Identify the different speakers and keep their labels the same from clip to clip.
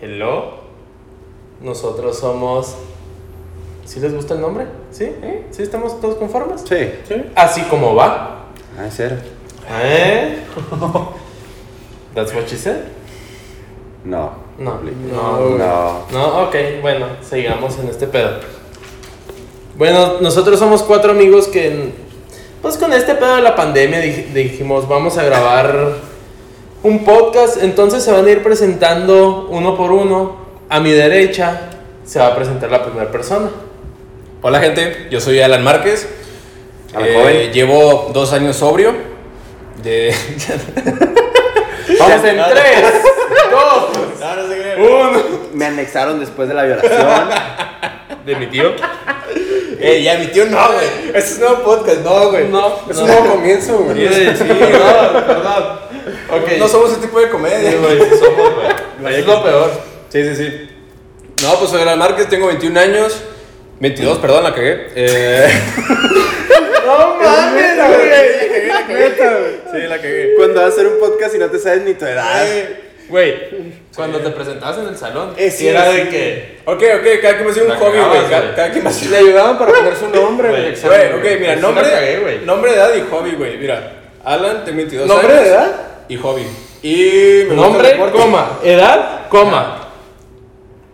Speaker 1: Hello. Nosotros somos. ¿Sí les gusta el nombre? ¿Sí? ¿Sí estamos todos conformes?
Speaker 2: Sí.
Speaker 1: Así como va.
Speaker 2: Ah, ser.
Speaker 1: ¿Eh? That's what she said.
Speaker 2: No.
Speaker 1: No,
Speaker 2: No.
Speaker 1: no, no, ok, bueno, sigamos en este pedo. Bueno, nosotros somos cuatro amigos que, pues con este pedo de la pandemia dij- dijimos, vamos a grabar un podcast, entonces se van a ir presentando uno por uno. A mi derecha se va a presentar la primera persona.
Speaker 3: Hola gente, yo soy Alan Márquez.
Speaker 2: A la
Speaker 3: Eh,
Speaker 2: joven.
Speaker 3: Llevo dos años sobrio. De...
Speaker 1: Vamos en
Speaker 3: no, no.
Speaker 1: 3, 2,
Speaker 3: No, no sé qué.
Speaker 1: 1.
Speaker 2: Me anexaron después de la violación.
Speaker 1: De mi tío.
Speaker 3: Eh, ya mi tío no, güey. Ese es un nuevo podcast, no, güey.
Speaker 1: No,
Speaker 3: es
Speaker 1: no.
Speaker 3: un nuevo comienzo, güey.
Speaker 1: Sí, no, verdad. Ok.
Speaker 3: No somos ese tipo de comedia.
Speaker 1: Sí, güey, sí somos, güey. Es lo peor.
Speaker 3: Sí, sí, sí. No, pues soy Alan Márquez, tengo 21 años. 22, perdón, la cagué. Eh...
Speaker 1: No mames, güey.
Speaker 3: sí, la cagué.
Speaker 2: Eh, Cuando vas a hacer un podcast y no te sabes ni tu edad.
Speaker 4: Eh.
Speaker 1: Güey, cuando te presentabas en el salón,
Speaker 3: Eh, sí,
Speaker 1: y era de
Speaker 3: sí.
Speaker 1: que.
Speaker 3: Ok, ok, cada quien me hacía un
Speaker 1: La
Speaker 3: hobby,
Speaker 1: cagabas,
Speaker 3: güey. Cada,
Speaker 1: güey.
Speaker 3: cada quien me hacía- Le ayudaban para poner su nombre,
Speaker 1: güey.
Speaker 3: Güey, ok, mira,
Speaker 1: Sí
Speaker 3: nombre,
Speaker 1: la cagué, güey.
Speaker 3: nombre, edad y hobby, güey. Mira, Alan, tengo 22
Speaker 2: ¿Nombre,
Speaker 3: años.
Speaker 2: edad?
Speaker 3: Y hobby. Y. me gusta el
Speaker 1: Nombre,
Speaker 3: deporte.
Speaker 1: coma. Edad, coma.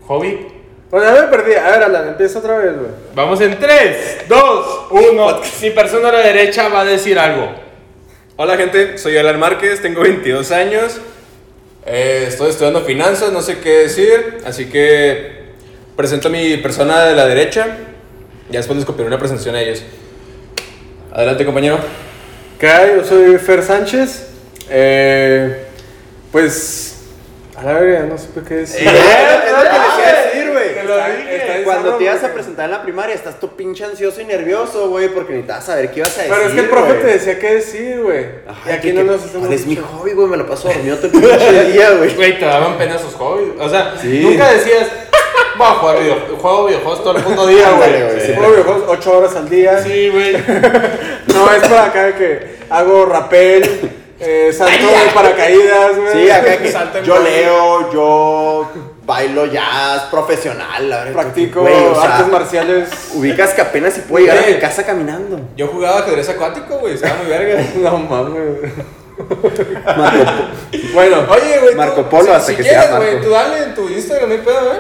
Speaker 1: Hobby.
Speaker 4: Bueno, ya me perdí. A ver, Alan, empieza otra vez, güey.
Speaker 1: Vamos en 3, 2, 1. Mi persona a la derecha va a decir algo.
Speaker 3: Hola, gente, soy Alan Márquez, tengo 22 años. Eh, estoy estudiando finanzas, no sé qué decir. Así que. Presento a mi persona de la derecha. Ya después les copiaré una presentación a ellos. Adelante, compañero.
Speaker 4: ¿Qué? Yo soy Fer Sánchez. Eh, pues. A la verga, no supe qué decir.
Speaker 2: Eh, Es lo que
Speaker 4: Ah,
Speaker 2: le quería decir, güey.
Speaker 4: dije.
Speaker 2: eh, Cuando te ibas a presentar en la primaria, estás tú pinche ansioso y nervioso, güey, porque necesitas saber qué ibas a decir.
Speaker 4: Pero es que el profe
Speaker 2: güey.
Speaker 4: te decía qué decir, güey. Y
Speaker 2: Ay,
Speaker 4: aquí
Speaker 2: que-
Speaker 4: no
Speaker 2: que-
Speaker 4: nos hacemos.
Speaker 2: ¿Cuál es mi
Speaker 4: mucho.
Speaker 2: hobby, güey? Me lo paso dormido todo el pinche día, güey.
Speaker 1: Güey, te daban pena sus hobbies. O sea,
Speaker 2: Sí.
Speaker 1: nunca decías, voy a jugar video- juego videojuegos todo el puto día,
Speaker 2: Ándale,
Speaker 1: güey.
Speaker 2: güey,
Speaker 4: Sí,
Speaker 1: Sí.
Speaker 4: juego videojuegos ocho horas al día.
Speaker 1: Sí, güey.
Speaker 4: No, es para acá de que hago rapel, eh, salto de paracaídas, güey.
Speaker 2: Sí, acá que
Speaker 4: Salto en
Speaker 2: yo
Speaker 4: paracaídas.
Speaker 2: leo, yo bailo jazz profesional, la verdad.
Speaker 4: Practico
Speaker 2: Güey, o sea,
Speaker 4: artes marciales.
Speaker 2: Ubicas que apenas si puedo llegar a mi
Speaker 3: Güey.
Speaker 2: casa caminando.
Speaker 3: Yo jugaba ajedrez acuático, güey, estaba muy verga.
Speaker 4: No mames, güey.
Speaker 2: Marco, Po-
Speaker 4: Bueno,
Speaker 3: Oye, güey. tú-
Speaker 2: Marco Polo,
Speaker 3: si-
Speaker 2: hasta
Speaker 3: si
Speaker 2: que
Speaker 3: quieres,
Speaker 2: sea
Speaker 3: güey,
Speaker 2: Marco.
Speaker 3: tú dale en tu Instagram, no hay pedo, ¿eh?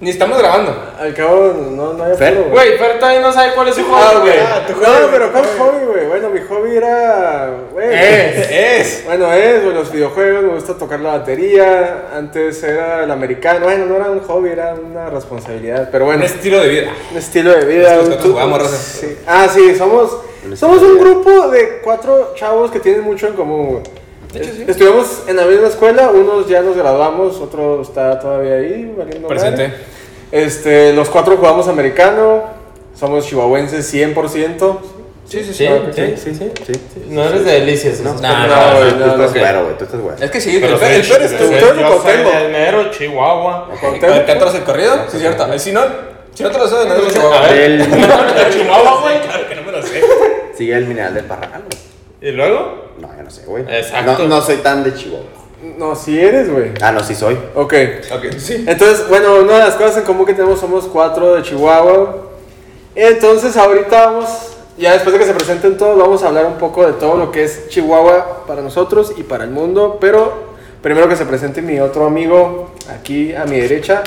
Speaker 3: Ni estamos grabando.
Speaker 4: al cabo no, no hay
Speaker 2: Fer,
Speaker 4: apuro, güey.
Speaker 1: Güey, pero todavía no sabe cuál es su hobby, güey.
Speaker 3: ah, tu hobby,
Speaker 4: No,
Speaker 3: güey,
Speaker 4: pero ¿cuál
Speaker 3: tu hobby.
Speaker 4: hobby, güey? Bueno, mi hobby era. güey,
Speaker 3: Eh. Es, es.
Speaker 4: Bueno, es, güey, los videojuegos, me gusta tocar la batería. Antes era el americano. Bueno, no era un hobby, era una responsabilidad. Pero
Speaker 3: Un
Speaker 4: bueno,
Speaker 3: estilo de vida.
Speaker 4: un estilo de vida.
Speaker 3: Es que
Speaker 4: un-
Speaker 3: nosotros jugamos, raza.
Speaker 4: sí. Ah, sí, somos. Somos un grupo de cuatro chavos que tienen mucho en común, güey. Estuvimos en la misma escuela, unos ya nos graduamos, otro está todavía ahí, valiendo madre.
Speaker 3: Presente.
Speaker 4: Este, los cuatro jugamos americano, somos chihuahuenses 100%.
Speaker 3: Sí, sí,
Speaker 1: Sí, sí, sí, sí. No eres de delicias, ¿no?
Speaker 3: No,
Speaker 2: No,
Speaker 3: no,
Speaker 2: güey,
Speaker 4: no,
Speaker 2: tú estás
Speaker 4: no, que-
Speaker 2: güero, güey, tú estás güero.
Speaker 3: Es que sí,
Speaker 1: Pero
Speaker 3: el, per, el
Speaker 1: soy-
Speaker 3: per es tú.
Speaker 1: yo
Speaker 4: Ustedes lo
Speaker 1: soy
Speaker 4: contengo.
Speaker 1: de enero, Chihuahua.
Speaker 4: Contento.
Speaker 3: ¿Te entras el corrido? Sí, cierto. Ay, Si no, si no te lo sabes, no te lo
Speaker 1: A ver.
Speaker 3: sabes.
Speaker 2: El-
Speaker 1: De Chihuahua, güey.
Speaker 3: Claro que no me lo sé.
Speaker 2: sigue el mineral del Parral, güey.
Speaker 1: ¿Y luego?
Speaker 2: No, yo no sé, güey.
Speaker 1: Exacto.
Speaker 2: No, no soy tan de Chihuahua.
Speaker 4: No, si eres, güey.
Speaker 2: Ah, no, sí soy.
Speaker 4: Ok.
Speaker 3: Ok, sí.
Speaker 4: Entonces, bueno, una de las cosas en común que tenemos somos cuatro de Chihuahua. Entonces, ahorita vamos, ya después de que se presenten todos, vamos a hablar un poco de todo lo que es Chihuahua para nosotros y para el mundo. Pero primero que se presente mi otro amigo aquí a mi derecha.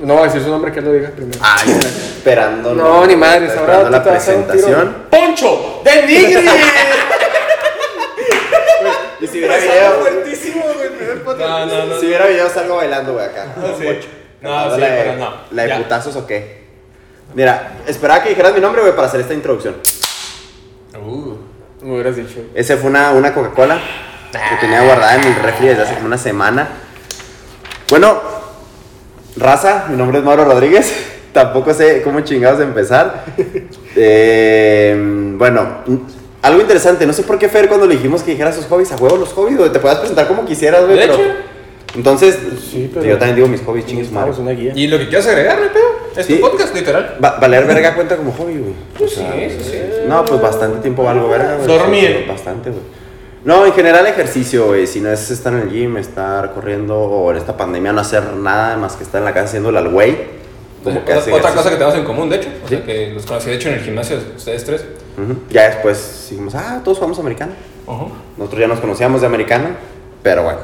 Speaker 4: No voy a decir su nombre, que él lo diga primero.
Speaker 3: Ah,
Speaker 2: Ay, esperando.
Speaker 4: No, ni madres,
Speaker 2: Estoy
Speaker 4: ahora
Speaker 2: esperando
Speaker 4: tú
Speaker 2: la
Speaker 4: te vas a dar un tiro.
Speaker 2: presentación.
Speaker 1: ¡Poncho! ¡De Nigri!
Speaker 2: Ah, Y si hubiera video,
Speaker 3: fuertísimo, güey. primer podcast.
Speaker 1: No, no, no.
Speaker 2: si hubiera video salgo bailando, güey, acá.
Speaker 1: No, sí.
Speaker 2: Mucho.
Speaker 1: No,
Speaker 2: Cantando
Speaker 1: sí,
Speaker 2: la de-
Speaker 1: pero no.
Speaker 2: ¿La de
Speaker 1: Ya.
Speaker 2: putazos o qué? Mira, esperaba que dijeras mi nombre, güey, para hacer esta introducción.
Speaker 3: Uh.
Speaker 4: Me hubieras dicho.
Speaker 2: Ese fue una, una Coca-Cola que
Speaker 3: Ah.
Speaker 2: tenía guardada en mi refri desde hace como una semana. Bueno, raza, mi nombre es Mauro Rodríguez. Tampoco sé cómo chingados empezar. Eh, bueno, algo interesante. No sé por qué Fer cuando le dijimos que dijera sus hobbies, a huevo los hobbies, güey. Te puedas presentar como quisieras, güey.
Speaker 3: De
Speaker 2: pero-
Speaker 3: hecho.
Speaker 2: Entonces,
Speaker 4: Sí, pero-
Speaker 2: yo también digo mis hobbies, chingues, madre.
Speaker 4: Necesitamos una guía.
Speaker 3: Y lo que quieras agregar, no hay pedo. Es
Speaker 2: Sí.
Speaker 3: tu podcast, literal.
Speaker 2: Va- valer verga cuenta como hobby, güey. O sea,
Speaker 3: sí, sí, sí.
Speaker 2: No, pues bastante tiempo valgo verga, güey.
Speaker 1: Dormir.
Speaker 2: Bastante, güey. No, en general ejercicio, güey. Si no es estar en el gym, estar corriendo o en esta pandemia no hacer nada más que estar en la casa haciénddola al güey. Como que
Speaker 3: Otra-
Speaker 2: hace
Speaker 3: otra
Speaker 2: ejercicio.
Speaker 3: cosa que tenemos en común, de hecho. O sea,
Speaker 2: Sí.
Speaker 3: que los conocí, de hecho, en el gimnasio, ustedes tres.
Speaker 2: Ujú. Ya después dijimos, ah, todos jugamos americano. Nosotros ya nos conocíamos de americano, pero bueno.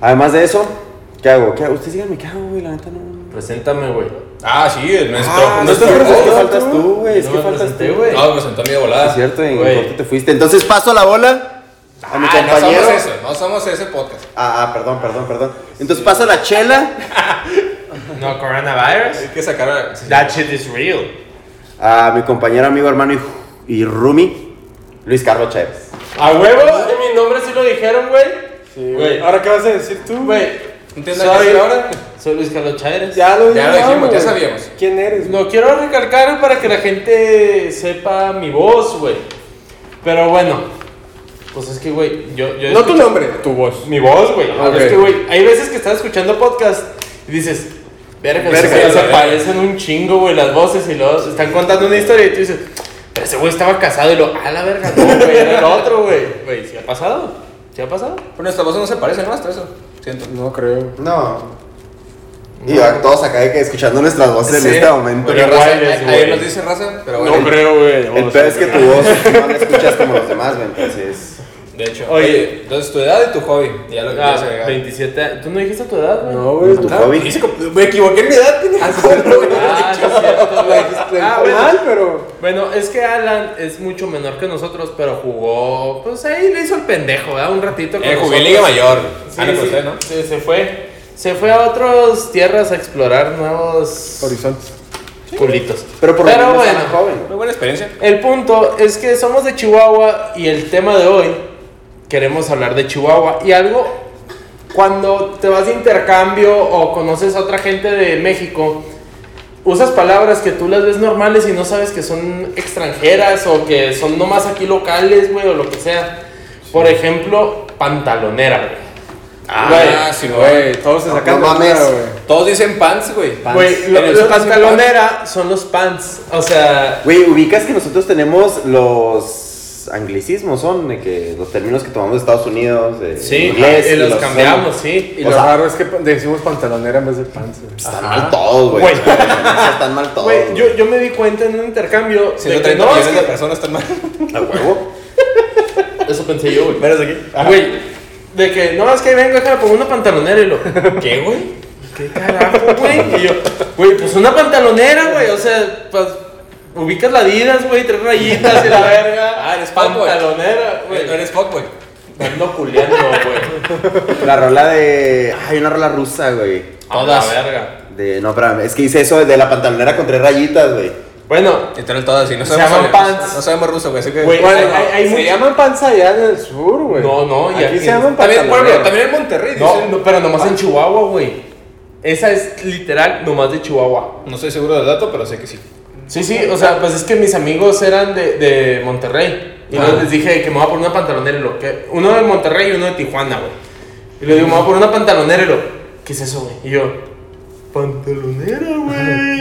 Speaker 2: Además de eso, ¿qué hago? ¿Qué hago? Ustedes díganme qué hago, güey, la neta no.
Speaker 1: Preséntame, güey.
Speaker 3: Ah, sí, el nuestro.
Speaker 2: Ah, no
Speaker 3: nuestro
Speaker 2: te preocupes,
Speaker 3: coach.
Speaker 2: que faltas tú, güey. Es
Speaker 1: No
Speaker 2: que
Speaker 1: me
Speaker 2: faltas
Speaker 1: presenté,
Speaker 2: tú,
Speaker 1: güey.
Speaker 3: No, me sentó a mí de volada.
Speaker 2: Es Ah, cierto, en
Speaker 1: Güey.
Speaker 2: corto te fuiste. Entonces paso la bola a mi
Speaker 3: Ah,
Speaker 2: compañero.
Speaker 3: No somos eso, no somos ese podcast.
Speaker 2: Ah, ah, perdón, perdón, perdón. Entonces paso la chela
Speaker 1: No, coronavirus.
Speaker 3: Hay que sacar a. sí, sí.
Speaker 1: That shit is real.
Speaker 2: a mi compañero, amigo, hermano y, y Rumi, Luis Carlos Chávez.
Speaker 1: A huevo, mi nombre sí lo dijeron, güey.
Speaker 4: Sí,
Speaker 1: Güey.
Speaker 4: güey. Ahora, ¿qué vas a decir tú?
Speaker 1: Güey,
Speaker 3: ¿No tienes nada que
Speaker 1: Sorry.
Speaker 3: hacer ahora?
Speaker 1: soy Luis Carlos Chávez.
Speaker 4: Ya lo,
Speaker 3: Ya lo dijimos, ya
Speaker 4: güey.
Speaker 3: sabíamos.
Speaker 4: ¿Quién eres?
Speaker 1: Lo quiero recalcar para que la gente sepa mi voz, güey. Pero bueno, pues es que, güey, yo, yo.
Speaker 4: No tu
Speaker 1: escucho-
Speaker 4: nombre, tu voz. Ah,
Speaker 1: Mi voz, güey.
Speaker 4: Ok.
Speaker 1: Es que, güey, hay veces que estás escuchando podcast y dices, verga,
Speaker 3: Verga,
Speaker 1: esos güeyes
Speaker 3: la
Speaker 1: se
Speaker 3: verga.
Speaker 1: parecen un chingo, güey, las voces y los. Están contando una historia y tú dices, pero ese güey estaba casado y lo, a la verga, no, güey, era el otro, güey. Güey, ¿sí ha pasado? ¿Sí ha pasado?
Speaker 3: Pero nuestra voz no se parece, ¿no? Hasta eso. Siento.
Speaker 4: No creo.
Speaker 2: No. Y ahora todos acá de que escuchando nuestras voces en
Speaker 3: Sí.
Speaker 2: este momento.
Speaker 1: Pero
Speaker 3: Oye,
Speaker 1: igual
Speaker 3: raza,
Speaker 1: es,
Speaker 3: a- ayer
Speaker 1: güey.
Speaker 3: nos dice raza, pero bueno.
Speaker 1: creo, güey.
Speaker 2: El peor es que tu voz no la escuchas como los demás, güey. Entonces,
Speaker 3: De hecho.
Speaker 1: Oye.
Speaker 3: Oye, entonces tu edad y tu hobby. Ya lo que
Speaker 1: Ah,
Speaker 3: quieres agregar.
Speaker 1: 27 años. ¿Tú no dijiste tu edad, güey?
Speaker 4: No, güey.
Speaker 2: ¿es tu
Speaker 3: Ah,
Speaker 2: hobby?
Speaker 3: hice como- Me equivoqué en mi edad, pendejo.
Speaker 1: Ah, sí, es cierto, güey.
Speaker 4: Ah,
Speaker 1: Ah,
Speaker 4: bueno.
Speaker 1: bueno.
Speaker 4: pero.
Speaker 1: Bueno, es que Alan es mucho menor que nosotros, pero jugó. Pues ahí le hizo el pendejo, ¿verdad? Un ratito. con
Speaker 3: Eh, jugué en
Speaker 1: nosotros.
Speaker 3: Liga Mayor.
Speaker 1: Sí,
Speaker 3: Ah, no,
Speaker 1: sí,
Speaker 3: pues, ¿no?
Speaker 1: Se, se fue. Se fue a otras tierras a explorar nuevos
Speaker 4: Horizontes.
Speaker 1: culitos.
Speaker 2: Pero por lo menos
Speaker 1: bueno,
Speaker 2: tan joven.
Speaker 3: Muy buena experiencia.
Speaker 1: el punto es que somos de Chihuahua y el tema de hoy queremos hablar de Chihuahua y algo cuando te vas de intercambio o conoces a otra gente de México usas palabras que tú las ves normales y no sabes que son extranjeras o que son nomás aquí locales, güey, o lo que sea. Por ejemplo, pantalonera, güey.
Speaker 3: Ah, sí, güey.
Speaker 4: Güey, todos se
Speaker 2: No,
Speaker 4: sacan
Speaker 2: no
Speaker 4: de onda,
Speaker 2: mames.
Speaker 4: güey.
Speaker 3: Todos dicen pants, güey.
Speaker 2: Pants.
Speaker 1: Güey,
Speaker 3: En
Speaker 1: lo-
Speaker 3: el
Speaker 1: la
Speaker 3: sur dicen
Speaker 1: pantalonera son los pants. O sea,
Speaker 2: Güey, ubicas que nosotros tenemos los anglicismos, son de que los términos que tomamos de Estados Unidos, de
Speaker 1: sí,
Speaker 2: inglés,
Speaker 1: eh, los,
Speaker 2: hacemos-
Speaker 1: cambiamos, sí.
Speaker 4: Y
Speaker 2: O
Speaker 4: lo
Speaker 2: sea-
Speaker 4: raro es que decimos pantalonera en vez de pants. güey.
Speaker 2: Están mal todos, güey.
Speaker 1: Güey.
Speaker 2: Están mal todos.
Speaker 1: Güey, yo, yo me di cuenta en un intercambio. de que
Speaker 3: 130
Speaker 1: no, es
Speaker 3: millones de
Speaker 1: que-
Speaker 3: personas están mal.
Speaker 2: a huevo.
Speaker 1: Eso pensé yo, güey.
Speaker 3: Menos aquí.
Speaker 1: Ah, Güey, de que no, es que ahí vengo, déjame poner una pantalonera y lo. ¿Qué, güey? ¿Qué carajo, güey? Y yo, güey, pues una pantalonera, güey. O sea, pues ubicas la Adidas, güey, tres rayitas y la verga.
Speaker 3: Ah, eres fuckboy.
Speaker 1: pantalonera,
Speaker 3: Güey,
Speaker 1: güey.
Speaker 3: No eres fuckboy.
Speaker 1: Eh, Ando culeando, güey.
Speaker 2: La rola de. Hay una rola rusa, güey.
Speaker 1: A la verga.
Speaker 2: De. No, pero es que hice eso de la pantalonera con tres rayitas, güey.
Speaker 1: Bueno,
Speaker 3: Literal todas, y no
Speaker 1: Se
Speaker 3: sabemos
Speaker 1: llaman
Speaker 3: alemán.
Speaker 1: pants.
Speaker 3: No sabemos ruso, güey. Así que.
Speaker 1: Güey,
Speaker 4: Bueno,
Speaker 1: hay- hay- hay
Speaker 4: se
Speaker 1: mucho-
Speaker 4: llaman pants allá en el sur, güey.
Speaker 1: No, no, y
Speaker 4: aquí,
Speaker 1: aquí-
Speaker 4: se llaman
Speaker 3: También, por
Speaker 4: pantalonera.
Speaker 3: ejemplo, también en Monterrey
Speaker 1: No, ah.
Speaker 3: dicen.
Speaker 1: no, pero nomás en Chihuahua, güey. Esa es literal nomás de Chihuahua.
Speaker 3: No estoy seguro del dato, pero sé que sí.
Speaker 1: Sí, sí, o sea, pues es que mis amigos eran de, de Monterrey. Y
Speaker 3: Ah.
Speaker 1: luego les dije que me voy a poner una pantalonera y lo que. Uno de Monterrey y uno de Tijuana, güey. Y le digo, me voy a poner una pantalonera y lo. ¿Qué es eso, güey? Y yo. Pantalonera,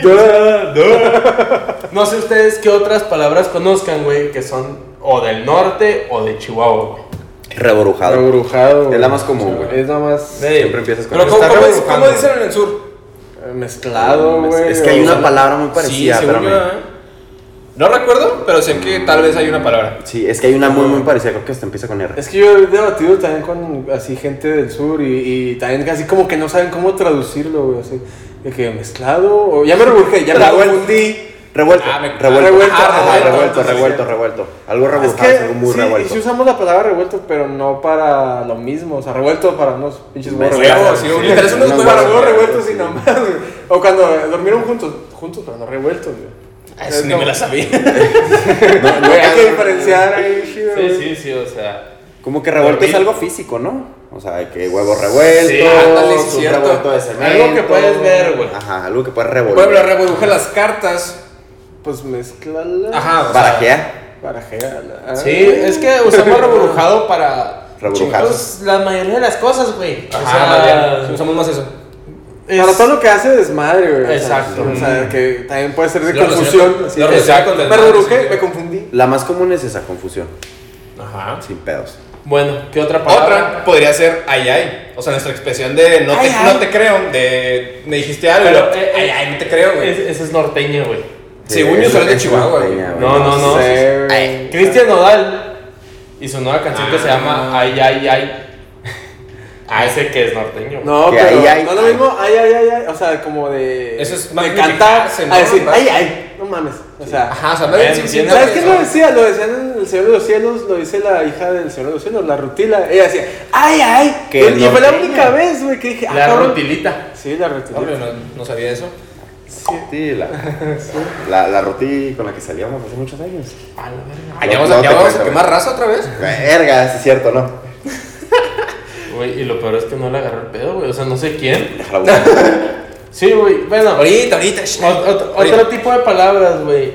Speaker 1: güey.
Speaker 4: Da,
Speaker 1: no sé ustedes qué otras palabras conozcan, güey, que son o del norte o de Chihuahua, güey.
Speaker 2: Reborujado.
Speaker 4: Rebrujado, güey.
Speaker 2: Es la más común, güey.
Speaker 4: Es la más
Speaker 2: Siempre empiezas con
Speaker 3: Pero,
Speaker 2: eso.
Speaker 3: ¿cómo,
Speaker 2: Está
Speaker 3: cómo, es-
Speaker 2: reborujando.
Speaker 3: cómo dicen en el sur?
Speaker 4: eh, mezclado, güey.
Speaker 2: Es que hay
Speaker 4: o
Speaker 2: una
Speaker 4: sea,
Speaker 2: palabra muy parecida,
Speaker 3: según
Speaker 2: espérame.
Speaker 3: yo, ¿eh? No recuerdo, pero sé que tal vez hay una palabra.
Speaker 2: Sí, es que hay una muy, muy parecida. Creo que hasta empieza con R.
Speaker 4: Es que yo he debatido también con así gente del sur y, y también así como que no saben cómo traducirlo, güey, así. De que mezclado o ya me rebujé, ya me confundí.
Speaker 2: Revuelto.
Speaker 3: Ah, me-
Speaker 2: Revuelto.
Speaker 4: revuelto,
Speaker 2: Ajá,
Speaker 4: revuelto,
Speaker 2: revuelto,
Speaker 4: entonces,
Speaker 2: revuelto,
Speaker 4: sí.
Speaker 2: revuelto. Algo
Speaker 4: Es
Speaker 2: revolcado,
Speaker 4: que
Speaker 2: algo muy
Speaker 4: sí,
Speaker 2: revuelto.
Speaker 4: sí usamos la palabra revuelto, pero no para lo mismo, o sea, revuelto para unos pinches huevos.
Speaker 2: Huevos,
Speaker 4: revueltos.
Speaker 2: sí,
Speaker 3: literal, son unos
Speaker 4: Para
Speaker 3: huevos.
Speaker 4: huevos revueltos y nomás. güey. O cuando eh, durmieron juntos, juntos pero no revueltos, güey.
Speaker 3: Ah, Eso
Speaker 4: Es
Speaker 3: ni
Speaker 4: como-
Speaker 3: me la sabía.
Speaker 4: Güey, hay que diferenciar ahí, chido,
Speaker 1: sí,
Speaker 4: güey.
Speaker 1: sí, o sea.
Speaker 2: Como que revuelto es algo físico, ¿no? O sea, de que huevo revuelto,
Speaker 1: Sí, ándale,
Speaker 3: sí,
Speaker 2: un
Speaker 3: cierto.
Speaker 2: revuelto de cemento.
Speaker 1: Algo que puedes ver, güey.
Speaker 2: Ajá, algo que puedes revolver.
Speaker 3: Pueblo rebujé las cartas.
Speaker 4: Pues mezclala.
Speaker 3: Ajá, o sea,
Speaker 2: Barajea.
Speaker 4: Barajéala. ¿eh?
Speaker 1: Sí, es que usamos reburujado para.
Speaker 2: Reburujado.
Speaker 1: Pues, la mayoría de las cosas, güey. O
Speaker 3: Ajá,
Speaker 1: sea,
Speaker 3: más bien. Usamos más eso.
Speaker 1: es-
Speaker 4: Para todo lo que hace desmadre, güey. o sea,
Speaker 1: Exacto.
Speaker 4: O sea, que también puede ser de
Speaker 3: Lo relaciona
Speaker 4: confusión.
Speaker 3: con-
Speaker 4: así
Speaker 3: lo
Speaker 4: que-
Speaker 3: relaciona con
Speaker 4: Me
Speaker 3: desmadre,
Speaker 4: redujé,
Speaker 3: sí.
Speaker 4: me confundí.
Speaker 2: La más común es esa confusión.
Speaker 3: Ajá.
Speaker 2: Sin pedos.
Speaker 1: Bueno, ¿qué otra palabra?
Speaker 3: Otra podría ser ay ay. O sea, nuestra expresión de no,
Speaker 1: Ay,
Speaker 3: te,
Speaker 1: ay.
Speaker 3: no te creo. De me dijiste algo.
Speaker 1: Pero,
Speaker 3: ay,
Speaker 1: eh, eh,
Speaker 3: ay, no te creo, güey.
Speaker 1: Es- Ese es norteño, güey.
Speaker 3: Según yo,
Speaker 2: es-
Speaker 3: solo de
Speaker 2: es
Speaker 3: Chihuahua, güey.
Speaker 2: norteña,
Speaker 1: No, no, no.
Speaker 4: sé, güey.
Speaker 1: Cristian Nodal y su nueva canción que se
Speaker 3: Ah.
Speaker 1: llama Ay, ay, ay. Ah, ese que es norteño. güey.
Speaker 4: No,
Speaker 2: Que
Speaker 4: pero
Speaker 2: ahí hay-
Speaker 4: no es lo mismo, ay, ay, ay, ay, o sea, como de,
Speaker 3: Eso es
Speaker 4: de
Speaker 3: magnificarse,
Speaker 4: cantar
Speaker 3: ¿no?
Speaker 4: a decir,
Speaker 3: ¿Verdad?
Speaker 4: ay, ay, no mames, o sea,
Speaker 3: Ajá, o sea,
Speaker 1: Bueno,
Speaker 3: sí, sí,
Speaker 1: entiendo.
Speaker 3: no,
Speaker 4: ¿sabes qué
Speaker 3: eso.
Speaker 4: lo decía? Lo decían en El Señor de los Cielos, lo dice la hija del Señor de los Cielos, la Rutila, ella decía, ay, ay,
Speaker 2: Que
Speaker 4: y fue la
Speaker 2: norteña.
Speaker 4: única vez, güey, que dije, ah,
Speaker 1: La
Speaker 4: cabrón.
Speaker 1: rutilita.
Speaker 4: Sí, la
Speaker 3: No,
Speaker 4: Rutila.
Speaker 3: hombre, no, no sabía eso.
Speaker 2: Sí, la, la, la rutí con la que salíamos hace muchos años.
Speaker 1: A la verga.
Speaker 3: Ah,
Speaker 2: No,
Speaker 3: ya vamos,
Speaker 2: no
Speaker 3: a, ya
Speaker 2: te
Speaker 3: vamos a
Speaker 2: cuento,
Speaker 3: quemar raza otra vez.
Speaker 2: Verga, sí es cierto, ¿no?
Speaker 1: Güey, y lo peor es que no le agarró el pedo, güey. O sea, no sé quién.
Speaker 2: Déjala buscar.
Speaker 1: Sí, güey. Bueno,
Speaker 3: Ahorita, ahorita. sh-
Speaker 1: ot- ot-
Speaker 3: ahorita.
Speaker 1: otro tipo de palabras, güey.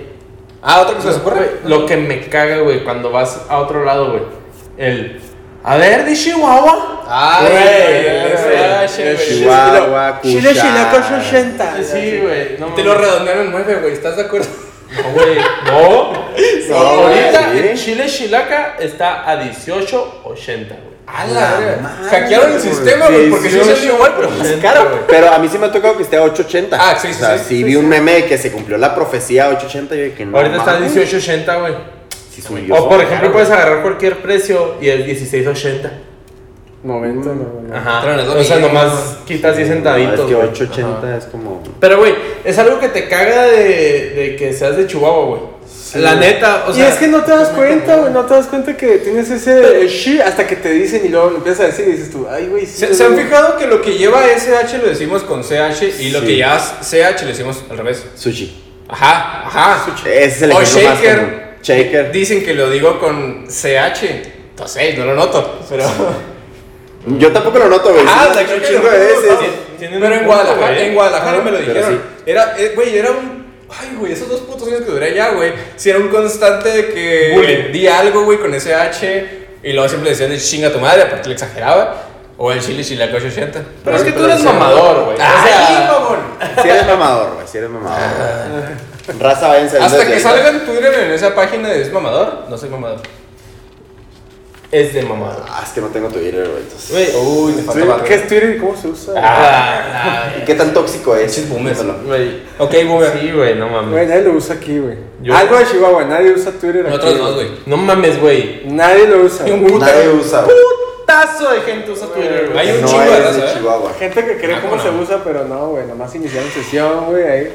Speaker 3: Ah, otra que se les
Speaker 1: Güey,
Speaker 3: ocurre.
Speaker 1: Lo que me caga, güey, cuando vas a otro lado, güey. El. A ver, de Chihuahua.
Speaker 3: Ay,
Speaker 1: Güey,
Speaker 3: güey,
Speaker 1: ese,
Speaker 3: güey,
Speaker 1: ese,
Speaker 3: güey.
Speaker 1: güey.
Speaker 2: Chihuahua,
Speaker 4: Chile, Chile,
Speaker 2: Cuchara.
Speaker 4: con 80.
Speaker 1: Sí, güey. No,
Speaker 3: Te
Speaker 1: mames.
Speaker 3: lo redondearon en nueve, güey. ¿Estás de acuerdo?
Speaker 1: No, güey. No.
Speaker 2: No,
Speaker 1: Ahorita
Speaker 2: güey.
Speaker 1: el Chile Chilaca está a 18.80, güey.
Speaker 3: A
Speaker 2: La
Speaker 3: la verga.
Speaker 2: madre,
Speaker 3: Hackearon el
Speaker 2: güey.
Speaker 3: sistema, güey. Porque sí se igual, pero más
Speaker 1: 18.80,
Speaker 3: caro, güey.
Speaker 1: güey.
Speaker 2: Pero a mí sí me ha tocado que esté a 880.
Speaker 3: Ah, sí, sí,
Speaker 2: O sea,
Speaker 3: sí,
Speaker 2: sí, vi un meme de que se cumplió la profecía a 880 y yo de que no.
Speaker 1: Ahorita está a
Speaker 2: mames.
Speaker 1: 18.80, güey.
Speaker 2: Sí, soy yo.
Speaker 1: O por ejemplo, puedes agarrar cualquier precio y es 16.80.
Speaker 4: 90,
Speaker 2: Mm.
Speaker 4: no, no.
Speaker 1: Ajá.
Speaker 3: Pero no es lo
Speaker 1: O sea,
Speaker 3: mismo.
Speaker 1: nomás quitas 10
Speaker 2: No,
Speaker 1: centavitos.
Speaker 2: es que
Speaker 1: güey.
Speaker 2: 880 es como.
Speaker 1: Pero, güey, es algo que te caga de, de que seas de Chihuahua, güey. La neta, o sea.
Speaker 4: y es que no te das cuenta, güey, no te das cuenta que tienes ese eh, shit hasta que te dicen y luego lo empiezas a decir y dices tú, ay, güey, sí,
Speaker 3: ¿Se,
Speaker 4: güey".
Speaker 3: se han fijado que lo que lleva SH lo decimos con CH y lo
Speaker 2: Sí.
Speaker 3: que lleva CH lo decimos al revés?
Speaker 2: Sushi.
Speaker 3: Ajá, ajá.
Speaker 2: Ese es el
Speaker 3: o
Speaker 2: ejemplo más
Speaker 3: shaker.
Speaker 2: común. Shaker.
Speaker 3: Dicen que lo digo con CH. Entonces, no lo noto, pero.
Speaker 2: Yo tampoco lo noto, güey.
Speaker 3: Ah,
Speaker 2: Sí,
Speaker 3: de aquí
Speaker 2: un
Speaker 3: que
Speaker 2: chingo
Speaker 3: lo
Speaker 2: de
Speaker 3: noto,
Speaker 2: veces.
Speaker 3: ¿no?
Speaker 1: Tienen
Speaker 3: Pero
Speaker 1: un punto,
Speaker 3: en Guadalajara,
Speaker 1: güey.
Speaker 3: en Guadalajara me lo
Speaker 2: Pero
Speaker 3: dijeron.
Speaker 2: sí.
Speaker 3: ¿eh? Era, eh, güey, era un. Ay, güey, esos dos putos años que duré allá, güey. Si era un constante de que.
Speaker 1: Bullying.
Speaker 3: Di algo, güey, con SH. Y luego siempre decían, chinga tu madre, aparte le exageraba. O el chile chilaco 80.
Speaker 1: Pero es que tú
Speaker 2: Pero
Speaker 1: eres
Speaker 2: sí.
Speaker 1: mamador, güey. O
Speaker 3: ¡Ay,
Speaker 1: sea,
Speaker 3: Ah, mamón!
Speaker 2: Si eres mamador, güey. Si eres mamador. güey. Raza, váyanse a
Speaker 3: Hasta
Speaker 2: desde
Speaker 3: que
Speaker 2: ahí.
Speaker 3: salga en Twitter en esa página de es mamador, no soy mamador.
Speaker 1: es de mamador.
Speaker 2: Ah, es que no tengo Twitter, güey. entonces.
Speaker 1: Güey,
Speaker 3: Uy, me
Speaker 4: Twitter, ¿Qué es Twitter y cómo se usa?
Speaker 1: ah,
Speaker 2: ¿Y qué tan tóxico es?
Speaker 3: Pinches boomers.
Speaker 2: Dímelo.
Speaker 1: güey.
Speaker 3: Ok, boomer.
Speaker 1: Sí, güey, no
Speaker 4: Güey,
Speaker 1: mames.
Speaker 4: nadie lo usa aquí, güey.
Speaker 1: Yo-
Speaker 4: Algo de Chihuahua, nadie usa Twitter aquí.
Speaker 3: Nosotros dos, güey.
Speaker 1: No mames, güey.
Speaker 4: Nadie lo usa.
Speaker 3: Y un
Speaker 4: güey.
Speaker 3: puto.
Speaker 2: Nadie usa. güey.
Speaker 1: Tazo de gente usa Twitter,
Speaker 3: Hay
Speaker 1: güey.
Speaker 3: un
Speaker 2: No
Speaker 3: chingo de
Speaker 2: es
Speaker 3: raza,
Speaker 2: de
Speaker 3: ¿eh?
Speaker 2: Chihuahua.
Speaker 4: Gente que cree
Speaker 3: Ah,
Speaker 4: cómo
Speaker 3: ¿cómo
Speaker 4: se
Speaker 3: no?
Speaker 4: usa, pero no, güey, nomás iniciaron sesión, güey, ahí.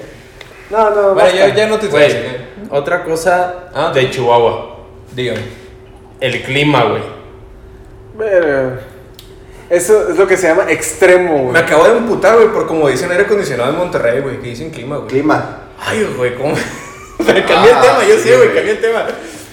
Speaker 4: No, no,
Speaker 3: Bueno,
Speaker 4: basta.
Speaker 3: ya, ya no te estoy
Speaker 1: Güey,
Speaker 3: diciendo.
Speaker 1: otra
Speaker 3: Ah.
Speaker 1: cosa de Chihuahua.
Speaker 3: Dígame.
Speaker 1: El clima, güey.
Speaker 4: Pero, Eso es lo que se llama extremo,
Speaker 3: Me
Speaker 4: güey.
Speaker 3: acabo de emputar, güey, por como dicen aire acondicionado en Monterrey, güey, que dicen clima, güey.
Speaker 2: Clima.
Speaker 3: Ay, güey, ¿cómo? Pero cambié el
Speaker 2: Ah,
Speaker 3: tema, yo
Speaker 2: sí,
Speaker 3: sé, güey,
Speaker 2: güey.
Speaker 3: cambié el tema.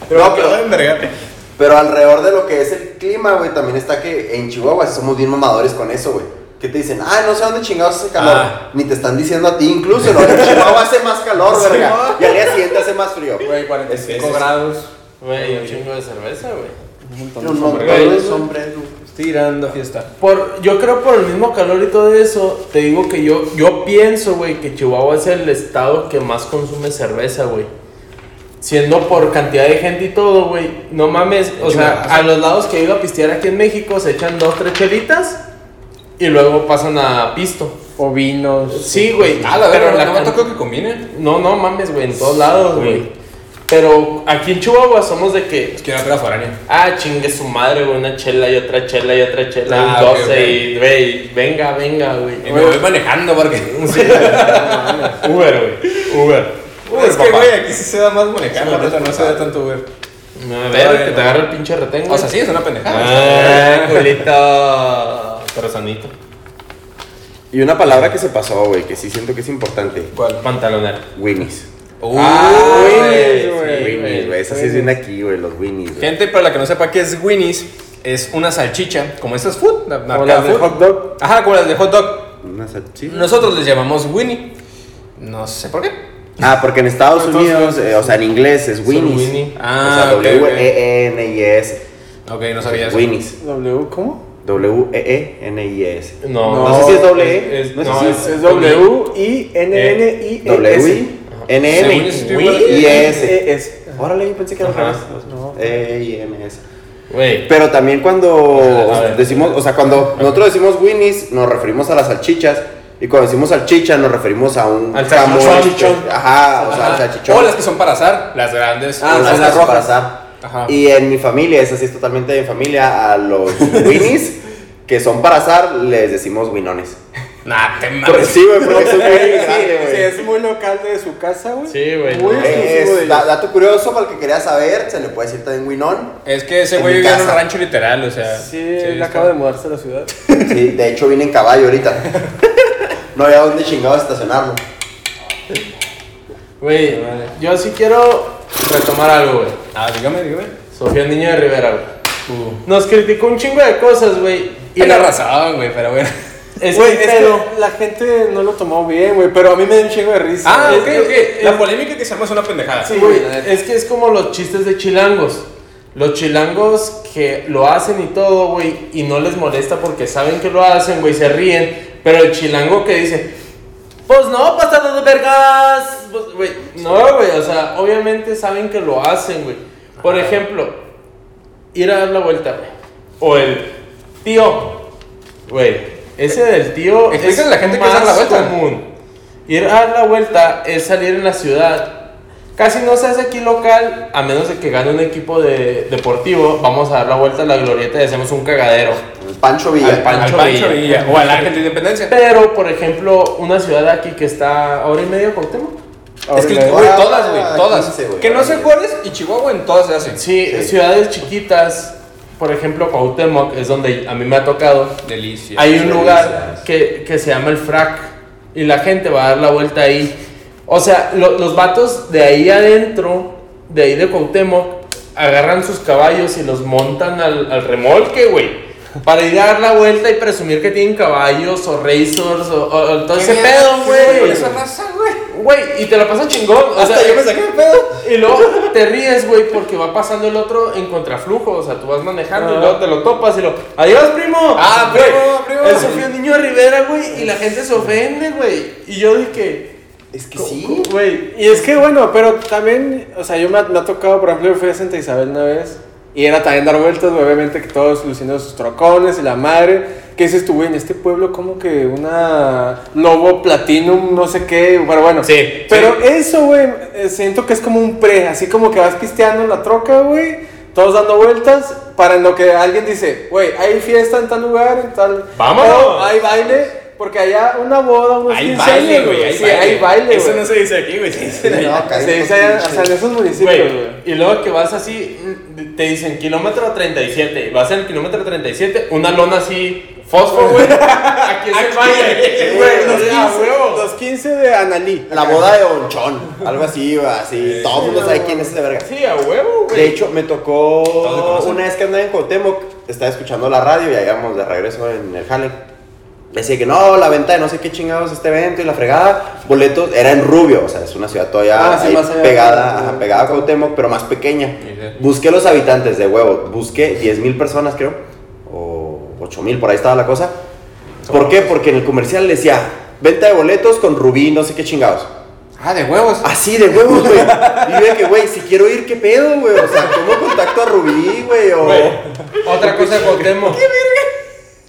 Speaker 3: Pero
Speaker 2: No,
Speaker 3: me acabo
Speaker 2: pero-
Speaker 3: de envergar.
Speaker 2: Pero alrededor de lo que es el clima, güey, también está que en Chihuahua somos bien mamadores con eso, güey. Que te dicen, ah, no sé dónde chingados hace calor.
Speaker 3: Ah.
Speaker 2: Ni te están diciendo a ti, incluso, ¿no? En Chihuahua hace más calor,
Speaker 3: Sí,
Speaker 2: verga. Y al día siguiente hace más frío.
Speaker 3: Güey, 45
Speaker 2: Es-
Speaker 3: grados.
Speaker 1: Güey, un chingo de cerveza, güey.
Speaker 2: Un hombre,
Speaker 1: Güey.
Speaker 2: güey, es hombre, güey.
Speaker 3: Tirando a fiesta.
Speaker 1: Por, yo creo por el mismo calor y todo eso, te digo que yo, yo pienso, güey, que Chihuahua es el estado que más consume cerveza, güey. Siendo por cantidad de gente y todo, güey. No mames, o sea,
Speaker 3: Chihuahua.
Speaker 1: a los lados que he ido a pistear aquí en México se echan dos, tres chelitas y luego pasan a pisto.
Speaker 4: O vinos.
Speaker 1: Sí, güey.
Speaker 3: Ah, la
Speaker 1: pero
Speaker 3: verdad,
Speaker 1: la
Speaker 3: no me
Speaker 1: can-
Speaker 3: tocó que combine.
Speaker 1: No, no mames, güey, en todos lados,
Speaker 3: güey.
Speaker 1: güey. Pero aquí en Chihuahua somos de que
Speaker 3: Es que era foránea.
Speaker 1: Ah, chingue su madre, güey. Una chela y otra chela y otra chela.
Speaker 3: Ah,
Speaker 1: un
Speaker 3: ok,
Speaker 1: 12 y, güey, venga, venga, güey.
Speaker 3: Y me voy manejando porque.
Speaker 1: Uber, güey. Uber. Uber,
Speaker 3: es que,
Speaker 1: papá.
Speaker 3: güey, aquí sí se da más manejar,
Speaker 1: Sí,
Speaker 3: la
Speaker 1: papá.
Speaker 3: neta, no se da tanto, güey.
Speaker 1: No, ver, que
Speaker 3: Pero, güey,
Speaker 1: te
Speaker 3: no.
Speaker 1: agarra el pinche retén, güey.
Speaker 3: O sea, sí, es una pendejada.
Speaker 1: Ah, culito. Corazonito.
Speaker 2: Y una palabra que se pasó, güey, que sí siento que es importante.
Speaker 3: ¿Cuál?
Speaker 1: Pantalonera.
Speaker 2: Winnies.
Speaker 3: Uy,
Speaker 4: Ah,
Speaker 3: güey.
Speaker 4: güey.
Speaker 1: Sí,
Speaker 2: Winnies, güey. Esa sí es bien aquí, güey, los Winnies. güey.
Speaker 3: Gente, para la que no sepa qué es Winnie's, es una salchicha, como estas food, la marca
Speaker 4: O las de
Speaker 3: food.
Speaker 4: hot dog.
Speaker 3: Ajá, como las de hot dog.
Speaker 2: Una salchicha.
Speaker 3: Nosotros les llamamos Winnie. No sé por qué.
Speaker 2: Ah, porque en Estados Unidos, eh, o sea, en inglés es Winnies.
Speaker 1: Winnie.
Speaker 3: Ah,
Speaker 2: o sea, E
Speaker 3: ok,
Speaker 2: W-E-E-N-I-S.
Speaker 3: Ok, no sabía eso.
Speaker 2: Winnies. E
Speaker 4: W, ¿cómo?
Speaker 2: W-E-E-N-I-S.
Speaker 1: No,
Speaker 2: No sé si es doble
Speaker 1: es-
Speaker 2: E.
Speaker 1: es- E.
Speaker 2: no,
Speaker 1: no,
Speaker 2: sé
Speaker 4: Es
Speaker 2: si es
Speaker 4: E,
Speaker 2: E
Speaker 4: W-I-N-N-I-E-S.
Speaker 3: Según yo, sí, estoy igual.
Speaker 4: E,
Speaker 2: W-I-N-N-I-S.
Speaker 4: E-S.
Speaker 2: Órale, yo pensé que era al pues,
Speaker 1: Ajá.
Speaker 2: revés.
Speaker 4: No.
Speaker 2: E-I-N-S.
Speaker 1: Güey.
Speaker 2: E Pero también cuando
Speaker 1: A ver.
Speaker 2: decimos, o sea, cuando nosotros decimos Winnie's, nos referimos a las salchichas. Y cuando decimos salchicha, nos referimos a un
Speaker 1: Al salchichón.
Speaker 2: este, Ajá, o sea, al
Speaker 3: Ajá.
Speaker 2: salchichón.
Speaker 3: O las que son para azar, las grandes.
Speaker 4: Ah,
Speaker 2: O
Speaker 4: las
Speaker 2: las
Speaker 4: rojas.
Speaker 2: para asar.
Speaker 3: Ajá.
Speaker 2: Y en mi familia, esa sí es totalmente de mi familia, a los Winnie's, que son para azar, les decimos winones.
Speaker 3: Nah, te mames.
Speaker 2: Porque sí, güey, porque es un
Speaker 4: Sí,
Speaker 2: Winnie's grande,
Speaker 4: sí,
Speaker 2: güey.
Speaker 4: es muy local de su casa, güey.
Speaker 1: Sí, güey,
Speaker 4: Muy
Speaker 1: no.
Speaker 2: Es-
Speaker 4: exclusivo de
Speaker 2: da-
Speaker 4: ellos.
Speaker 2: dato curioso para el que quería saber, se le puede decir también winón.
Speaker 3: Es que ese
Speaker 2: En
Speaker 3: güey
Speaker 2: mi
Speaker 3: vive en un
Speaker 2: casa.
Speaker 3: rancho literal, o sea.
Speaker 4: Sí, él
Speaker 3: está-
Speaker 4: acaba de mudarse a la ciudad.
Speaker 2: Sí, de hecho viene en caballo ahorita. No había dónde chingado estacionarlo.
Speaker 1: Güey, yo sí quiero retomar algo, güey.
Speaker 3: Ah, dígame, dígame.
Speaker 1: Sofía Niño de Rivera, güey. Nos criticó un chingo de cosas, güey.
Speaker 3: Y la razón, güey, pero bueno.
Speaker 1: Es
Speaker 4: Güey,
Speaker 1: que
Speaker 4: es que
Speaker 1: pedo.
Speaker 4: la gente no lo tomó bien, güey, pero a mí me dio un chingo de risa.
Speaker 3: Ah,
Speaker 4: Es
Speaker 3: ok,
Speaker 4: que-
Speaker 3: ok. La polémica que se llama es una pendejada.
Speaker 4: Sí.
Speaker 1: Güey,
Speaker 4: güey, la neta.
Speaker 1: es que es como los chistes de chilangos. Los chilangos que lo hacen y todo, güey, y no les molesta porque saben que lo hacen, güey, se ríen. Pero el chilango que dice, pues no, pasado de vergas. pues, güey, no, güey, o sea, obviamente saben que lo hacen, güey. Por ejemplo, ir a dar la vuelta, güey. O el tío, güey. Ese del tío es
Speaker 3: Explícale a la gente qué es dar la vuelta.
Speaker 1: común. Ir a dar la vuelta es salir en la ciudad. Casi no se hace aquí local, a menos de que gane un equipo de, deportivo. Vamos a dar la vuelta a la glorieta y hacemos un cagadero.
Speaker 2: El Pancho
Speaker 1: Al
Speaker 2: Villa.
Speaker 1: Pancho
Speaker 3: al
Speaker 1: Villa.
Speaker 3: Pancho Villa. O al Ángel de Independencia.
Speaker 1: Pero, por ejemplo, una ciudad aquí que está a hora y media de Cuauhtémoc.
Speaker 3: Es que,
Speaker 4: Ahora,
Speaker 3: güey,
Speaker 2: Ah,
Speaker 3: todas, güey, todas.
Speaker 2: 15, güey.
Speaker 3: que no sé Juárez y Chihuahua en todas se hacen.
Speaker 1: Sí,
Speaker 2: Sí.
Speaker 1: ciudades chiquitas, por ejemplo, Cuauhtémoc es donde a mí me ha tocado.
Speaker 3: Delicia.
Speaker 1: Hay un
Speaker 2: sí,
Speaker 1: lugar
Speaker 2: sí.
Speaker 1: que, que se llama el frac y la gente va a dar la vuelta ahí. O sea, lo- los vatos de ahí adentro, de ahí de Cuauhtémoc, agarran sus caballos y los montan al, al remolque, güey. Para ir a dar la vuelta y presumir que tienen caballos o racers o, o- o todo ese pedo,
Speaker 3: Con
Speaker 1: güey.
Speaker 3: esa raza, güey.
Speaker 1: Güey, y te la pasas chingón. o sea,
Speaker 3: saqué de pedo.
Speaker 1: y luego te ríes, güey, porque va pasando el otro en contraflujo. O sea, tú vas manejando y
Speaker 4: Ah.
Speaker 1: luego te lo topas y lo. ¡Adiós, primo!
Speaker 3: Ah,
Speaker 1: Güey,
Speaker 3: primo, primo.
Speaker 1: Eso fue un niño de Rivera, güey, y la gente se ofende, güey. Y yo dije.
Speaker 2: Es que
Speaker 1: co-
Speaker 2: sí.
Speaker 1: co- Güey.
Speaker 4: Y es que bueno, pero también, o sea, yo me ha, me ha tocado, por ejemplo, yo fui a Santa Isabel una vez y era también dar vueltas, güey, obviamente que todos luciendo sus trocones y la madre. ¿Qué dices tú, güey? En este pueblo, como que una lobo platinum, no sé qué, pero bueno.
Speaker 1: Sí,
Speaker 4: Pero eso, güey, eh, siento que es como un pre, así como que vas pisteando en la troca, güey, todos dando vueltas, para en lo que alguien dice, güey, hay fiesta en tal lugar, en tal.
Speaker 1: ¡Vámonos!
Speaker 4: O hay baile. Porque allá una boda, unos 15 años, Sí, hay baile, güey.
Speaker 3: se dice aquí, güey. se dice allá.
Speaker 2: No, caí
Speaker 4: Sí,
Speaker 2: con
Speaker 4: sí, hay-
Speaker 2: pinche-
Speaker 4: o sea, en esos municipios,
Speaker 1: Güey,
Speaker 4: güey.
Speaker 1: y luego que vas así, mm, te dicen kilómetro 37, vas al kilómetro 37, una lona así, fósforo, güey. Aquí es el baile,
Speaker 4: Güey,
Speaker 1: güey,
Speaker 4: los,
Speaker 1: o sea,
Speaker 4: 15,
Speaker 1: huevo.
Speaker 4: los 15 de Analí.
Speaker 2: La boda de Onchón. Algo así, güey, así. Todo el mundo sabe quién es ese verga.
Speaker 1: Sí, a huevo, güey.
Speaker 2: De hecho, me
Speaker 3: se
Speaker 2: tocó
Speaker 3: conocen.
Speaker 2: una vez que andaba en Cuauhtémoc, estaba escuchando la radio y íbamos de regreso en el jale. Decía que no, la venta de no sé qué chingados este evento y la fregada. Boletos, era en Rubio, o sea, es una ciudad todavía
Speaker 4: Ah, sí,
Speaker 2: ahí
Speaker 4: más allá.
Speaker 2: pegada, ajá, pegada a Cuauhtémoc, pero más pequeña.
Speaker 3: Ajá.
Speaker 2: Busqué los habitantes de huevo, busqué 10 mil personas creo, o 8 mil, por ahí estaba la cosa. ¿Por qué? Porque en el comercial decía, venta de boletos con Rubí, no sé qué chingados.
Speaker 3: Ah, de huevos.
Speaker 2: Así de huevos, güey. Y yo de que, güey, si quiero ir, ¿qué pedo, güey? O sea, ¿cómo contacto a Rubí, güey? O...
Speaker 1: Güey, otra cosa de Cuauhtémoc.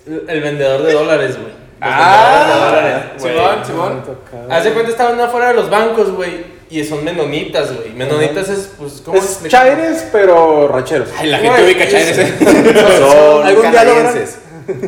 Speaker 1: El vendedor de dólares, güey. Los
Speaker 3: Ah,
Speaker 1: vendedores de dólares,
Speaker 3: Simón,
Speaker 1: güey.
Speaker 4: Me
Speaker 3: Simón.
Speaker 4: tocaba.
Speaker 1: Haz de cuenta, estaban afuera de los bancos, güey. Y son menonitas, güey. Menonitas es, pues, ¿cómo
Speaker 4: Es chaires, pero rancheros.
Speaker 3: Ay, la gente
Speaker 1: Güey,
Speaker 3: ubica Chaires.
Speaker 1: es-
Speaker 3: eh.
Speaker 2: Son
Speaker 4: Algún día lo
Speaker 2: canadienses.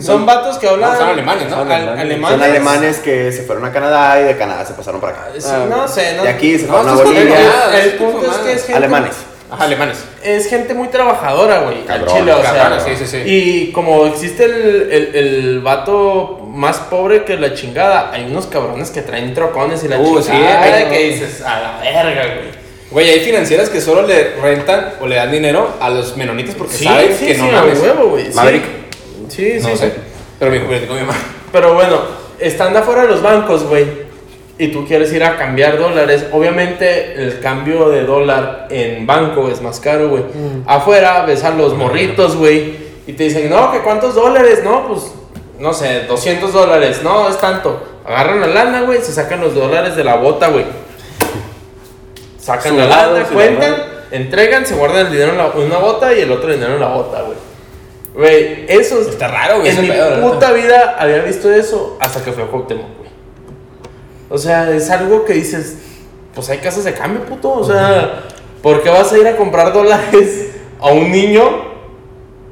Speaker 1: Son vatos que hablan.
Speaker 3: No, son alemanes, ¿no?
Speaker 1: Al-
Speaker 4: Alemanes.
Speaker 1: alemanes.
Speaker 2: Son alemanes que se fueron a Canadá y de Canadá se pasaron para acá.
Speaker 1: Sí,
Speaker 4: Ah,
Speaker 1: no sé, ¿no?
Speaker 2: De aquí se
Speaker 3: No,
Speaker 2: fueron a
Speaker 3: estos
Speaker 2: Bolivia.
Speaker 3: colombianos.
Speaker 1: El, el
Speaker 3: Ah,
Speaker 1: punto es que es gente.
Speaker 2: Alemanes.
Speaker 3: Ajá, alemanes.
Speaker 1: Es gente muy trabajadora, güey. Al
Speaker 2: Cabrón,
Speaker 1: chile, o sea.
Speaker 3: cabrón, sí, sí, sí.
Speaker 1: Y como existe el, el, el vato más pobre que la chingada, hay unos cabrones que traen trocones y la
Speaker 3: Uh, sí,
Speaker 1: chingada.
Speaker 3: hay-
Speaker 1: de que dices, a la verga, güey.
Speaker 3: Güey, hay financieras que solo le rentan o le dan dinero a los menonitas porque
Speaker 1: Sí,
Speaker 3: saben
Speaker 1: sí,
Speaker 3: que
Speaker 1: sí,
Speaker 3: no
Speaker 1: a
Speaker 3: mames.
Speaker 1: huevo, güey. sí.
Speaker 2: Maverick.
Speaker 1: Sí, sí,
Speaker 3: No
Speaker 1: sí.
Speaker 3: sé. Pero me dijo, me dijo mi mamá.
Speaker 1: Pero bueno, estando afuera de los bancos, güey, y tú quieres ir a cambiar dólares, obviamente el cambio de dólar en banco es más caro, güey. Afuera ves a
Speaker 4: Mm.
Speaker 1: los morritos, güey, y te dicen, no, que cuántos dólares, no, pues, no sé, 200 dólares, no, es tanto. Agarran la lana, güey, se sacan los dólares de la bota, güey. Sacan la
Speaker 4: Sudados
Speaker 1: lana,
Speaker 4: y la
Speaker 1: cuentan
Speaker 4: madre.
Speaker 1: entregan, se guardan el dinero en la- una bota y el otro dinero en la bota, güey. Güey, eso es-
Speaker 3: Está raro, güey,
Speaker 1: En
Speaker 3: ese
Speaker 1: mi
Speaker 3: pedo, la neta.
Speaker 1: puta vida había visto eso hasta que fue a Cuauhtémoc, güey. O sea, es algo que dices, pues hay casas de cambio, puto. O sea, ¿por qué vas a ir a comprar dólares a un niño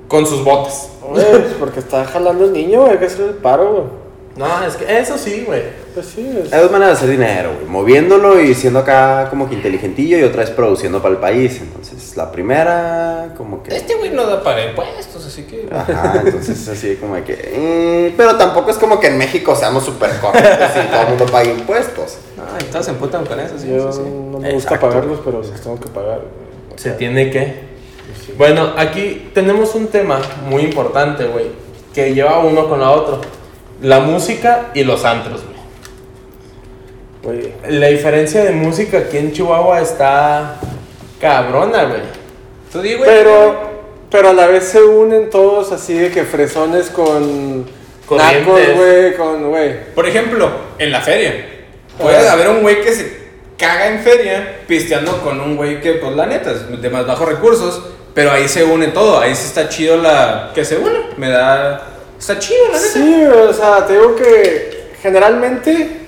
Speaker 1: con sus botas?
Speaker 4: Pues, porque está jalando el niño, güey, hay que hacer el paro, güey.
Speaker 1: No, es que eso sí, güey.
Speaker 4: Pues sí, es-
Speaker 2: Hay dos maneras de hacer dinero, güey. Moviéndolo y siendo acá como que inteligentillo y otra es produciendo para el país. Entonces, la primera, como que...
Speaker 3: Este güey no da para impuestos, así que.
Speaker 2: Ajá, entonces es así como que... mm, pero tampoco es como que en México seamos súper correctos y todo el mundo pague impuestos.
Speaker 3: Ay, todos se emputan con eso, sí,
Speaker 4: yo
Speaker 3: sí, sí.
Speaker 4: no me gusta
Speaker 2: Exacto.
Speaker 4: pagarlos, pero los tengo que pagar. güey.
Speaker 1: Se tiene que. Bueno, aquí tenemos un tema muy importante, güey, que lleva uno con la otro. La música y los antros, güey.
Speaker 4: Güey,
Speaker 1: La diferencia de música aquí en Chihuahua está cabrona, güey.
Speaker 3: Tú di, güey.
Speaker 4: Pero, pero a la vez se unen todos así de que fresones con
Speaker 1: Corrientes.
Speaker 4: nacos, güey, con, güey.
Speaker 3: Por ejemplo, en la feria. Puede haber un güey que se caga en feria pisteando con un güey que, pues la neta, es de más bajos recursos. Pero ahí se une todo. Ahí sí está chido la. Que se une. Me da. Está chido, la neta.
Speaker 4: Sí, o sea, te digo que generalmente,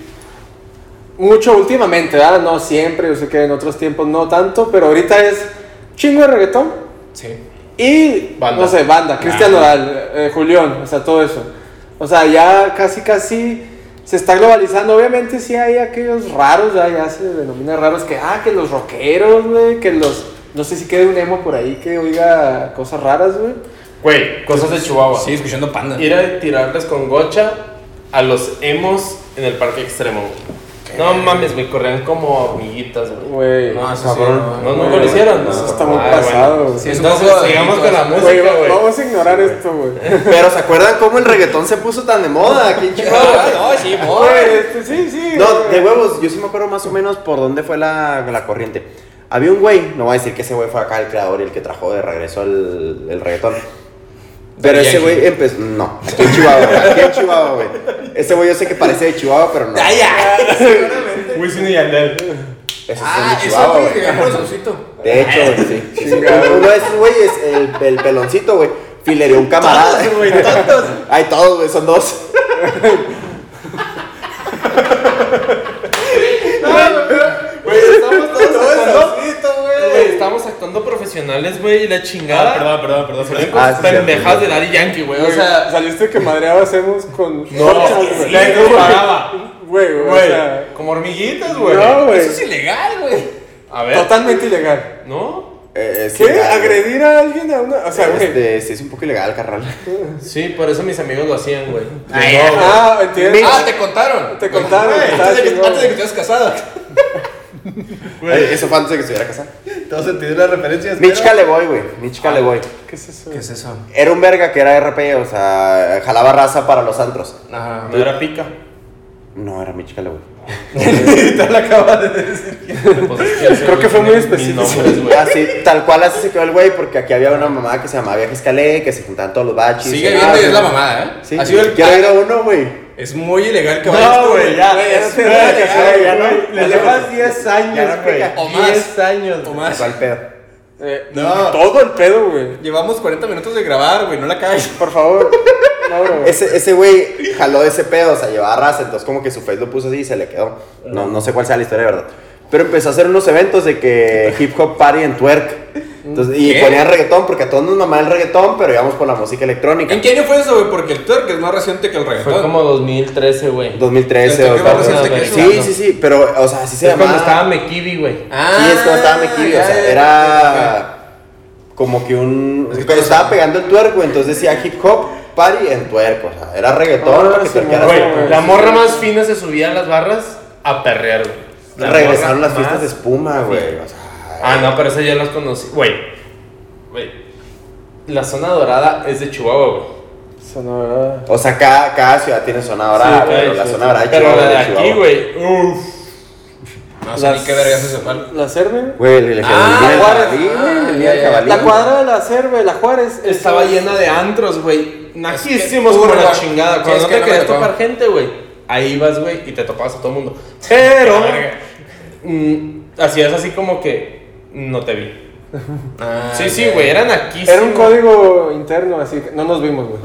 Speaker 4: mucho últimamente, ¿verdad? No siempre, yo sé que en otros tiempos no tanto, pero ahorita es chingo de reggaetón
Speaker 3: Sí.
Speaker 4: y,
Speaker 1: Banda.
Speaker 4: no sé, banda, Cristian
Speaker 3: Ah.
Speaker 4: Nodal, eh, Julián, o sea, todo eso. O sea, ya casi, casi se está globalizando. Obviamente sí hay aquellos raros, ya, ya se denomina raros, que, ah, que los rockeros, güey, que los... No sé si quede un emo por ahí que oiga cosas raras, güey.
Speaker 1: Güey, cosas de Chihuahua.
Speaker 3: Sí, escuchando panda.
Speaker 1: Ir a tirarles con gocha a los emos en el parque extremo, güey. No mames, güey, corrían como amiguitas, güey.
Speaker 4: Güey,
Speaker 3: No, eso sí,
Speaker 1: Cabrón.
Speaker 3: no,
Speaker 1: No, no,
Speaker 4: Ah, güey,
Speaker 1: lo hicieron.
Speaker 4: eso
Speaker 1: No.
Speaker 4: está muy
Speaker 1: Ah,
Speaker 4: pasado,
Speaker 1: bueno.
Speaker 4: güey.
Speaker 3: Sí, es un
Speaker 1: Entonces,
Speaker 3: poco de
Speaker 1: sigamos con la
Speaker 3: adicto,
Speaker 4: Güey,
Speaker 1: música, güey.
Speaker 4: vamos a ignorar esto, güey.
Speaker 2: Pero ¿se acuerdan cómo el reggaetón se puso tan de moda aquí en Chihuahua?
Speaker 3: No, no, sí, mo-
Speaker 4: Güey, este, sí, sí.
Speaker 2: No,
Speaker 4: güey.
Speaker 2: de huevos, yo sí me acuerdo más o menos por dónde fue la, la corriente. Había un güey, no voy a decir que ese güey fue acá el creador y el que trajo de regreso el, el reggaetón. Pero
Speaker 3: Daddy
Speaker 2: ese
Speaker 3: Yankee.
Speaker 2: güey empezó. No, aquí en Chihuahua, güey, aquí en Chihuahua, güey. Ese güey yo sé que parece de Chihuahua, pero
Speaker 4: Pues,
Speaker 2: no.
Speaker 3: Ay, Ah, ya. Seguramente.
Speaker 1: Wisin y Yandel.
Speaker 2: Esos son
Speaker 4: pues,
Speaker 3: Ah,
Speaker 2: de
Speaker 3: eso
Speaker 2: Chihuahua,
Speaker 3: es
Speaker 2: güey.
Speaker 3: el bolsoncito.
Speaker 2: De hecho, güey, sí. sí, sí. Uno de esos güeyes, el, el peloncito, güey, filereó un camarada.
Speaker 3: Todos, güey, todos.
Speaker 2: Ay, todos, güey, son dos.
Speaker 1: Güey, estamos todos
Speaker 4: pues,
Speaker 1: actuando. Güey,
Speaker 2: güey.
Speaker 1: estamos actuando profesionales, güey, y la chingada.
Speaker 3: Perdón, perdón, perdón, perdón.
Speaker 1: Con
Speaker 2: Ah,
Speaker 1: sus
Speaker 2: sí, sí,
Speaker 1: pendejadas
Speaker 2: sí.
Speaker 1: de Daddy Yankee, güey. O sea,
Speaker 4: saliste que madreabas hacemos con.
Speaker 1: no,
Speaker 4: güey.
Speaker 1: la
Speaker 4: Güey,
Speaker 1: comparaba.
Speaker 4: Güey, güey, o
Speaker 1: Güey,
Speaker 4: sea.
Speaker 1: como hormiguitas, güey.
Speaker 4: No, güey.
Speaker 3: Eso es ilegal, güey.
Speaker 1: A ver.
Speaker 4: Totalmente ilegal.
Speaker 1: ¿No?
Speaker 2: Eh, es
Speaker 4: ¿Qué?
Speaker 2: ilegal, güey.
Speaker 4: ¿Agredir a alguien a una.? O sea, güey.
Speaker 2: Este, sí, es un poco ilegal, carnal.
Speaker 1: Sí, por eso mis amigos lo hacían, güey.
Speaker 3: Ay,
Speaker 1: No,
Speaker 3: ya.
Speaker 1: güey.
Speaker 4: Ah, ¿entiendes?
Speaker 3: Ah, te contaron.
Speaker 4: Te contaron,
Speaker 3: Güey,
Speaker 4: estaba
Speaker 3: antes, de que,
Speaker 4: chingón.
Speaker 3: antes de que te hayas casado.
Speaker 2: Ay, Eso fue antes de que estuviera casado.
Speaker 5: Todos entendieron las referencias.
Speaker 2: Michka le voy, güey.
Speaker 3: Ah.
Speaker 2: Michka le voy.
Speaker 4: ¿Qué es eso?
Speaker 3: ¿Qué es eso?
Speaker 2: Era un verga que era RP, o sea, jalaba raza para los antros.
Speaker 3: Ajá.
Speaker 1: No era pica.
Speaker 2: No, era Mitch Callaway.
Speaker 3: Te lo acabas de decir.
Speaker 1: Pues es que ese
Speaker 4: Creo que
Speaker 1: güey
Speaker 4: fue muy
Speaker 1: tiene mil
Speaker 4: específico.
Speaker 3: Pues,
Speaker 1: nombres, güey.
Speaker 2: Así, tal cual así se quedó el güey, porque aquí había una mamá que se llamaba Vieja Escalé, que se juntaban todos los baches.
Speaker 3: Sigue
Speaker 2: Ah,
Speaker 3: viendo y
Speaker 2: sí.
Speaker 3: es la mamada, ¿eh?
Speaker 2: Sí,
Speaker 3: Ha sido el
Speaker 2: quiero ir a uno, güey.
Speaker 3: Es muy ilegal que vayas
Speaker 1: No,
Speaker 3: tú,
Speaker 1: güey, ya.
Speaker 3: Güey,
Speaker 1: ya
Speaker 3: es
Speaker 1: se-
Speaker 3: muy
Speaker 1: ya,
Speaker 3: ilegal.
Speaker 1: ya, ya,
Speaker 2: güey.
Speaker 1: no. Le llevas 10
Speaker 2: Ya
Speaker 1: años,
Speaker 2: no
Speaker 1: güey.
Speaker 2: pega.
Speaker 3: O más.
Speaker 1: 10 años.
Speaker 3: O
Speaker 1: güey.
Speaker 3: más.
Speaker 2: ¿Cuál pedo?
Speaker 4: Eh,
Speaker 3: No.
Speaker 4: Todo el pedo, güey.
Speaker 3: Llevamos 40 minutos de grabar, güey. No la cagues.
Speaker 4: Por favor. Laura, güey.
Speaker 2: Ese, ese güey jaló ese pedo, o sea, llevaba raza, entonces como que su face lo puso así y se le quedó. No, no sé cuál sea la historia, de verdad. Pero empezó a hacer unos eventos de que hip hop party en twerk. Entonces, y
Speaker 3: ¿Qué?
Speaker 2: ponían reggaetón, porque a todos nos mamaba el reggaetón, pero íbamos por la música electrónica.
Speaker 3: ¿En qué año fue eso, güey? Porque el twerk es más reciente que el reggaetón.
Speaker 1: Fue como 2013, güey. Es
Speaker 2: 2013
Speaker 3: El
Speaker 2: o
Speaker 3: twerk más
Speaker 1: sea,
Speaker 3: reciente que
Speaker 1: güey.
Speaker 3: el
Speaker 2: Sí, sí, sí, pero, o sea, así se
Speaker 1: cuando
Speaker 2: llamaba.
Speaker 1: estaba Mekibi, güey.
Speaker 2: Sí, es cuando estaba Mekibi, o
Speaker 3: Ah, ya,
Speaker 2: sea,
Speaker 3: ya,
Speaker 2: era como que un...
Speaker 3: Es que
Speaker 2: Pero
Speaker 3: todos-
Speaker 2: estaba pegando el twerk, güey, entonces decía hip hop party en twerk, o sea, era reggaetón,
Speaker 4: Ah,
Speaker 2: para que
Speaker 4: sí,
Speaker 2: twerkearas
Speaker 4: güey.
Speaker 2: en twerk.
Speaker 1: La morra más fina se subía a las barras a perrear, güey. La
Speaker 2: Regresaron
Speaker 1: morra
Speaker 2: las fiestas
Speaker 1: más-
Speaker 2: de espuma, güey. O sea,
Speaker 1: Ah, no, pero esas ya las conocí. Güey. Güey. La zona dorada es de Chihuahua, güey.
Speaker 4: Eso no, ¿verdad?
Speaker 2: o sea, cada, cada ciudad tiene zona
Speaker 1: Sí,
Speaker 2: dorada,
Speaker 1: güey,
Speaker 2: güey, Ah, pero la
Speaker 1: sí,
Speaker 2: zona
Speaker 1: sí.
Speaker 2: dorada de
Speaker 1: Pero la
Speaker 2: Chihuahua
Speaker 1: de
Speaker 2: es de
Speaker 1: aquí,
Speaker 2: Chihuahua.
Speaker 1: güey. Uf.
Speaker 3: No sé ni qué vergas es eso, mal.
Speaker 4: ¿La Cerve?
Speaker 2: Güey, el el- el
Speaker 3: Ah,
Speaker 2: día del
Speaker 3: Juárez.
Speaker 2: jabalí, güey, el
Speaker 3: Ah,
Speaker 2: día del
Speaker 3: ya, ya.
Speaker 2: jabalí.
Speaker 4: La cuadra de la Cerve, la Juárez.
Speaker 1: Estaba llena de antros, güey. Najísimos
Speaker 3: Es que
Speaker 1: como la
Speaker 3: turba.
Speaker 1: chingada.
Speaker 3: Sí,
Speaker 1: Cuando
Speaker 3: es
Speaker 1: no
Speaker 3: que
Speaker 1: te
Speaker 3: no me
Speaker 1: querías
Speaker 3: tocó.
Speaker 1: topar gente, güey. Ahí vas, güey, y te topabas a todo el mundo. Pero.
Speaker 3: La verga.
Speaker 1: mm, hacías así como que. No te vi.
Speaker 3: Ah,
Speaker 1: Sí, sí, güey, eran aquí.
Speaker 4: Era un código interno, así que no nos vimos, güey.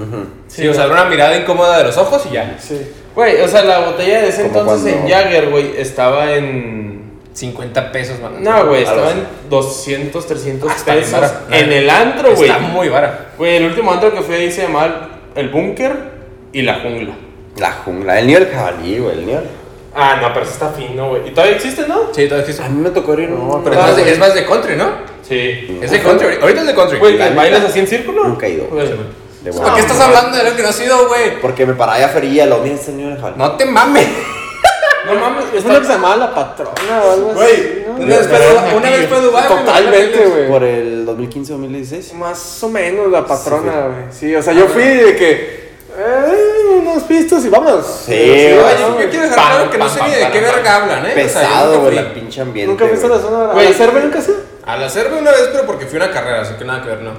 Speaker 3: Sí, o sea, era una mirada incómoda de los ojos y ya.
Speaker 4: Sí.
Speaker 1: Güey, o sea, la botella de ese
Speaker 2: Como
Speaker 1: entonces en
Speaker 2: cuando-
Speaker 1: Jagger, güey, estaba en.
Speaker 3: 50 pesos, man.
Speaker 1: No, güey,
Speaker 3: Algo
Speaker 1: estaba
Speaker 3: así.
Speaker 1: en 200, 300
Speaker 3: Hasta
Speaker 1: pesos.
Speaker 3: en barato.
Speaker 1: En el antro, güey.
Speaker 3: Está muy vara.
Speaker 1: Güey, el último antro que fui ahí se llamaba El Búnker y La Jungla.
Speaker 2: La jungla, el niño del jabalí, güey, el niño. del-
Speaker 1: Ah, no, pero eso está fino, güey. ¿Y todavía existe, no?
Speaker 3: Sí, todo es que
Speaker 2: A mí me tocó ir, no,
Speaker 3: Pero es
Speaker 1: Ah,
Speaker 3: más, de,
Speaker 1: güey.
Speaker 3: es más de country, ¿no?
Speaker 1: Sí.
Speaker 3: Es de country. Ahorita es de country.
Speaker 1: Güey,
Speaker 3: La
Speaker 1: ¿que
Speaker 3: neta.
Speaker 1: bailas así en círculo?
Speaker 2: Nunca he ido.
Speaker 1: Güey.
Speaker 2: De
Speaker 3: ¿Por qué
Speaker 2: Guadalajara.
Speaker 3: estás hablando de lo que no ha sido, güey?
Speaker 2: Porque me paraba ya fería, lo mira este niño del jabalí.
Speaker 3: No te mames.
Speaker 1: No mames,
Speaker 4: Es una que se
Speaker 1: está...
Speaker 4: llamaba la patrona o algo así.
Speaker 5: Güey,
Speaker 4: ¿no?
Speaker 3: Una vez fue a Dubái, una vez fue a Dubái, me imagino que
Speaker 4: Totalmente,
Speaker 3: les-
Speaker 4: güey.
Speaker 2: Por el 2015-2016.
Speaker 4: Más o menos la patrona, güey. Sí, o sea, yo fui de que. Eh, unos pistos y vamos.
Speaker 2: Sí,
Speaker 3: Sí,
Speaker 2: güey.
Speaker 3: oye, yo quiero dejar
Speaker 1: Pam,
Speaker 3: claro que no
Speaker 1: pam,
Speaker 3: sé
Speaker 1: pam,
Speaker 3: ni de
Speaker 1: pam,
Speaker 3: qué
Speaker 1: pam.
Speaker 3: verga hablan, ¿eh? O sea, yo
Speaker 2: Pesado,
Speaker 3: nunca
Speaker 2: güey,
Speaker 3: fui.
Speaker 2: la pinche ambiente.
Speaker 4: ¿Nunca fuiste a
Speaker 2: güey.
Speaker 4: la zona?
Speaker 1: Güey.
Speaker 4: ¿La cerve nunca sí?
Speaker 3: A la cerve una vez, pero porque fui a una carrera, así que nada que ver, no.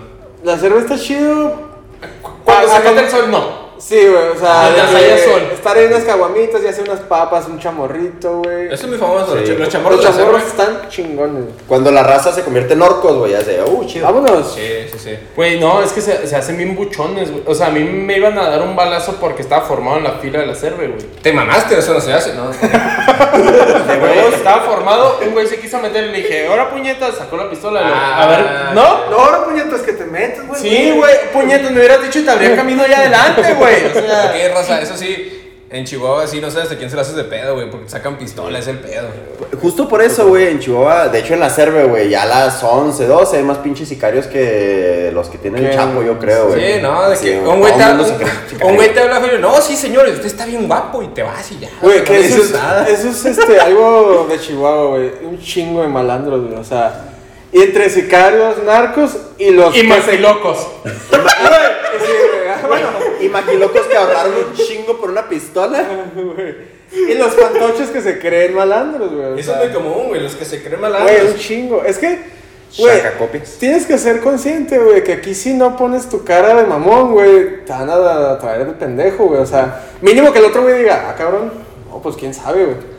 Speaker 4: La cerve está chido.
Speaker 1: Cuando
Speaker 4: Ah,
Speaker 1: se mete
Speaker 4: acá-
Speaker 1: el sol, no.
Speaker 4: Sí, güey, o sea,
Speaker 1: Mientras
Speaker 4: de que
Speaker 1: haya sol.
Speaker 4: estar ahí unas caguamitas y hacer unas papas, un chamorrito, güey.
Speaker 3: Eso es mi famoso,
Speaker 2: Sí.
Speaker 3: los chamorros
Speaker 4: Los
Speaker 3: de la cerve.
Speaker 4: chamorros están chingones.
Speaker 2: Cuando la raza se convierte en orcos, güey, ya sé, uh, chido.
Speaker 4: Vámonos.
Speaker 3: Sí, sí, sí.
Speaker 1: Güey, no, es que se, se hacen bien buchones, güey. O sea, a mí me iban a dar un balazo porque estaba formado en la fila de la cerve, güey.
Speaker 3: Te mamaste, eso no se hace, ¿no?
Speaker 1: De huevos, estaba formado, un güey se quiso meter y le dije, ahora puñetas, sacó la pistola. y luego,
Speaker 3: Ah.
Speaker 1: a ver, ¿no?
Speaker 4: No, ahora puñetas que te metes, güey.
Speaker 1: Sí, güey, puñetas, me hubieras dicho y te habría camino allá adelante, güey. O sea,
Speaker 3: Ok, raza, eso sí, en Chihuahua sí, no sé hasta quién se la haces de pedo, güey, porque sacan pistola, es el pedo.
Speaker 2: Justo por eso, güey, en Chihuahua, de hecho en la Cerve, güey, ya a las 11, 12 hay más pinches sicarios que los que tienen el Chapo, yo creo, güey.
Speaker 3: Sí, no, de que
Speaker 2: Sí,
Speaker 3: un
Speaker 2: todo
Speaker 3: güey te,
Speaker 2: el
Speaker 3: habla-
Speaker 2: mundo se cree
Speaker 3: un,
Speaker 2: sicario.
Speaker 3: un güey te habla, güey, no, sí, señores, usted está bien guapo y te vas y ya.
Speaker 4: Güey,
Speaker 3: no
Speaker 4: que eso
Speaker 3: dices
Speaker 4: es,
Speaker 3: nada.
Speaker 4: eso es este, algo de Chihuahua, güey. Un chingo de malandros, güey. O sea, y entre sicarios, narcos y los.
Speaker 1: y
Speaker 4: que
Speaker 1: más
Speaker 4: se-
Speaker 1: locos.
Speaker 4: Sí, güey, ah, bueno.
Speaker 2: Y maquilocos que ahorraron un chingo por una pistola.
Speaker 4: Y los fantoches que se creen malandros, güey. o
Speaker 3: Eso es
Speaker 4: sea,
Speaker 3: muy común, güey, los que se creen malandros.
Speaker 4: Güey, un chingo. Es que, güey,
Speaker 2: Chacacopias.
Speaker 4: tienes que ser consciente, güey, que aquí si no pones tu cara de mamón, güey, te van a, a traer de pendejo, güey. O sea, mínimo que el otro güey diga, ah, cabrón, no, pues quién sabe, güey.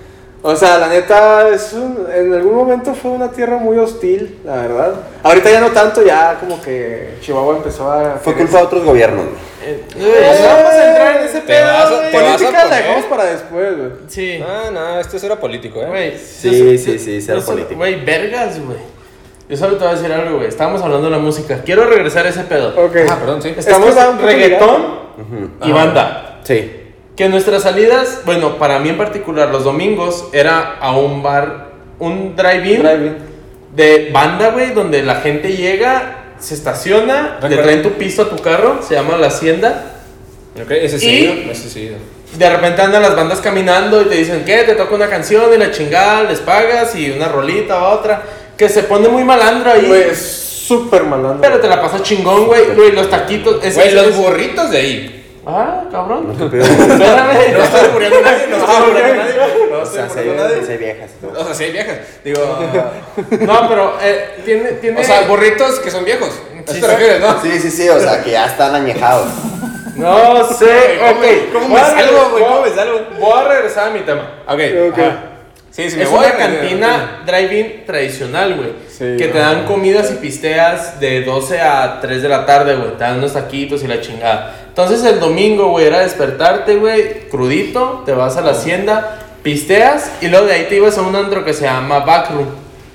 Speaker 4: O sea, la neta, es un- en algún momento fue una tierra muy hostil, la verdad. Ahorita ya no tanto, ya como que Chihuahua empezó a... Eh,
Speaker 2: Fue culpa de otros gobiernos, güey.
Speaker 1: Nos Eh, vamos a entrar en ese
Speaker 3: Te vas a-
Speaker 1: pedo,
Speaker 3: te
Speaker 1: güey.
Speaker 3: vas a
Speaker 4: Política la
Speaker 3: poner.
Speaker 4: dejamos para después, güey.
Speaker 1: Sí.
Speaker 3: Ah, no, esto era político, eh.
Speaker 1: Güey,
Speaker 2: Sí,
Speaker 1: yo-
Speaker 2: sí,
Speaker 1: yo-
Speaker 2: sí, ser
Speaker 1: yo solo-
Speaker 2: político.
Speaker 1: Güey, vergas, güey. Yo solo te voy a decir algo, güey. Estábamos hablando de la música. Quiero regresar a ese pedo.
Speaker 4: Ok.
Speaker 3: Ah, perdón, sí.
Speaker 1: Estamos
Speaker 4: que está un
Speaker 1: en
Speaker 4: poco
Speaker 1: reggaetón y
Speaker 3: Ajá.
Speaker 1: banda.
Speaker 2: Sí.
Speaker 1: Que nuestras salidas, bueno, para mí en particular, los domingos era a un bar, un drive-in
Speaker 4: Drive-in.
Speaker 1: de banda, güey, donde la gente llega, se estaciona,
Speaker 3: Recuerdo.
Speaker 1: le traen tu piso a tu carro, se llama La Hacienda.
Speaker 3: Ok, ese
Speaker 1: Y-
Speaker 3: sí, ese sí.
Speaker 1: De repente andan las bandas caminando y te dicen, ¿qué? Te toca una canción y la chingada, les pagas y una rolita o otra. Que se pone muy malandro ahí.
Speaker 4: Güey, es súper malandro.
Speaker 1: Pero te la pasa chingón, güey. Güey, los taquitos. es-
Speaker 3: Güey,
Speaker 1: es-
Speaker 3: los
Speaker 1: es-
Speaker 3: burritos de ahí.
Speaker 1: Ah, cabrón.
Speaker 2: pedo.
Speaker 1: Espérame. Ah,
Speaker 3: No estoy muriendo nadie, no estoy muriendo nadie. No
Speaker 2: O sea,
Speaker 3: estoy
Speaker 2: seis,
Speaker 3: muriendo nadie.
Speaker 2: seis viejas. y todo.
Speaker 3: O sea, sí hay viejas. Digo,
Speaker 1: No, pero eh, tiene, tiene.
Speaker 3: o sea, burritos que son viejos. ¿A
Speaker 1: Sí,
Speaker 3: eso te refieres, no?
Speaker 2: Sí, sí, sí, o sea, que ya están añejados.
Speaker 1: no sé.
Speaker 3: ¿Cómo-
Speaker 1: ok.
Speaker 3: cómo
Speaker 1: Voy
Speaker 3: me
Speaker 1: a
Speaker 3: salgo,
Speaker 1: regre-
Speaker 3: güey? ¿Cómo
Speaker 1: voy-
Speaker 3: me salgo?
Speaker 1: Voy a regresar a mi tema.
Speaker 3: Ok.
Speaker 4: Ok.
Speaker 3: ajá. Sí, sí, me
Speaker 1: es
Speaker 3: voy eh,
Speaker 1: una
Speaker 3: a
Speaker 1: cantina drive-in tradicional, güey.
Speaker 4: Sí,
Speaker 1: que te
Speaker 4: ajá.
Speaker 1: dan comidas y pisteas de 12 a 3 de la tarde, güey. Te dan unos taquitos y la chingada. Entonces el domingo, güey, era despertarte, güey, crudito, te vas a la hacienda, pisteas y luego de ahí te ibas a un antro que se llama Backroom.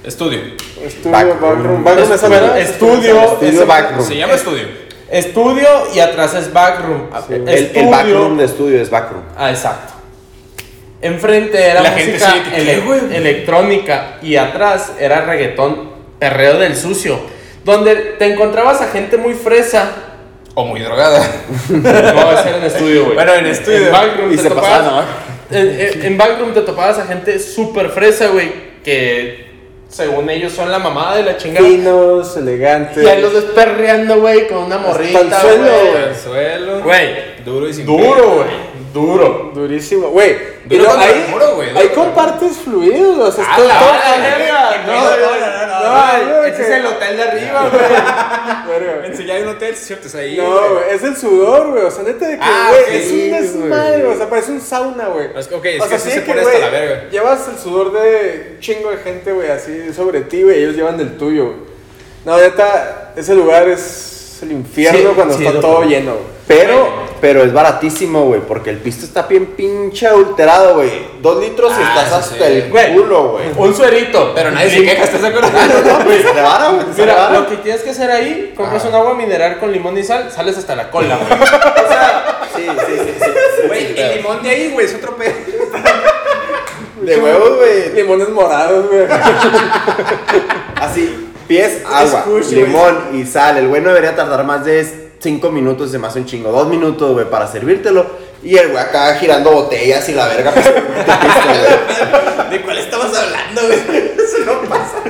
Speaker 3: Estudio.
Speaker 4: Estudio,
Speaker 2: Backroom.
Speaker 4: backroom. Backroom
Speaker 1: Es-
Speaker 4: esa
Speaker 1: bueno,
Speaker 4: madre.
Speaker 1: estudio,
Speaker 2: Estudio
Speaker 1: ese-
Speaker 2: backroom.
Speaker 3: Se llama estudio.
Speaker 1: Estudio y atrás es Backroom.
Speaker 2: El, el backroom de estudio es backroom.
Speaker 1: Ah, exacto. Enfrente era
Speaker 3: La gente
Speaker 1: música
Speaker 3: sigue que,
Speaker 1: ele-
Speaker 3: "¿Qué, güey?"
Speaker 1: electrónica y atrás era reggaetón perreo del sucio. Donde te encontrabas a gente muy fresa.
Speaker 3: O muy drogada.
Speaker 1: No, ese era en estudio, güey.
Speaker 3: Bueno, en estudio.
Speaker 1: En backroom
Speaker 2: Y
Speaker 1: te
Speaker 2: se
Speaker 1: topabas.
Speaker 2: pasaban,
Speaker 1: en, en- en backroom te topabas a gente súper fresa, güey. Que según ellos son la mamada de la chingada.
Speaker 4: Finos, elegantes.
Speaker 1: Y ahí los ves perreando, güey, con una morrita.
Speaker 4: el suelo,
Speaker 1: güey.
Speaker 4: güey.
Speaker 3: El suelo.
Speaker 1: Güey.
Speaker 3: Duro y sin
Speaker 1: Duro, güey. Duro.
Speaker 4: Durísimo, güey.
Speaker 3: Duro
Speaker 4: y luego
Speaker 3: contra
Speaker 4: ahí,
Speaker 3: el muro, güey, duro
Speaker 4: ahí
Speaker 3: contra el
Speaker 4: compartes fluidos. O sea,
Speaker 3: Ah,
Speaker 4: es todo-
Speaker 3: la
Speaker 4: todo-
Speaker 3: verga,
Speaker 4: verga,
Speaker 3: No, no, no, no, no.
Speaker 4: no,
Speaker 1: Ese
Speaker 4: que-
Speaker 1: es el hotel de arriba, güey.
Speaker 4: verga.
Speaker 3: Si ya hay un hotel, ¿cierto? Es ahí.
Speaker 4: No, güey, es el sudor, güey. O sea, neta de que,
Speaker 3: Ah,
Speaker 4: güey,
Speaker 3: ok,
Speaker 4: es
Speaker 3: sí,
Speaker 4: un desmadre, güey. O sea, parece un sauna, güey.
Speaker 3: Es que, ok, es
Speaker 4: o
Speaker 3: que
Speaker 4: sea,
Speaker 3: sí
Speaker 4: sí
Speaker 3: se
Speaker 4: que,
Speaker 3: pone hasta
Speaker 4: güey,
Speaker 3: la verga.
Speaker 4: Llevas el sudor de un chingo de gente, güey, así sobre ti, güey. Ellos llevan del tuyo, güey. No, neta, ese lugar es el infierno
Speaker 1: Sí,
Speaker 4: cuando
Speaker 1: sí,
Speaker 4: está
Speaker 1: doctor.
Speaker 4: todo lleno. güey.
Speaker 2: Pero, pero es baratísimo, güey, porque el pisto está bien pinche adulterado, güey. Dos litros y
Speaker 3: Ah,
Speaker 2: estás
Speaker 3: sí,
Speaker 2: hasta
Speaker 3: sí.
Speaker 2: el
Speaker 1: Güey.
Speaker 2: culo, güey.
Speaker 1: Un suerito.
Speaker 3: Pero nadie se queja, ¿estás de acuerdo?
Speaker 2: No, pues, te vara, güey, te
Speaker 1: Mira,
Speaker 2: vara.
Speaker 1: lo que tienes que hacer ahí, compras un agua mineral con limón y sal, sales hasta la cola, güey.
Speaker 2: Sí, sí, sí, sí.
Speaker 3: Güey, el limón de ahí, güey, es otro pedo.
Speaker 2: De huevos, güey.
Speaker 4: Limones morados, güey.
Speaker 2: Así, pies, agua,
Speaker 4: Escucho, güey.
Speaker 2: limón y sal. El güey no debería tardar más de 5 minutos, se me hace un chingo. 2 minutos, güey, para servírtelo. Y el güey acá girando botellas y la verga. pues, te pisto, güey.
Speaker 3: ¿De cuál estamos hablando, güey? Eso no pasa.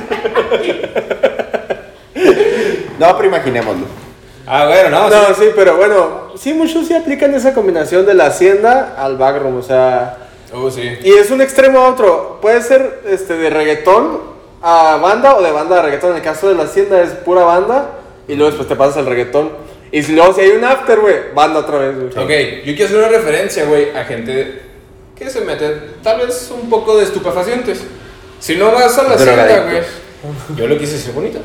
Speaker 2: no, pero imaginémoslo.
Speaker 3: Ah, bueno, no,
Speaker 4: No, sí, pero bueno, sí, muchos sí aplican esa combinación de la hacienda al backroom, o sea,
Speaker 3: sí. Uh, sí.
Speaker 4: y es un extremo a otro. Puede ser este, de reggaetón a banda o de banda a reggaetón. En el caso de la hacienda es pura banda y luego después te pasas al reggaetón. Y si luego si hay un after, güey, banda otra vez, güey.
Speaker 3: Ok, yo quiero hacer una referencia, güey, a gente que se mete tal vez un poco de estupefacientes. Si no vas a la hacienda, güey,
Speaker 2: Drogadictos.
Speaker 3: yo lo quise decir bonito.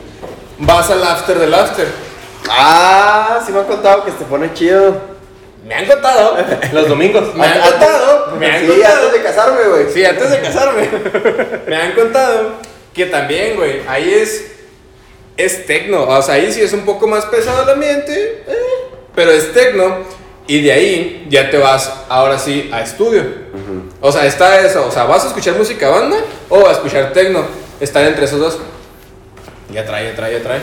Speaker 3: Vas al after del after.
Speaker 2: Ah, sí me han contado que se pone chido.
Speaker 3: Me han contado.
Speaker 1: Los domingos.
Speaker 3: Me han contado. Me han
Speaker 2: Sí,
Speaker 3: contado.
Speaker 2: antes de casarme, güey.
Speaker 3: Sí, antes de casarme. me han contado que también, güey, ahí es. Es tecno. O sea, ahí sí es un poco más pesado el ambiente. eh, pero es tecno. Y de ahí ya te vas, ahora sí, a estudio. O sea, está eso. O sea, vas a escuchar música banda o a escuchar tecno. Están entre esos dos. Ya trae, ya trae, ya trae.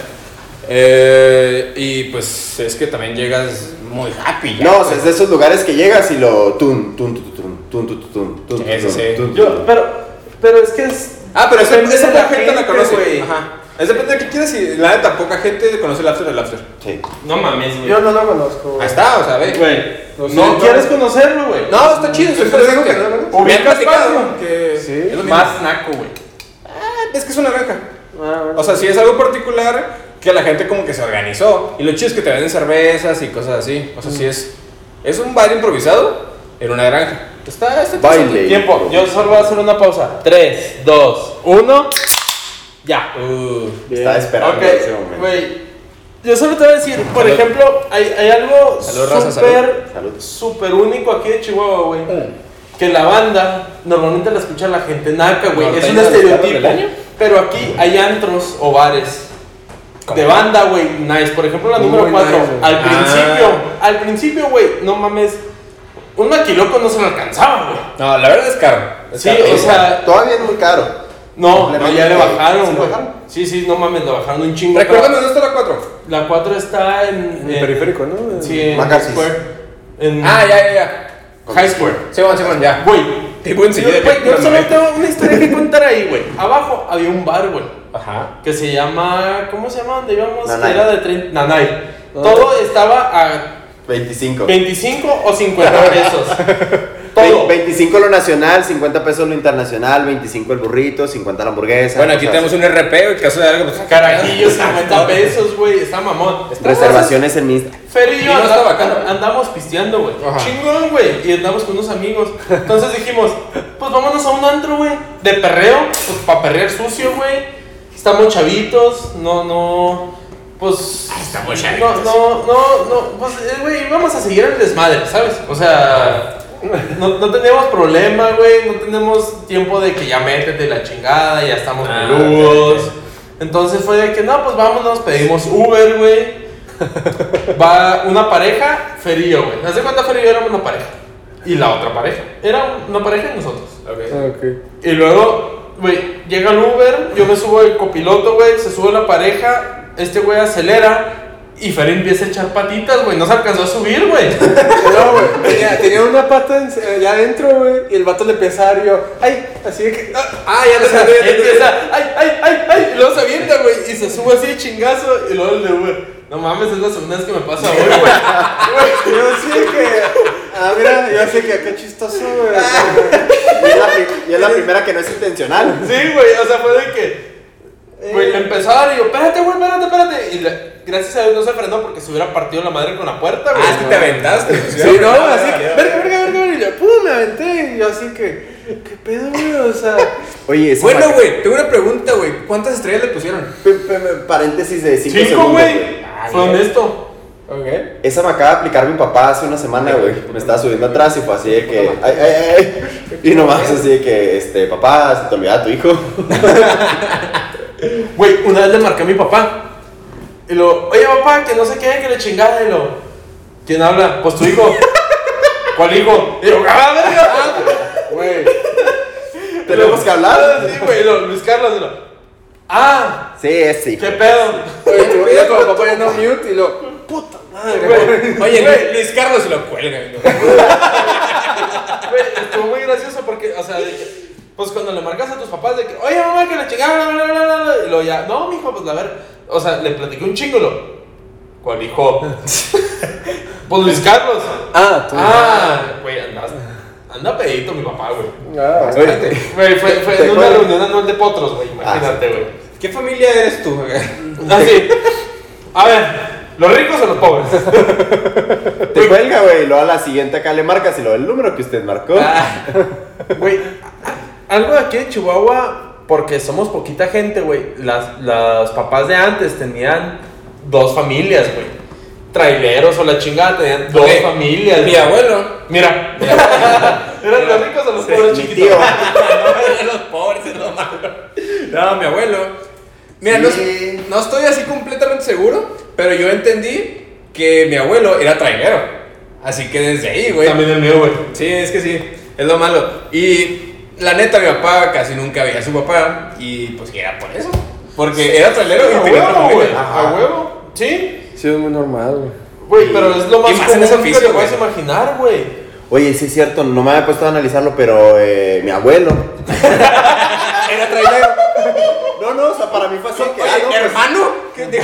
Speaker 3: Eh, y pues es que también llegas muy happy. ya,
Speaker 2: No, o
Speaker 3: güey.
Speaker 2: sea, es de esos lugares que llegas y lo tun, tun, tun, tun, tun, tun, tun, tun, tun,
Speaker 3: Ese
Speaker 2: tun,
Speaker 3: sí.
Speaker 2: tun,
Speaker 1: Yo,
Speaker 2: tun.
Speaker 1: pero, pero es que es.
Speaker 3: Ah, pero esa,
Speaker 1: depende
Speaker 3: esa
Speaker 1: de
Speaker 3: poca gente, la conoce,
Speaker 1: güey.
Speaker 3: Ajá. Es depende de qué quieres y la neta, poca gente conoce el after del after.
Speaker 2: Sí.
Speaker 1: No mames, güey.
Speaker 4: Yo no lo conozco.
Speaker 3: Ahí está, o sea, ve.
Speaker 1: Güey, no,
Speaker 4: No sé, no.
Speaker 1: quieres conocerlo, güey.
Speaker 3: No, está chido, estoy
Speaker 4: Siempre digo
Speaker 3: presente.
Speaker 4: que no, ¿no?
Speaker 3: Me han
Speaker 1: Ubicas
Speaker 3: platicado
Speaker 1: fácil.
Speaker 3: que
Speaker 4: Sí.
Speaker 3: es lo mismo.
Speaker 1: Más naco, güey.
Speaker 3: Es que es una granja.
Speaker 4: Ah, bueno.
Speaker 3: O sea, sí es algo particular que la gente como que se organizó. Y lo chido es que te venden cervezas y cosas así. O sea, sí es. Es un baile improvisado en una granja. Está, está interesante.
Speaker 2: Baile.
Speaker 1: Tiempo, yo solo voy a hacer una pausa. 3, 2, 1. Ya.
Speaker 3: Uh,
Speaker 4: Bien.
Speaker 2: Estaba esperando
Speaker 1: Ok,
Speaker 2: ese momento.
Speaker 1: güey. Yo solo te voy a decir, por
Speaker 3: Salud.
Speaker 1: ejemplo, hay, hay algo
Speaker 3: Salud, raza,
Speaker 1: súper,
Speaker 2: salud. Salud.
Speaker 1: súper único aquí de Chihuahua, güey. Que la banda normalmente la escucha la gente naca, güey. Es un
Speaker 3: Norteña de los carros del
Speaker 1: estereotipo.
Speaker 3: año.
Speaker 1: Pero aquí hay antros o bares
Speaker 3: ¿Cómo?
Speaker 1: de banda, güey. Nice. Por ejemplo, la
Speaker 4: Muy
Speaker 1: número 4.
Speaker 4: nice, güey.
Speaker 1: al
Speaker 3: Ah.
Speaker 1: principio, al principio, güey, no mames. Un maquiloco no se lo alcanzaba, güey.
Speaker 3: No, la verdad es caro. Es
Speaker 1: Sí,
Speaker 3: caro.
Speaker 1: o sea,
Speaker 2: Todavía es muy caro.
Speaker 1: no, no, ya le
Speaker 2: ¿Sí
Speaker 1: bajaron,
Speaker 2: le
Speaker 1: güey.
Speaker 2: bajaron?
Speaker 1: Sí, sí, no mames, le bajaron un chingo.
Speaker 3: Recuérdame dónde está la 4.
Speaker 1: La 4 está en.
Speaker 4: En el periférico, ¿no?
Speaker 1: Eh, Sí, en
Speaker 2: Macarsis.
Speaker 1: Square. En-
Speaker 3: Ah, ya, ya, ya.
Speaker 1: High Square.
Speaker 3: Sí, bueno, sí, bueno, ya.
Speaker 1: Mm. Güey.
Speaker 3: Te voy a
Speaker 1: Yo,
Speaker 3: enseñar de
Speaker 1: güey,
Speaker 3: qué-
Speaker 1: yo solo tengo una historia que contar ahí, güey. Abajo había un bar, güey.
Speaker 3: Ajá.
Speaker 1: Que se llama. ¿Cómo se llama? Donde íbamos. que
Speaker 2: Nanay.
Speaker 1: Era de 30. Nanay. Todo estaba a
Speaker 2: 25.
Speaker 1: 25 o 50 pesos. Todo.
Speaker 2: Ve- 25 lo nacional, 50 pesos lo internacional, 25 el burrito, 50 la hamburguesa.
Speaker 3: Bueno, aquí
Speaker 2: cosas
Speaker 3: tenemos un RP, en caso de algo, pues
Speaker 1: Carajillos, 50 pesos, güey. Está mamón.
Speaker 2: así. Reservaciones en mi Insta.
Speaker 1: Fer y yo
Speaker 3: Y no
Speaker 1: anda-
Speaker 3: estaba caro.
Speaker 1: andamos pisteando, güey.
Speaker 3: Ajá.
Speaker 1: Chingón, güey. Y andamos con unos amigos. Entonces dijimos, pues vámonos a un antro, güey. De perreo, pues para perrear sucio, güey. Estamos chavitos, no, no. Pues. No,
Speaker 3: estamos chavitos.
Speaker 1: no, no, no. Pues, eh, güey, vamos a seguir el desmadre, ¿sabes? O sea. No, no tenemos problema, güey. No tenemos tiempo de que ya métete la chingada, ya estamos
Speaker 3: Ah,
Speaker 1: peludos. Entonces fue de que, no, pues vámonos, pedimos Uber, güey. Va una pareja, Ferillo, güey. ¿Hace cuánto Ferillo era una pareja? Y la otra pareja. Era una pareja de nosotros.
Speaker 3: Ok.
Speaker 4: Ah, ok.
Speaker 1: Y luego, güey, llega el Uber, yo me subo el copiloto, güey, se sube la pareja, este güey acelera y Fer empieza a echar patitas, güey. No se alcanzó a subir, güey.
Speaker 4: No, güey, tenía, tenía una pata en- allá adentro, güey, y el vato le empieza a dar y yo, ay, así de que, ah,
Speaker 3: Ah, ya te entendí, ya te entendí.
Speaker 1: empieza, ay, ay, ay, ay. Y luego se avienta, güey, y se sube así de chingazo y luego el de Uber. No mames, es la segunda vez que me pasa hoy, güey.
Speaker 4: yo así de que, ah, mira, yo así de que, qué chistoso, güey.
Speaker 1: Ah.
Speaker 2: Y es, la pri- y es la primera que no es intencional.
Speaker 1: Sí, güey, o sea, fue de que. Güey, le empezó a dar y yo, espérate, güey, espérate, espérate. Y la- gracias a Dios no se frenó porque se hubiera partido la madre con la puerta, güey.
Speaker 3: Ah, es que te aventaste.
Speaker 4: Sí, no, así que, verga, verga, verga, verga, y yo, pum, me aventé, y yo así que, qué pedo, güey, o sea,
Speaker 2: Oye, esa
Speaker 3: Bueno,
Speaker 2: marca-
Speaker 3: güey, tengo una pregunta, güey. ¿Cuántas estrellas le pusieron?
Speaker 2: P- p- p- Paréntesis de 5
Speaker 1: Cinco,
Speaker 2: segundos.
Speaker 1: güey. Fue honesto.
Speaker 3: Ok.
Speaker 2: Esa me acaba de aplicar mi papá hace una semana, güey. Me estaba subiendo atrás y fue así de que. Ay, ay, ay. Y nomás así de que, este, papá, se te olvidaba tu hijo.
Speaker 1: Güey, una vez le marqué a mi papá. Y lo, oye papá, que no sé qué, que le chingada. Y lo, ¿quién habla? Pues tu hijo. ¿Cuál hijo? Y yo, ¡ah, verga!
Speaker 4: Güey.
Speaker 2: Tenemos que hablar.
Speaker 1: Sí, güey, y lo, Luis Carlos. Y lo, ¡ah!
Speaker 2: Sí, es sí.
Speaker 1: ¿Qué pedo?
Speaker 4: Oye, tu ya con el papá ya no mute y lo. Puta madre, güey.
Speaker 3: Oye, Luis- Luis Carlos se lo cuelga. güey.
Speaker 1: Güey, estuvo muy gracioso porque, o sea, de que, pues cuando le marcas a tus papás de que, oye mamá, que le chingaron, bla, bla, bla, bla, bla", y luego ya, no, mijo, pues la ver, o sea, le platiqué un chingulo. ¿Cuál hijo? pues Luis Carlos.
Speaker 4: Ah, tú.
Speaker 1: Ah, güey, andas, anda pedito mi papá, güey.
Speaker 4: Ah,
Speaker 2: Oye,
Speaker 1: Güey, fue, fue
Speaker 2: ¿Te
Speaker 1: en una
Speaker 2: acuerdas?
Speaker 1: reunión anual de potros, güey, imagínate, güey.
Speaker 3: ¿Qué familia eres tú? güey?
Speaker 1: Así. A ver, ¿los ricos o los pobres?
Speaker 2: te cuelga, güey. y Luego a la siguiente acá le marcas y luego el número que usted marcó.
Speaker 1: Ah, Güey, algo de aquí de Chihuahua, porque somos poquita gente, güey. Las, las papás de antes tenían dos familias, güey. Traileros o la chingada tenían dos
Speaker 3: Ok,
Speaker 1: familias.
Speaker 3: Mi
Speaker 1: güey.
Speaker 3: abuelo.
Speaker 1: Mira. Eran los ricos o los pobres
Speaker 2: Mi
Speaker 1: chiquitos.
Speaker 2: tío.
Speaker 3: los pobres es lo malo. No, mi abuelo. Mira, no,
Speaker 2: Sí.
Speaker 3: no estoy así completamente seguro, pero yo entendí que mi abuelo era trailero. Así que desde ahí, güey.
Speaker 1: También el mío, güey.
Speaker 3: Sí, es que sí, es lo malo. Y la neta, mi papá casi nunca veía a su papá y pues era por eso. Porque era trailero y
Speaker 1: A
Speaker 3: tenía otra
Speaker 1: Ah, huevo, güey.
Speaker 3: familia.
Speaker 1: A huevo. Sí.
Speaker 4: Sí, es muy normal, güey.
Speaker 1: Güey, pero es lo
Speaker 3: Y
Speaker 1: más,
Speaker 3: más en
Speaker 1: común
Speaker 3: ese
Speaker 1: que
Speaker 3: oficio,
Speaker 1: te puedes
Speaker 3: güey.
Speaker 1: imaginar, güey.
Speaker 2: Oye, sí es cierto, no me había puesto a analizarlo, pero eh, mi abuelo.
Speaker 3: Ah, Era trailero.
Speaker 2: No, no, o sea, para mí fue así de que. ah, no,
Speaker 3: Oye,
Speaker 2: pues,
Speaker 3: hermano, ¿qué te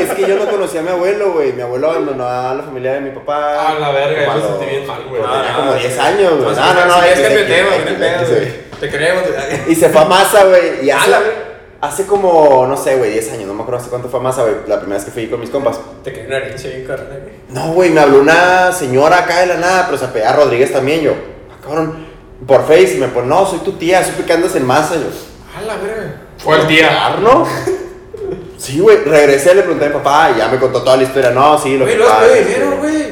Speaker 2: Es que yo no conocía a mi abuelo, güey. Mi abuelo abandonó a la familia de mi papá.
Speaker 1: Ah, la verga, yo me
Speaker 2: Cuando-
Speaker 1: sentí bien mal, güey.
Speaker 2: cuando tenía
Speaker 3: Ah,
Speaker 2: como
Speaker 3: sí.
Speaker 2: 10 años, güey. No, no, no.
Speaker 3: pues, es
Speaker 2: X,
Speaker 3: que te
Speaker 2: X,
Speaker 3: tema,
Speaker 2: X,
Speaker 3: güey,
Speaker 2: X,
Speaker 3: no hay pedo,
Speaker 2: güey.
Speaker 3: güey. Te queremos.
Speaker 2: Y se fue a masa, güey. Y hace,
Speaker 3: la verga.
Speaker 2: hace como, no sé, güey, 10 años. No me acuerdo hace cuánto fue a masa, güey. La primera vez que fui con mis compas.
Speaker 3: Te quería una herencia bien carnal, güey.
Speaker 2: No, güey, me habló una señora acá de la nada, pero se apellía Rodríguez también. Yo, ah, cabrón, por Face. Y me pone, no, soy tu tía, supe que andas en masa. Yo,
Speaker 3: A la verga.
Speaker 1: Fue el día.
Speaker 2: ¿Arno? Sí, güey, regresé, le pregunté a mi papá y ya me contó toda la historia. No, sí, lo
Speaker 3: Güey,
Speaker 2: que
Speaker 3: luego
Speaker 2: pasa
Speaker 3: te
Speaker 2: es que-
Speaker 3: dinero, güey.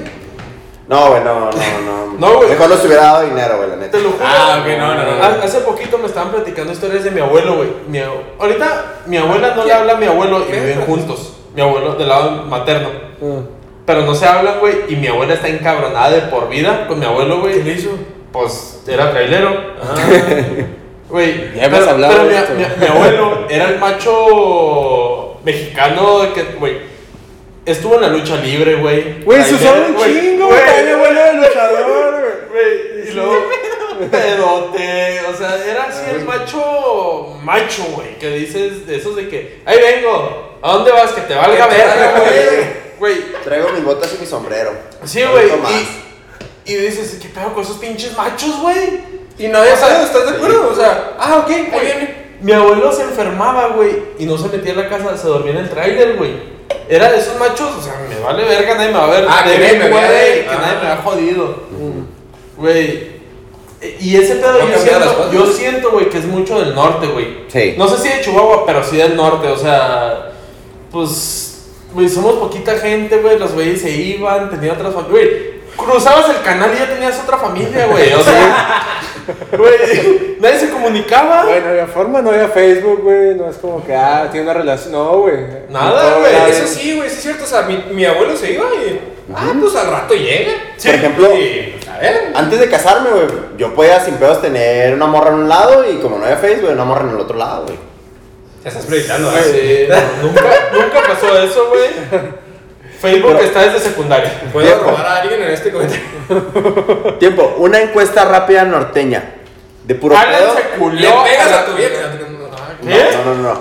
Speaker 2: No, güey, no, no, no.
Speaker 1: No, güey.
Speaker 2: Mejor nos hubiera dado dinero, güey, la neta.
Speaker 1: Te lo juro.
Speaker 3: Ah, ok, no, no, no.
Speaker 1: Ha- Hace poquito me estaban platicando historias de mi abuelo, güey. Mi ab- Ahorita mi abuela no le habla a mi abuelo y viven juntos. Mi abuelo del lado materno.
Speaker 4: Mm.
Speaker 1: Pero no se hablan, güey. Y mi abuela está encabronada de por vida con mi abuelo, güey.
Speaker 3: le hizo? Ah.
Speaker 1: Pues era trailero. Güey.
Speaker 4: Ya hemos
Speaker 1: pero-
Speaker 4: hablado
Speaker 1: pero
Speaker 4: de
Speaker 1: mi-
Speaker 4: esto.
Speaker 1: mi, mi abuelo era el macho mexicano de que, güey. Estuvo en la lucha libre, güey.
Speaker 4: Güey, se
Speaker 1: Trailero,
Speaker 4: usaron un
Speaker 1: güey.
Speaker 4: chingo, güey. Mi abuelo era luchador, güey.
Speaker 1: Güey, y luego. Pedote. O sea, era así el macho. Macho, güey. Que dices de esos de que. Ahí vengo. ¿A dónde vas? Que te valga
Speaker 3: Que te
Speaker 1: verga,
Speaker 3: valga
Speaker 1: güey.
Speaker 2: verga.
Speaker 1: Güey.
Speaker 2: Traigo mis botas y mi sombrero.
Speaker 1: Sí,
Speaker 2: No
Speaker 1: güey.
Speaker 2: uso más.
Speaker 1: Y, y dices, ¿qué pedo con esos pinches machos, güey?
Speaker 3: Y no había
Speaker 1: O sea,
Speaker 3: pedo, ¿estás de acuerdo? O sea,
Speaker 1: Ah, ok,
Speaker 3: ahí viene.
Speaker 1: Mi abuelo se enfermaba, güey, y no se metía en la casa, se dormía en el tráiler, güey. Era de esos machos, o sea, me vale verga, nadie me va a ver.
Speaker 3: Ah,
Speaker 1: de
Speaker 3: que
Speaker 1: bien
Speaker 3: nadie me vea
Speaker 1: güey,
Speaker 3: de él.
Speaker 1: Que nadie
Speaker 3: Ah.
Speaker 1: me ha jodido. Güey. E- Y ese pedo
Speaker 3: No
Speaker 1: yo
Speaker 3: cambiar las
Speaker 1: siento,
Speaker 3: cosas.
Speaker 1: yo siento, güey, que es mucho del norte, güey.
Speaker 2: Sí.
Speaker 1: No sé si de Chihuahua, pero sí del norte, o sea, pues, güey, somos poquita gente, güey, los güeyes se iban, tenían otras familias, güey. Cruzabas el canal y ya tenías otra familia, güey, o sea, güey, nadie se comunicaba.
Speaker 4: Güey, no había forma, no había Facebook, güey. No es como que, ah, tiene una relación. No, güey.
Speaker 1: Nada,
Speaker 4: No,
Speaker 1: güey,
Speaker 4: nada,
Speaker 3: Eso sí, Ah, güey, sí es cierto. O sea, mi, mi abuelo se iba y. Ah, pues al rato llega.
Speaker 1: Sí.
Speaker 2: Por ejemplo,
Speaker 3: Y, pues, a ver.
Speaker 2: antes de casarme, güey, yo podía sin pedos tener una morra en un lado y como no había Facebook, una morra en el otro lado, güey.
Speaker 3: Te estás proyectando, ¿verdad?
Speaker 1: Sí, no, nunca, nunca pasó eso, güey. Facebook
Speaker 2: Pero-
Speaker 1: está desde secundaria.
Speaker 3: ¿Puedo robar a alguien en este comentario?
Speaker 2: Tiempo, una encuesta rápida norteña. De puro
Speaker 1: Alan
Speaker 2: pedo.
Speaker 1: se
Speaker 3: Le
Speaker 1: culió.
Speaker 3: pegas
Speaker 1: la-
Speaker 3: a tu vieja.
Speaker 2: No,
Speaker 1: ¿Eh?
Speaker 2: no, no, no.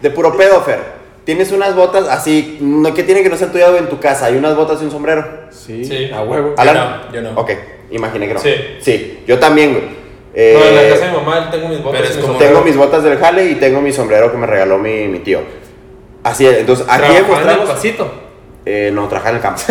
Speaker 2: De puro pedo, Fer. Tienes unas botas así, no, que tiene que no ser tuya en tu casa. Hay unas botas y un sombrero.
Speaker 4: Sí,
Speaker 1: Sí.
Speaker 4: a huevo.
Speaker 3: Yo no, yo no.
Speaker 2: Ok, imaginé que no.
Speaker 1: Sí.
Speaker 2: Sí, yo también, güey.
Speaker 1: No, en la
Speaker 2: Eh,
Speaker 1: casa de mi mamá tengo mis botas.
Speaker 3: Pero es
Speaker 1: y mis
Speaker 3: como-
Speaker 1: sombreros.
Speaker 2: tengo mis botas del jale y tengo mi sombrero que me regaló mi, mi tío. Así es, entonces aquí
Speaker 1: Trabajaba en el
Speaker 2: demostramos.
Speaker 1: pasito.
Speaker 2: eh, no, trabajaba en el campo.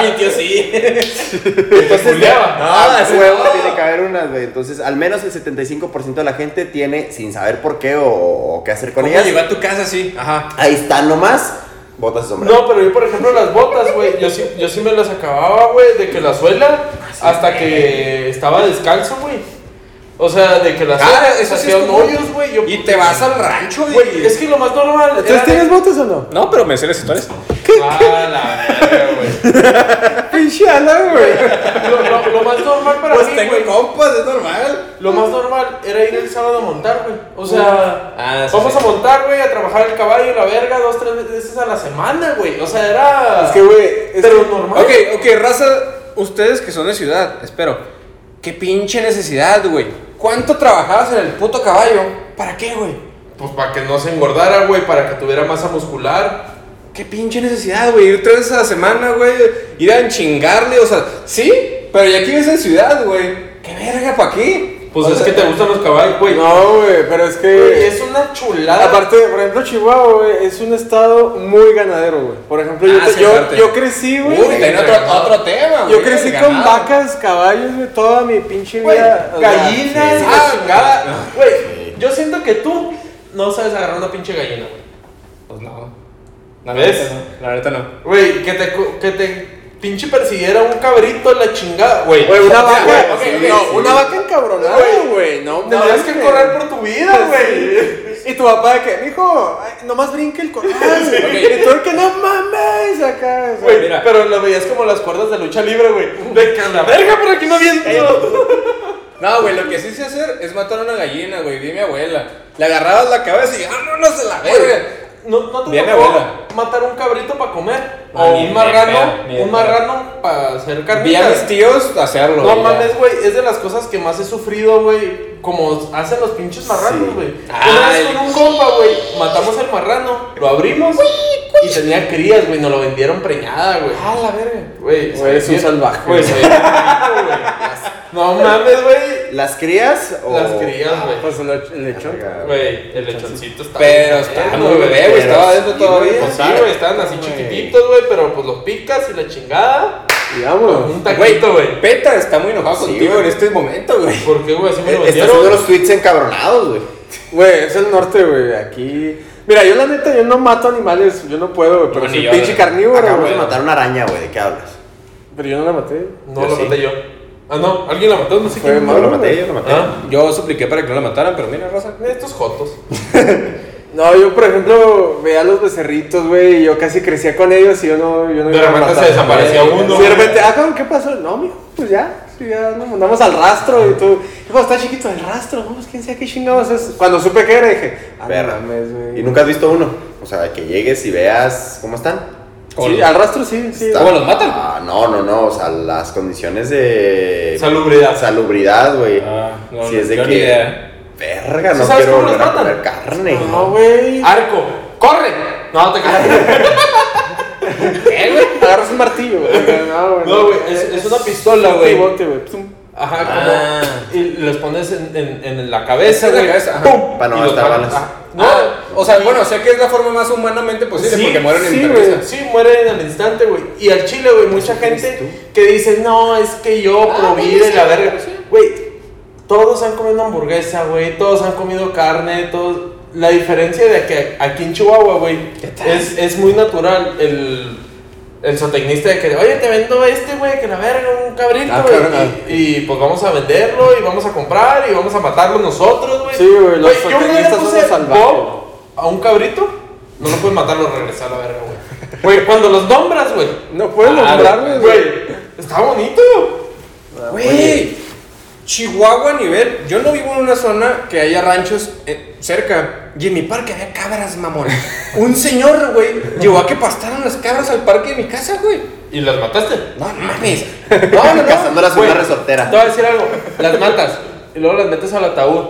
Speaker 1: Mi tío sí. Entonces,
Speaker 2: Ah,
Speaker 1: no,
Speaker 2: huevo, tiene que haber unas, güey. Entonces, al menos el 75% de la gente tiene, sin saber por qué o, o qué hacer con
Speaker 3: ¿Cómo
Speaker 2: ellas,
Speaker 3: llegó a tu casa así? Ajá.
Speaker 2: ahí están nomás, botas y sombrero.
Speaker 1: No, pero yo, por ejemplo, las botas, güey, yo sí, yo sí me las acababa, güey, de que la suela hasta que estaba descalzo, güey. O sea, de que la suela
Speaker 3: Ah, eso sí es
Speaker 1: hacían
Speaker 3: común.
Speaker 1: hoyos, güey. yo-
Speaker 3: Y te vas al rancho,
Speaker 1: Güey,
Speaker 3: güey.
Speaker 1: es que lo más normal.
Speaker 4: ¿Entonces tienes botas o no?
Speaker 3: No, pero me sé las historias.
Speaker 1: Ah, la verga, güey.
Speaker 4: Pinche ala, güey.
Speaker 1: Lo, lo- lo más normal para
Speaker 3: Pues
Speaker 1: mí,
Speaker 3: tengo
Speaker 1: güey.
Speaker 3: compas, es normal.
Speaker 1: Lo más normal era ir el sábado a montar, güey. O sea,
Speaker 3: Ah, sí,
Speaker 1: vamos
Speaker 3: sí.
Speaker 1: a montar, güey, a trabajar el caballo y la verga dos, tres veces a la semana, güey. O sea, era.
Speaker 4: Es que, güey, es
Speaker 1: Pero
Speaker 4: que-
Speaker 1: normal.
Speaker 3: Ok, ok, raza, ustedes que son de ciudad, espero. Qué pinche necesidad, güey. ¿Cuánto trabajabas en el puto caballo? ¿Para qué, güey?
Speaker 1: Pues para que no se engordara, güey, para que tuviera masa muscular.
Speaker 3: Qué pinche necesidad, güey. Ir tres veces a la semana, güey. Ir a chingarle, o sea, sí, pero ya aquí ves en ciudad, güey. ¿Qué verga para aquí?
Speaker 1: Pues
Speaker 3: O
Speaker 1: es
Speaker 3: sea,
Speaker 1: que te gustan los caballos, güey.
Speaker 4: No, güey, pero es que.
Speaker 1: Güey, es una chulada.
Speaker 4: Aparte, por ejemplo, Chihuahua, güey, es un estado muy ganadero, güey. Por ejemplo, yo,
Speaker 3: Ah,
Speaker 4: te-
Speaker 3: sí,
Speaker 4: yo,
Speaker 3: aparte.
Speaker 4: yo crecí, güey.
Speaker 3: Uy, tenía otro, otro tema, güey.
Speaker 4: Yo crecí
Speaker 3: ganado.
Speaker 4: con vacas, caballos, güey, toda mi pinche
Speaker 1: Güey,
Speaker 4: vida. o sea,
Speaker 1: gallinas,
Speaker 4: sí.
Speaker 1: la chingada. Güey, yo siento que tú no sabes agarrar una pinche gallina, güey.
Speaker 3: Pues no. La
Speaker 1: ¿Ves?
Speaker 3: neta no. La neta no.
Speaker 1: Güey, que te, cu- que te pinche persiguiera un cabrito la chingada, güey.
Speaker 4: Güey, una
Speaker 3: Ah,
Speaker 4: vaca.
Speaker 1: güey, ok, ok,
Speaker 4: no,
Speaker 1: sí.
Speaker 4: una vaca encabronada, güey. No,
Speaker 1: Tendrías
Speaker 4: mames.
Speaker 1: que correr por tu vida, güey.
Speaker 4: Y tu papá de que, mijo, ay, nomás brinque el cordón. Y tú de que no mames acá. o sea,
Speaker 1: Güey,
Speaker 3: mira.
Speaker 1: pero lo veías como las cuerdas de lucha libre, güey. De que a la verga, por aquí no viento.
Speaker 3: No, güey, lo que sí sé hacer es matar a una gallina, güey. Vi a mi abuela. Le agarrabas la cabeza y ah, vámonos a la verga.
Speaker 1: No, no te
Speaker 3: Bien,
Speaker 1: tocó
Speaker 3: abuela.
Speaker 1: matar un cabrito para comer.
Speaker 3: No,
Speaker 1: o
Speaker 3: ni
Speaker 1: un
Speaker 3: de
Speaker 1: marrano,
Speaker 3: pedo, ni de
Speaker 1: un
Speaker 3: pedo.
Speaker 1: marrano para hacer
Speaker 3: Vi a
Speaker 1: carnitas.
Speaker 3: mis tíos hacerlo.
Speaker 1: No
Speaker 3: güey,
Speaker 1: mames, güey, es de las cosas que más he sufrido, güey. Como hacen los pinches marranos, güey. Una vez
Speaker 3: Ay.
Speaker 1: con un compa, güey, matamos al marrano, lo abrimos y tenía crías, güey. Nos lo vendieron preñada, güey.
Speaker 4: A la verga.
Speaker 1: Güey,
Speaker 4: Güey, es un salvaje.
Speaker 1: Güey, soy un salvaje, güey. No mames, güey.
Speaker 2: ¿Las crías o...?
Speaker 1: Las
Speaker 3: Ah,
Speaker 1: crías, güey.
Speaker 4: Pues el el lechón.
Speaker 2: Verga, güey.
Speaker 1: Güey, el lechoncito está.
Speaker 3: Pero
Speaker 1: bien,
Speaker 3: está muy bebé,
Speaker 2: pero
Speaker 3: güey. Estaba adentro
Speaker 2: sí,
Speaker 3: todavía.
Speaker 1: Pues sí, güey, estaban así chiquititos, güey, pero pues los picas y la chingada. pues,
Speaker 4: Y vámonos.
Speaker 1: Un taquito, güey.
Speaker 3: Peta está muy enojado
Speaker 2: Sí,
Speaker 3: contigo
Speaker 2: güey.
Speaker 3: en este momento, güey.
Speaker 1: ¿Por qué, güey? Así me lo
Speaker 2: Eh, Estás haciendo
Speaker 1: vendieron.
Speaker 2: los tweets encabronados, güey.
Speaker 4: Güey, es el norte, güey. Aquí. Mira, yo la neta, yo no mato animales. Yo no puedo, güey. Pero
Speaker 3: No, ni
Speaker 4: soy
Speaker 3: yo,
Speaker 4: pinche
Speaker 3: güey.
Speaker 4: carnívoro,
Speaker 2: Acabamos
Speaker 4: güey.
Speaker 2: de matar una araña, güey. ¿De qué hablas?
Speaker 4: Pero yo no la maté.
Speaker 1: No,
Speaker 2: Yo
Speaker 1: lo
Speaker 2: sí.
Speaker 1: maté yo. Ah, no, alguien la mató, no sé
Speaker 4: Fue
Speaker 1: quién.
Speaker 4: Mauro,
Speaker 2: Yo lo maté,
Speaker 4: güey.
Speaker 2: yo lo maté.
Speaker 1: Ah.
Speaker 3: eh,
Speaker 1: Eh,
Speaker 3: Yo supliqué para que no la mataran, pero mira, raza.
Speaker 1: Estos jotos.
Speaker 4: No, yo por ejemplo veía a los becerritos, güey, y yo casi crecía con ellos y yo no, yo no
Speaker 1: De
Speaker 4: iba a
Speaker 1: repente
Speaker 4: matar.
Speaker 1: se desaparecía
Speaker 4: Sí,
Speaker 1: uno,
Speaker 4: De
Speaker 1: güey.
Speaker 4: repente, ah, cabrón, ¿qué pasó? No, mijo, pues ya, sí, ya nos mandamos al rastro y tú, hijo, está chiquito el rastro, no, pues quién sabe qué chingados es. Cuando supe que era dije, ah, no
Speaker 2: Perra.
Speaker 4: mames, güey.
Speaker 2: ¿Y nunca has visto uno? O sea, que llegues y veas cómo están.
Speaker 4: Sí, al rastro sí, sí.
Speaker 2: Está-
Speaker 3: ¿Cómo los matan?
Speaker 2: Ah, no, no, no. O sea, las condiciones de...
Speaker 1: Salubridad.
Speaker 2: Salubridad, güey.
Speaker 3: Ah, no,
Speaker 2: si es de
Speaker 3: yo
Speaker 2: que...
Speaker 3: ni idea.
Speaker 2: Verga, no
Speaker 1: sabes
Speaker 2: quiero
Speaker 1: cómo los
Speaker 2: volver a
Speaker 1: matan?
Speaker 2: comer carne.
Speaker 4: No, güey.
Speaker 1: Arco, corre. No, te creas.
Speaker 4: Agarras un martillo, güey. No, güey.
Speaker 1: No, güey, es, es una pistola,
Speaker 4: Un
Speaker 1: güey.
Speaker 4: pivote, güey. Pum.
Speaker 1: Ajá,
Speaker 3: Ah.
Speaker 1: como. Y les pones en, en, en la cabeza,
Speaker 3: En la
Speaker 1: güey.
Speaker 3: cabeza, ajá.
Speaker 1: ¡Pum!
Speaker 2: Para no
Speaker 1: Y los
Speaker 2: gastar
Speaker 1: matas.
Speaker 2: balas.
Speaker 1: Ah,
Speaker 3: No, o sea, bueno, sé que es la forma más humanamente posible porque mueren en
Speaker 1: sí,
Speaker 3: instantes.
Speaker 1: güey, sí, mueren al instante, güey. Y al chile, güey, mucha gente que dice, no, es que yo proví de la verga. Güey, todos han comido hamburguesa, güey, todos han comido carne, todos... La diferencia de que aquí en Chihuahua, güey, es, es muy natural el, el zootecnista de que, oye, te vendo este, güey, que la verga, un cabrito,
Speaker 3: Ah,
Speaker 1: güey.
Speaker 3: cabrón, ah.
Speaker 1: y, y, pues vamos a venderlo y vamos a comprar y vamos a matarlo nosotros, güey.
Speaker 4: Sí, güey, los
Speaker 1: yo me
Speaker 4: zootecnistas son
Speaker 1: puse
Speaker 4: los salvajes.
Speaker 1: Bob a un cabrito, no lo puedes matar, lo regresar a la verga, güey. Güey, cuando los nombras, güey.
Speaker 4: No puedes
Speaker 3: Ah,
Speaker 4: nombrarme, güey.
Speaker 1: Está bonito.
Speaker 3: Güey, Chihuahua a nivel. Yo no vivo en una zona que haya ranchos eh, cerca. Y en mi parque había cabras, mamón. Un señor, güey, llevó a que pastaran las cabras al parque de mi casa, güey.
Speaker 1: ¿Y las mataste?
Speaker 3: No mames.
Speaker 1: No, no, no.
Speaker 2: Cazándolas con
Speaker 1: Güey,
Speaker 2: una resortera.
Speaker 1: Te voy a decir algo. Las matas y luego las metes al ataúd.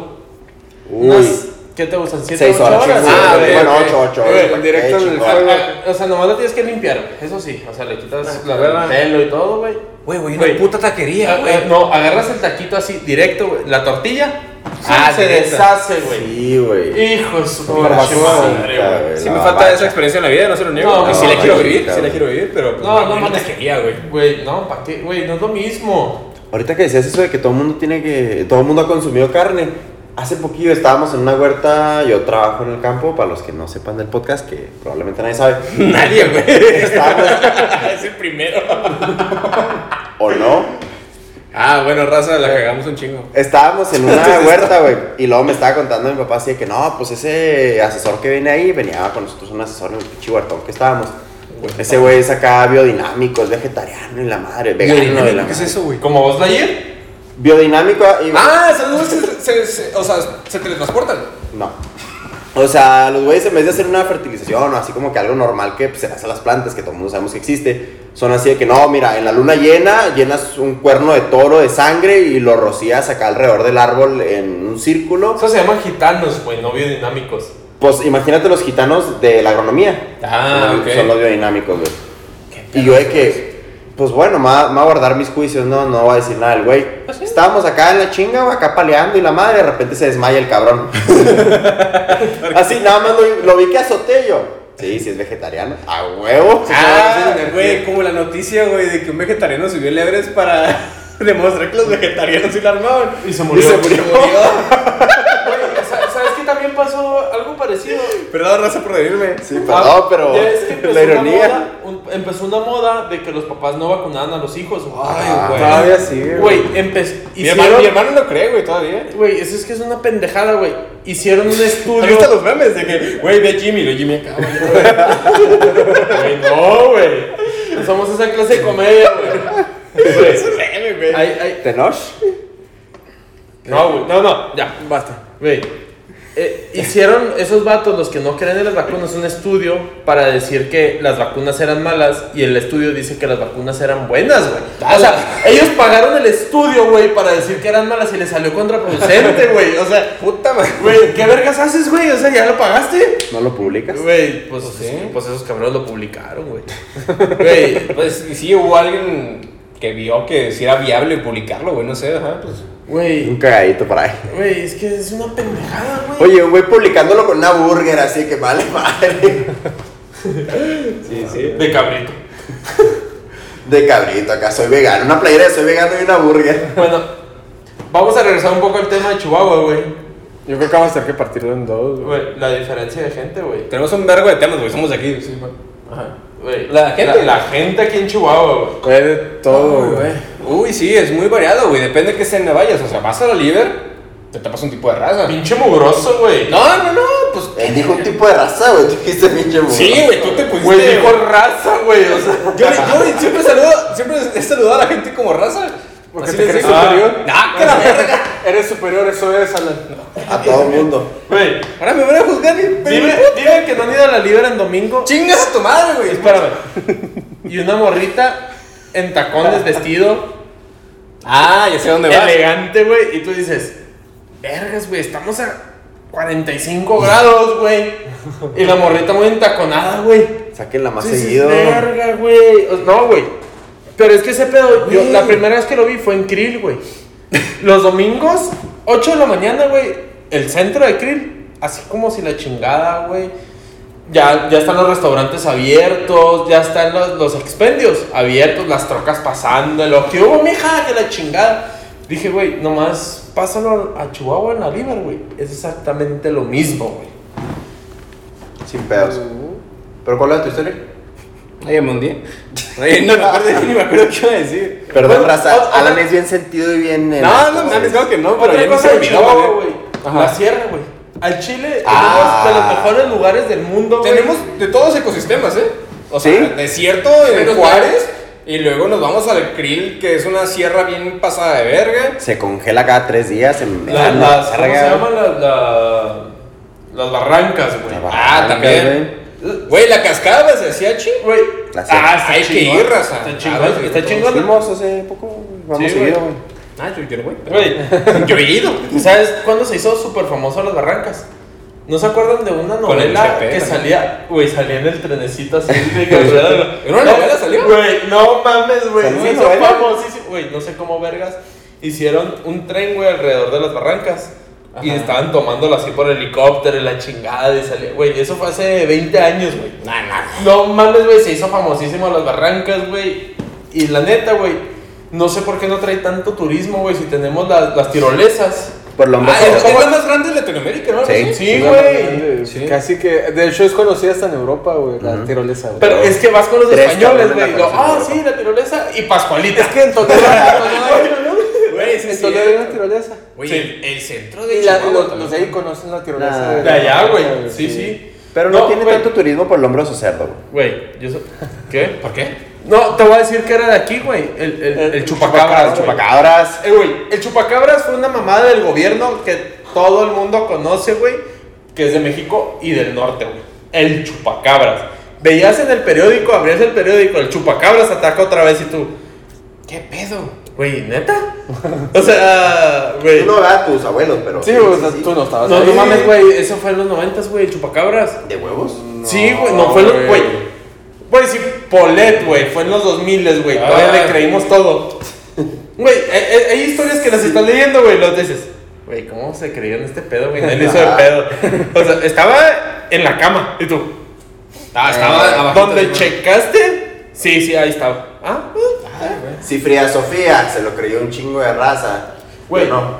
Speaker 1: Unas,
Speaker 2: Uy.
Speaker 1: ¿Qué te gustan? ¿Siete,
Speaker 2: Seis
Speaker 1: ocho
Speaker 2: horas.
Speaker 1: horas?
Speaker 2: sí,
Speaker 3: Ah,
Speaker 2: güey.
Speaker 3: ok,
Speaker 2: bueno,
Speaker 3: ok.
Speaker 2: ocho, ocho.
Speaker 3: Eh,
Speaker 2: ocho,
Speaker 4: directo
Speaker 2: qué
Speaker 4: en el
Speaker 2: chingón.
Speaker 4: fuego.
Speaker 1: Ah, O sea, nomás la tienes que limpiar, güey, eso sí. O sea, le quitas la
Speaker 3: claro.
Speaker 1: el pelo y todo, güey.
Speaker 3: Güey, güey,
Speaker 1: Güey.
Speaker 3: una puta taquería,
Speaker 1: Ah,
Speaker 3: güey.
Speaker 1: ah, No, agarras el taquito así, directo, güey. La tortilla, ah, se
Speaker 3: greta.
Speaker 1: deshace, güey.
Speaker 2: Sí, güey.
Speaker 1: Hijo de su
Speaker 4: No,
Speaker 1: pinche
Speaker 4: basura,
Speaker 1: madre,
Speaker 2: güey.
Speaker 1: güey.
Speaker 3: Sí
Speaker 2: La
Speaker 3: me falta
Speaker 2: bacha.
Speaker 3: esa experiencia en la vida, no se lo niego.
Speaker 1: No,
Speaker 3: y si
Speaker 1: no,
Speaker 3: la quiero
Speaker 2: güey,
Speaker 3: vivir,
Speaker 2: cabrón.
Speaker 3: si la quiero vivir, pero pues,
Speaker 1: No, no mames.
Speaker 3: mames, quería, güey.
Speaker 1: Güey, no, ¿para qué? Güey, no es lo mismo.
Speaker 2: Ahorita que decías eso de que todo el mundo tiene que. Todo el mundo ha consumido carne. Hace poquillo estábamos en una huerta, yo trabajo en el campo, para los que no sepan del podcast, que probablemente nadie sabe.
Speaker 3: Nadie, güey.
Speaker 2: Estábamos,
Speaker 3: es el primero.
Speaker 2: o no,
Speaker 3: Ah, bueno, raza, la cagamos un chingo.
Speaker 2: Estábamos en una huerta, güey. Y luego me estaba contando mi papá así de que no, pues ese asesor que viene ahí, venía con nosotros un asesor en el pinche huertón que estábamos. Ese güey es acá biodinámico, es vegetariano y la madre, vegano y la
Speaker 3: ¿Qué es
Speaker 2: madre.
Speaker 3: eso, güey?
Speaker 1: ¿Como vos de ayer?
Speaker 2: Biodinámico y.
Speaker 3: Ah, son los que se, se- se- o sea, se teletransportan.
Speaker 2: No. O sea, los güeyes en vez de hacer una fertilización o así como que algo normal que pues, se le hace a las plantas, que todo el mundo sabemos que existe, son así de que no, mira, en la luna llena llenas un cuerno de toro de sangre y lo rocías acá alrededor del árbol en un círculo.
Speaker 1: Eso se llaman gitanos, güey, no biodinámicos.
Speaker 2: Pues imagínate los gitanos de la agronomía.
Speaker 3: Ah,
Speaker 2: Son-
Speaker 3: ok.
Speaker 2: Son los biodinámicos, güey. Y yo de que, pues bueno, me va, me va a guardar mis juicios, no, no va a decir nada el güey.
Speaker 1: ¿Ah,
Speaker 2: Estábamos acá en la chinga, güey, acá paleando y la madre de repente se desmaya el cabrón. Así nada más lo, lo vi que azoté yo. Sí, sí es vegetariano. A huevo.
Speaker 3: Ah, güey, como la noticia, güey, de que un vegetariano subió el Everest para demostrar que los vegetarianos sí la armaban.
Speaker 1: Y se
Speaker 3: Y se murió.
Speaker 1: Güey, sa- ¿sabes qué también pasó algo parecido?
Speaker 3: Perdón, raza, por venirme.
Speaker 2: Sí, perdón,
Speaker 1: Ah,
Speaker 2: pero
Speaker 1: ya es que empezó
Speaker 2: la
Speaker 1: Una
Speaker 2: ironía.
Speaker 1: moda, un- empezó una moda de que los papás no vacunaban a los hijos. güey.
Speaker 3: Ay, güey.
Speaker 4: Todavía sigue.
Speaker 1: Güey, empezó.
Speaker 3: Mi hermano, mi
Speaker 1: Hicieron.
Speaker 3: hermano no cree, güey, todavía.
Speaker 1: Güey, eso es que es una pendejada, güey. Hicieron un
Speaker 3: ¿Has
Speaker 1: estudio.
Speaker 3: visto los memes de que, güey, ve a Jimmy, lo Jimmy acá, güey?
Speaker 1: Güey, no, güey. Somos esa clase de comedia, güey.
Speaker 3: Es un meme, güey.
Speaker 1: Ay, ay.
Speaker 2: ¿Tenoch?
Speaker 1: No, güey. No, no, ya.
Speaker 3: Basta.
Speaker 1: Güey, eh, hicieron esos vatos, los que no creen en las vacunas, un estudio para decir que las vacunas eran malas y el estudio dice que las vacunas eran buenas, güey. O sea, ellos pagaron el estudio, güey, para decir que eran malas y le salió contraproducente, güey. O sea,
Speaker 3: Puta madre.
Speaker 1: güey, ¿qué vergas haces, güey? O sea, ¿ya lo pagaste?
Speaker 2: ¿No lo publicas?
Speaker 1: Güey, pues, pues esos cabrones lo publicaron, güey. Güey,
Speaker 3: Pues y sí, hubo alguien que vio que si era viable publicarlo, güey, no sé, ajá, pues.
Speaker 1: güey,
Speaker 2: Un cagadito por ahí.
Speaker 1: güey, es que es una pendejada, güey.
Speaker 2: Oye, un güey publicándolo con una burger, así que vale, vale.
Speaker 3: Sí, sí.
Speaker 1: De cabrito.
Speaker 2: De cabrito acá, soy vegano. Una playera de soy vegano y una burger.
Speaker 1: Bueno, vamos a regresar un poco al tema de Chihuahua, güey.
Speaker 4: Yo creo que vamos a tener que partirlo en dos, güey.
Speaker 1: Güey, la diferencia de gente, güey.
Speaker 3: Tenemos un vergo de temas, güey, somos de aquí. Sí, güey.
Speaker 1: Ajá. Güey,
Speaker 3: La gente.
Speaker 1: La, gente aquí en Chihuahua, güey.
Speaker 4: Güey, de todo, güey.
Speaker 3: Uy, sí, es muy variado, güey, depende de qué escena vayas, o sea, vas a la liber, te tapas un tipo de raza.
Speaker 1: Pinche mugroso, güey.
Speaker 3: No, no, no, pues.
Speaker 2: Él dijo un tipo de raza, güey. Tú dijiste pinche burro.
Speaker 3: Sí, güey, tú te pusiste.
Speaker 1: Güey, dijo raza, güey. O sea,
Speaker 3: Yo, yo siempre saludo, siempre he saludado a la gente como raza.
Speaker 4: Porque
Speaker 3: Así
Speaker 4: te
Speaker 3: les
Speaker 4: crees
Speaker 3: digo.
Speaker 4: superior.
Speaker 3: Ah, que la verga.
Speaker 4: Eres superior, eso es, Alan.
Speaker 2: A todo mundo.
Speaker 1: güey.
Speaker 3: Ahora me van a juzgar y.
Speaker 1: Dime, dime que no han ido a la libra en domingo.
Speaker 3: Chingas a tu madre, güey.
Speaker 1: Espérame. Y una morrita en tacones vestido.
Speaker 3: Ah, ya sé dónde vas.
Speaker 1: Elegante, güey. Y tú dices, vergas, güey, estamos a 45 grados, güey. Y la morrita muy entaconada, güey.
Speaker 2: Sáquenla más
Speaker 1: Dices,
Speaker 2: seguido.
Speaker 1: Verga, güey. O- No, güey. Pero es que ese pedo, yo,
Speaker 3: Güey.
Speaker 1: la primera vez que lo vi fue en Krill, güey. Los domingos, 8 de la mañana, güey. El centro de Krill. Así como si la chingada, güey. Ya, ya están los restaurantes abiertos, ya están los, los expendios abiertos, las trocas pasando, lo que hubo, mija, que la chingada. Dije, güey, nomás pásalo a Chihuahua en la Liber, güey. Es exactamente lo mismo, güey.
Speaker 2: Sin pedos. ¿Pero cuál es tu historia?
Speaker 3: Ay, me hundí. Ay, no me acuerdo, ni me acuerdo qué iba a decir.
Speaker 2: Perdón,
Speaker 1: Bueno,
Speaker 2: raza.
Speaker 1: otra-
Speaker 2: Alan es bien sentido y bien. eh,
Speaker 3: No, no,
Speaker 2: entonces.
Speaker 3: mames, claro que no, pero
Speaker 1: Otra
Speaker 3: ya no
Speaker 1: cosa
Speaker 3: se
Speaker 1: de
Speaker 3: olvidó,
Speaker 1: Chihuahua,
Speaker 3: güey.
Speaker 1: güey.
Speaker 3: Ajá.
Speaker 1: La sierra, güey. Al Chile
Speaker 2: Ah.
Speaker 1: tenemos de los mejores lugares del mundo, güey.
Speaker 3: Tenemos de todos ecosistemas, ¿eh? O sea,
Speaker 2: ¿Sí?
Speaker 3: desierto en
Speaker 1: Menos
Speaker 3: Juárez. Y luego nos vamos al Krill, que es una sierra bien pasada de verga.
Speaker 2: Se congela cada tres días. En
Speaker 1: La-
Speaker 2: en
Speaker 1: las, ¿Cómo
Speaker 2: carga.
Speaker 1: se llaman las, la- las barrancas, güey?
Speaker 2: Las barrancas,
Speaker 3: Ah, también. Güey, la cascada se hacía chi.
Speaker 1: Güey.
Speaker 2: La sierra.
Speaker 3: Ah, hay que ir, raza.
Speaker 1: Está
Speaker 3: Ah,
Speaker 1: chingón,
Speaker 3: güey,
Speaker 1: está
Speaker 3: todos.
Speaker 1: chingón.
Speaker 2: Fuimos hace poco. Vamos
Speaker 1: Sí,
Speaker 2: seguido,
Speaker 1: güey.
Speaker 2: güey.
Speaker 3: Ah, yo, yo no voy. pero-
Speaker 1: Güey,
Speaker 3: Yo he ido.
Speaker 1: ¿sabes cuándo se hizo súper famoso las barrancas? ¿No se acuerdan de una
Speaker 3: Con el
Speaker 1: novela
Speaker 3: CP
Speaker 1: que
Speaker 3: también.
Speaker 1: salía, güey, salía en el trenecito así de carrera?
Speaker 3: ¿En una
Speaker 1: No,
Speaker 3: novela salió?
Speaker 1: Güey, no mames, güey,
Speaker 2: ¿Salió
Speaker 1: se
Speaker 2: en
Speaker 1: hizo
Speaker 2: novela?
Speaker 1: famosísimo. Güey, no sé cómo vergas hicieron un tren, güey, alrededor de las barrancas Y estaban tomándolo así por helicóptero y la chingada y salía. Güey, eso fue hace 20 años, güey. No mames, güey, se hizo famosísimo las barrancas, güey. Y la neta, güey, no sé por qué no trae tanto turismo, güey, si tenemos las, las tirolesas.
Speaker 2: Por lo menos.
Speaker 3: Ah, es es la más grande de Latinoamérica, ¿no?
Speaker 2: Sí.
Speaker 1: Sí,
Speaker 4: Una
Speaker 1: güey.
Speaker 4: grande,
Speaker 3: Sí.
Speaker 4: Casi que, de hecho es conocida hasta en Europa, güey, la tirolesa, güey.
Speaker 1: Pero es que vas con los
Speaker 2: Tres
Speaker 1: españoles,
Speaker 2: cabrones
Speaker 1: güey.
Speaker 2: la
Speaker 1: y lo,
Speaker 2: conocen
Speaker 1: Ah,
Speaker 2: en
Speaker 1: sí, la tirolesa y Pascualita.
Speaker 4: Es que en Tonalá, en Tonalá hay una, ¿no?
Speaker 3: Güey, sí,
Speaker 4: En
Speaker 3: sí.
Speaker 4: Tonalá hay una tirolesa.
Speaker 3: Güey,
Speaker 1: Sí.
Speaker 3: el- el centro de
Speaker 4: Y la-
Speaker 3: Chihuahua
Speaker 4: los,
Speaker 3: también.
Speaker 4: los de ahí conocen la tirolesa.
Speaker 2: Nah.
Speaker 4: de-
Speaker 1: De allá, güey. Sí, sí.
Speaker 2: Pero no, tiene
Speaker 1: güey.
Speaker 2: tanto turismo por el hombroso cerdo, güey.
Speaker 1: Güey, yo so- ¿Qué?
Speaker 3: ¿Por qué?
Speaker 1: No, te voy a decir que era de aquí, güey. El, el, el chupacabras, güey.
Speaker 2: Chupacabras.
Speaker 1: Eh, güey, el chupacabras fue una mamada del gobierno que todo el mundo conoce, güey, que es de México y del norte, güey. El chupacabras. Veías en el periódico, abrías el periódico, el chupacabras ataca otra vez y tú, ¿qué pedo? Güey, ¿neta? O sea, güey.
Speaker 2: Tú no veas a tus abuelos, pero.
Speaker 4: Sí, o sea, tú no estabas.
Speaker 1: No,
Speaker 4: ahí.
Speaker 1: no mames, güey, eso fue en los noventas, güey, el chupacabras.
Speaker 2: ¿De huevos?
Speaker 1: sí, güey, no fue en los,
Speaker 3: güey.
Speaker 1: güey. Güey, sí, Polet, güey, fue en los 2000, güey, todavía
Speaker 3: Ay.
Speaker 1: le creímos todo. Güey, eh, eh, hay historias que las estás leyendo, güey, los dices, güey, ¿cómo se creyó en este pedo, güey? Él hizo de pedo. O sea, estaba en la cama, y tú,
Speaker 3: Ah, estaba
Speaker 1: Eh,
Speaker 3: abajito,
Speaker 1: ¿dónde
Speaker 3: sí,
Speaker 1: checaste? Sí, sí, ahí estaba. Ah, ah.
Speaker 2: Si Fría Sofía se lo creyó un chingo de raza.
Speaker 1: Güey.
Speaker 2: Yo No,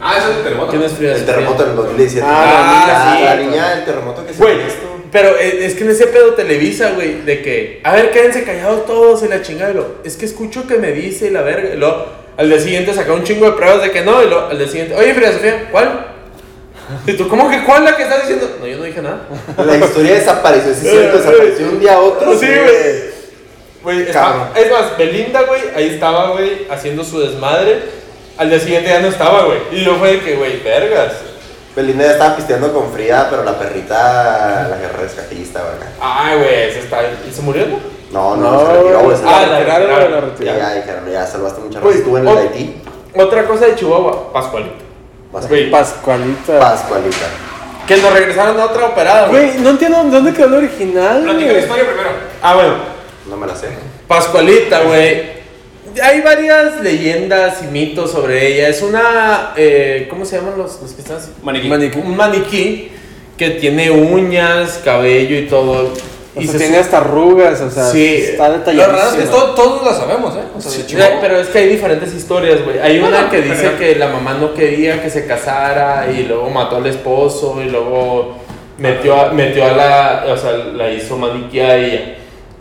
Speaker 3: Ah, eso es el terremoto.
Speaker 1: ¿Quién es Frida
Speaker 2: el
Speaker 1: Sofía?
Speaker 2: terremoto del 2017.
Speaker 1: Ah,
Speaker 2: la, niña-
Speaker 1: sí.
Speaker 2: la niña del terremoto que se
Speaker 1: Güey,
Speaker 2: esto.
Speaker 1: pero eh, es que en ese pedo Televisa, güey, de que, a ver, quédense callados todos y la chingada, y lo, es que escucho que me dice y la verga, y luego, al día siguiente saca un chingo de pruebas de que no, y luego, al día siguiente, oye, Frida Sofía, ¿cuál? Y tú, ¿cómo que cuál la que estás diciendo? No, yo no dije nada.
Speaker 2: La historia desapareció, sí, es cierto, desapareció de un día a otro.
Speaker 1: Eh, Sí, güey. Güey,
Speaker 2: Cabrón.
Speaker 1: está- es más, Belinda, güey, ahí estaba, güey, haciendo su desmadre, al día siguiente ya no estaba, güey, y yo fue de que, güey, vergas.
Speaker 2: Belinda ya estaba pisteando con Frida, pero la perrita, la guerra rescatista, güey.
Speaker 1: Ay, güey, eso está, ¿y se murió, no?
Speaker 2: No, no,
Speaker 4: No,
Speaker 2: se retiró, güey. se
Speaker 1: ah,
Speaker 2: la-
Speaker 1: la
Speaker 4: retiraron,
Speaker 1: retiraron.
Speaker 4: la
Speaker 2: ya,
Speaker 4: retiraron.
Speaker 2: ya, dijeron, ya salvaste mucha raza.
Speaker 1: Güey, oh,
Speaker 2: Estuvo en el
Speaker 1: o-
Speaker 2: Haití.
Speaker 1: Otra cosa de Chihuahua, Pascualito.
Speaker 2: Vas a-
Speaker 1: Güey,
Speaker 4: Pascualita.
Speaker 2: Pascualita.
Speaker 1: Que nos regresaron a otra operada, güey.
Speaker 4: Güey, no entiendo dónde quedó el original.
Speaker 3: Platica la
Speaker 4: güey.
Speaker 3: historia primero.
Speaker 1: Ah, bueno.
Speaker 2: No me la sé.
Speaker 1: Pascualita, güey. Hay varias leyendas y mitos sobre ella. Es una. eh, ¿Cómo se llaman los, los que están así?
Speaker 3: Maniquí.
Speaker 1: Un maniquí que tiene uñas, cabello y todo.
Speaker 4: O
Speaker 1: y
Speaker 4: sea,
Speaker 1: se
Speaker 4: tiene hasta arrugas, o sea,
Speaker 1: Sí.
Speaker 4: está
Speaker 3: Lo
Speaker 4: detalladísimo.
Speaker 3: raro es que to- todos la sabemos, ¿eh? O sea,
Speaker 1: Sí,
Speaker 3: de Chihuahua.
Speaker 1: pero es que hay diferentes historias, güey. Hay una
Speaker 3: no,
Speaker 1: que dice
Speaker 3: pero-
Speaker 1: que la mamá no quería que se casara y luego mató al esposo y luego metió a, metió a la, o sea, la hizo maniquí a ella.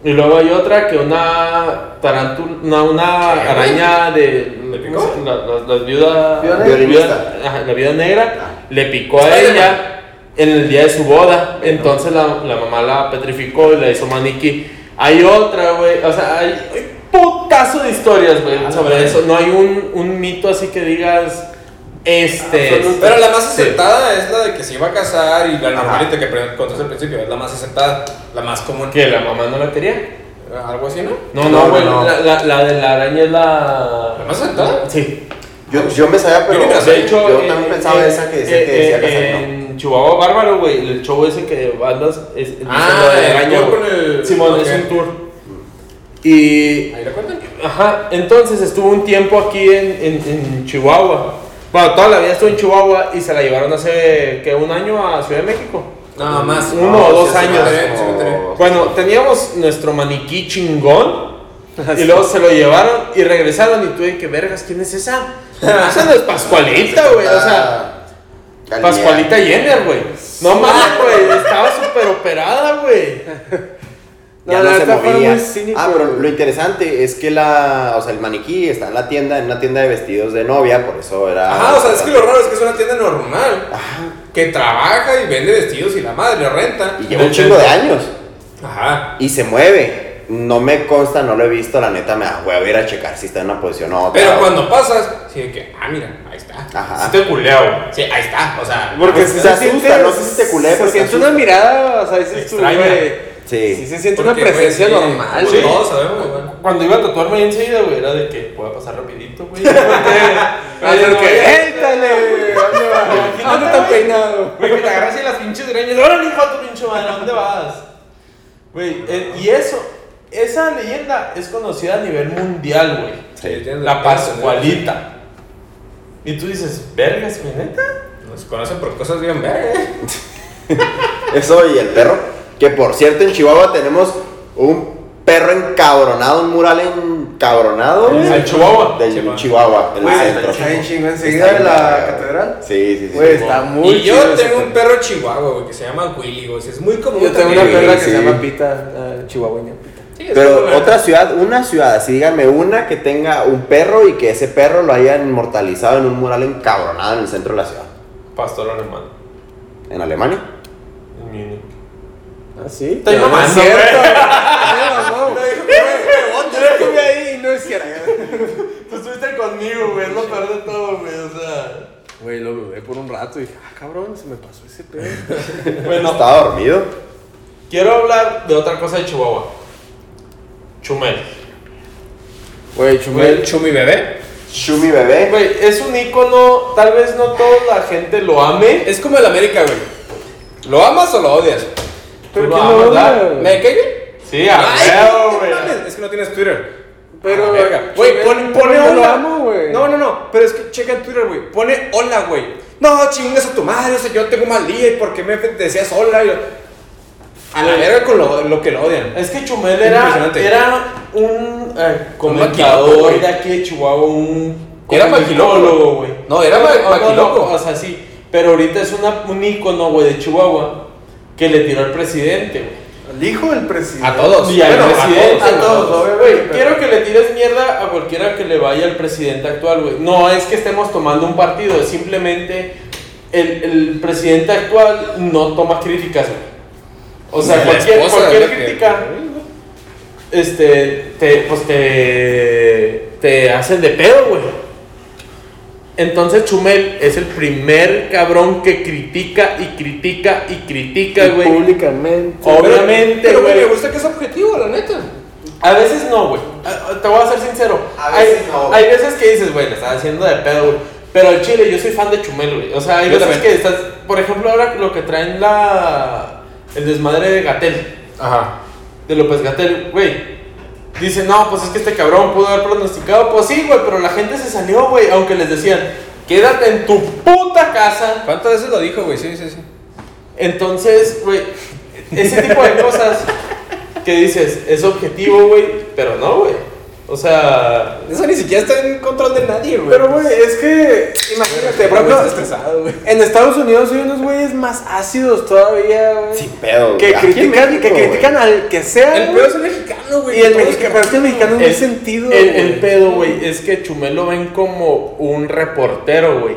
Speaker 1: Y luego hay otra que una tarántula, una, una
Speaker 3: ¿Qué, güey?
Speaker 1: araña de
Speaker 3: ¿Le picó?
Speaker 1: la, la- la viuda,
Speaker 4: Viuda
Speaker 2: negra.
Speaker 1: viuda- ajá, la viuda negra
Speaker 2: Ah.
Speaker 1: le picó a
Speaker 3: Spider-Man.
Speaker 1: ella en el día de su boda. Entonces la, la mamá la petrificó y la hizo maniquí. Hay otra, güey. O sea, hay, hay putazo de historias, güey, sobre eso. No hay un, un mito así que digas. Este.
Speaker 3: Pero,
Speaker 1: este,
Speaker 3: la más
Speaker 1: este.
Speaker 3: aceptada es la de que se iba a casar y la
Speaker 2: Ajá.
Speaker 3: normalita que pre- contaste al principio, es la más aceptada, la más común.
Speaker 1: Que la mamá no la quería.
Speaker 3: Algo así, ¿no?
Speaker 1: No,
Speaker 2: No,
Speaker 1: no, güey.
Speaker 2: no.
Speaker 1: La, la- la de la araña es la.
Speaker 3: ¿La más aceptada?
Speaker 1: Sí.
Speaker 2: Yo, yo me sabía, pero.
Speaker 3: Yo
Speaker 1: De hecho,
Speaker 2: yo
Speaker 1: eh,
Speaker 2: también pensaba
Speaker 1: eh,
Speaker 2: esa que decía que
Speaker 1: eh,
Speaker 2: decía que
Speaker 1: eh,
Speaker 2: se- no.
Speaker 1: En Chihuahua Bárbaro, güey. El show ese que bandas. Es,
Speaker 3: Ah,
Speaker 1: lo de
Speaker 3: el
Speaker 1: araña, güey.
Speaker 3: tour con el-
Speaker 1: Simón,
Speaker 3: ok.
Speaker 1: es un tour. Y
Speaker 3: Ahí la cuentan.
Speaker 1: Ajá, entonces estuvo un tiempo aquí en, en- en Chihuahua. Bueno, toda la vida estuvo en Chihuahua y se la llevaron hace que un año a Ciudad de México.
Speaker 3: Nada más.
Speaker 1: Uno
Speaker 2: No,
Speaker 1: o dos
Speaker 2: sí, sí,
Speaker 1: años. eh,
Speaker 2: sí, sí, sí, sí.
Speaker 1: Bueno, teníamos nuestro maniquí chingón y luego se lo llevaron y regresaron y tuve que vergas, ¿quién es esa? Esa no es Pascualita, güey. O sea,
Speaker 2: Galilea.
Speaker 1: Pascualita Jenner, güey. No mames, güey. Estaba súper operada, güey.
Speaker 2: ya no,
Speaker 4: No, la
Speaker 2: se
Speaker 4: neta fue
Speaker 2: movía.
Speaker 4: muy cínico,
Speaker 2: ah, pero
Speaker 4: güey.
Speaker 2: lo interesante es que la, o sea, el maniquí está en la tienda, en una tienda de vestidos de novia, por eso era.
Speaker 3: Ajá, o sea, es que lo raro es que es una tienda normal. Que trabaja y vende vestidos y la madre le renta.
Speaker 2: Y lleva un chingo de años
Speaker 3: Ajá.
Speaker 2: y se mueve. No me consta, no lo he visto, la neta me da hueva ir a checar si está en una posición o otra.
Speaker 3: Pero cuando pasas, sí de que, ah, mira, ahí está.
Speaker 2: Ajá.
Speaker 1: te culea, güey.
Speaker 3: Sí, ahí está. O sea,
Speaker 4: Porque
Speaker 2: Pues,
Speaker 4: se,
Speaker 2: se
Speaker 4: se
Speaker 2: asusta,
Speaker 4: siente,
Speaker 2: no sé si te culé,
Speaker 4: se
Speaker 2: pero se
Speaker 4: siente
Speaker 2: asusta.
Speaker 4: una mirada, o sea, dices tú,
Speaker 3: Extraña.
Speaker 4: güey.
Speaker 2: Sí.
Speaker 4: Sí, se siente
Speaker 3: porque,
Speaker 4: una
Speaker 3: güey,
Speaker 4: presencia
Speaker 3: sí,
Speaker 4: normal,
Speaker 3: sí,
Speaker 4: güey.
Speaker 3: Todos sabemos, güey.
Speaker 1: Cuando iba a tatuarme ahí enseguida, güey, era de que voy a pasar rapidito, güey. Porque, que,
Speaker 4: ¡Eh, dale, güey! ¿Dónde va? ¿Dónde está Ah, peinado?
Speaker 1: Güey, que te agarras y las pinches greñas. ¡Órale, hijo de tu pinche madre! ¿a ¿Dónde vas? Güey, eh, y eso, esa leyenda es conocida a nivel mundial, güey.
Speaker 3: Sí, tiene-
Speaker 1: La Pascualita. Y tú dices, ¿vergas, mi neta?
Speaker 3: No Nos conocen por cosas bien vergas.
Speaker 2: Eso y el perro. Que por cierto, en Chihuahua tenemos un perro encabronado, un mural encabronado. güey.
Speaker 1: ¿Al Chihuahua?
Speaker 2: Del
Speaker 3: Chihuahua.
Speaker 2: Chihuahua, en el
Speaker 4: Güey,
Speaker 2: centro.
Speaker 4: está bien chingón
Speaker 2: Está
Speaker 4: enseguida de
Speaker 2: bien
Speaker 4: la
Speaker 2: verga,
Speaker 4: catedral.
Speaker 2: Sí, sí, sí.
Speaker 4: Güey,
Speaker 2: sí.
Speaker 4: está muy
Speaker 3: Y yo
Speaker 4: chido ese
Speaker 3: tengo un perro chihuahua, güey, que se llama Willy, güey. Es muy común.
Speaker 4: Yo tengo
Speaker 3: también,
Speaker 4: una
Speaker 3: güey.
Speaker 4: perra que
Speaker 2: sí.
Speaker 4: se llama Pita, eh, chihuahueña.
Speaker 3: Sí, es muy
Speaker 2: Pero
Speaker 3: común.
Speaker 2: otra ciudad, una ciudad, así díganme una que tenga un perro y que ese perro lo hayan inmortalizado en un mural encabronado en el centro de la ciudad.
Speaker 3: Pastor alemán.
Speaker 2: ¿En Alemania?
Speaker 3: En Múnich.
Speaker 4: ¿Ah, sí?
Speaker 1: Estoy mamando,
Speaker 4: cierto.
Speaker 1: güey.
Speaker 4: Ay, mamá, güey. Yo estuve ahí y no es cierto.
Speaker 1: Tú estuviste conmigo, güey. Es lo peor de todo, güey. O sea.
Speaker 4: Güey, lo dudé por un rato y dije, ah, cabrón, se me pasó ese pedo.
Speaker 1: Bueno,
Speaker 2: Estaba dormido.
Speaker 1: quiero hablar de otra cosa de Chihuahua. Chumel.
Speaker 4: Güey,
Speaker 3: Güey,
Speaker 4: Chumel.
Speaker 3: Chumi bebé.
Speaker 2: Shumi bebé.
Speaker 1: Güey, es un icono. Tal vez no toda la gente lo ame.
Speaker 3: Es como el América, güey. ¿Lo amas o lo odias?
Speaker 4: Pero
Speaker 1: Tú
Speaker 4: ¿quién
Speaker 1: amas,
Speaker 4: lo odia?
Speaker 1: ¿verdad?
Speaker 3: ¿Me cae bien?
Speaker 1: Sí, a
Speaker 3: Ay,
Speaker 1: huevo,
Speaker 3: güey,
Speaker 1: güey.
Speaker 3: no mames, Es que no tienes Twitter.
Speaker 4: Pero,
Speaker 3: Ah, verga.
Speaker 4: Chumel,
Speaker 3: Güey, pon- pone
Speaker 4: yo
Speaker 3: hola.
Speaker 4: lo amo, güey.
Speaker 3: No, no, no. Pero es que checa en Twitter, güey. Pone hola, güey. No, chingas a tu madre. O sea, yo tengo un mal día y por qué me decías hola. Y lo- A la verga con lo, lo que lo odian.
Speaker 1: Es que Chumel era,
Speaker 3: Impresionante.
Speaker 1: era un eh,
Speaker 3: maquiloco,
Speaker 1: comunicador
Speaker 3: güey.
Speaker 1: de aquí de Chihuahua, un
Speaker 3: Era maquiloco.
Speaker 1: comunicólogo, güey.
Speaker 3: No, era ma-
Speaker 1: No, no,
Speaker 3: maquiloco.
Speaker 1: no, o sea, sí. Pero ahorita es una, un ícono, güey, de Chihuahua que le tiró al presidente, güey.
Speaker 4: Al hijo del presidente.
Speaker 3: A todos.
Speaker 1: Y al
Speaker 3: Bueno, a
Speaker 1: presidente.
Speaker 3: todos,
Speaker 4: a todos,
Speaker 1: güey.
Speaker 4: obviamente,
Speaker 1: Güey,
Speaker 4: pero-
Speaker 1: Quiero que le tires mierda a cualquiera que le vaya al presidente actual, güey. No es que estemos tomando un partido, es simplemente el, el presidente actual no toma críticas, güey. O sea,
Speaker 3: La
Speaker 1: cualquier,
Speaker 3: esposa,
Speaker 1: cualquier
Speaker 3: ¿no? que-
Speaker 1: crítica, este, te, pues te, te hacen de pedo, güey. Entonces Chumel es el primer cabrón que critica y critica y critica,
Speaker 4: Y
Speaker 1: güey.
Speaker 4: Públicamente.
Speaker 1: O- obviamente,
Speaker 3: Pero, güey,
Speaker 1: güey.
Speaker 3: me gusta que es objetivo, la neta.
Speaker 1: A veces no, güey. A- a- Te voy a ser sincero.
Speaker 2: A veces
Speaker 1: hay,
Speaker 2: no, güey.
Speaker 1: Hay veces que dices, güey, le estás haciendo de pedo, güey. Pero al chile, yo soy fan de Chumel, güey. O sea, hay
Speaker 3: Yo
Speaker 1: veces
Speaker 3: también.
Speaker 1: que estás. Por ejemplo, ahora lo que traen la. El desmadre de Gatel.
Speaker 3: Ajá.
Speaker 1: De López Gatel, güey. Dicen, no, pues es que este cabrón pudo haber pronosticado. Pues sí, güey, pero la gente se salió, güey. Aunque les decían, quédate en tu puta casa.
Speaker 3: ¿Cuántas veces lo dijo, güey? Sí, sí, sí.
Speaker 1: Entonces, güey, ese tipo de cosas que dices, es objetivo, güey. Pero no, güey. O sea,
Speaker 3: Eso ni siquiera está en control de nadie, güey.
Speaker 4: Pero, güey, es que. Imagínate,
Speaker 3: Está
Speaker 4: por ejemplo,
Speaker 3: estresado, güey.
Speaker 4: en Estados Unidos hay unos güeyes más ácidos todavía, güey.
Speaker 2: Sin pedo.
Speaker 4: Que
Speaker 2: güey. Aquí en
Speaker 4: critican, que
Speaker 2: México,
Speaker 4: critican al que sea.
Speaker 3: El
Speaker 4: güey.
Speaker 3: peor es el mexicano, güey.
Speaker 4: Y el
Speaker 3: Todos
Speaker 4: mexicano, pero es que el mexicano no tiene sentido.
Speaker 1: El, el
Speaker 4: güey.
Speaker 1: pedo, güey, es que Chumel lo ven como un reportero, güey.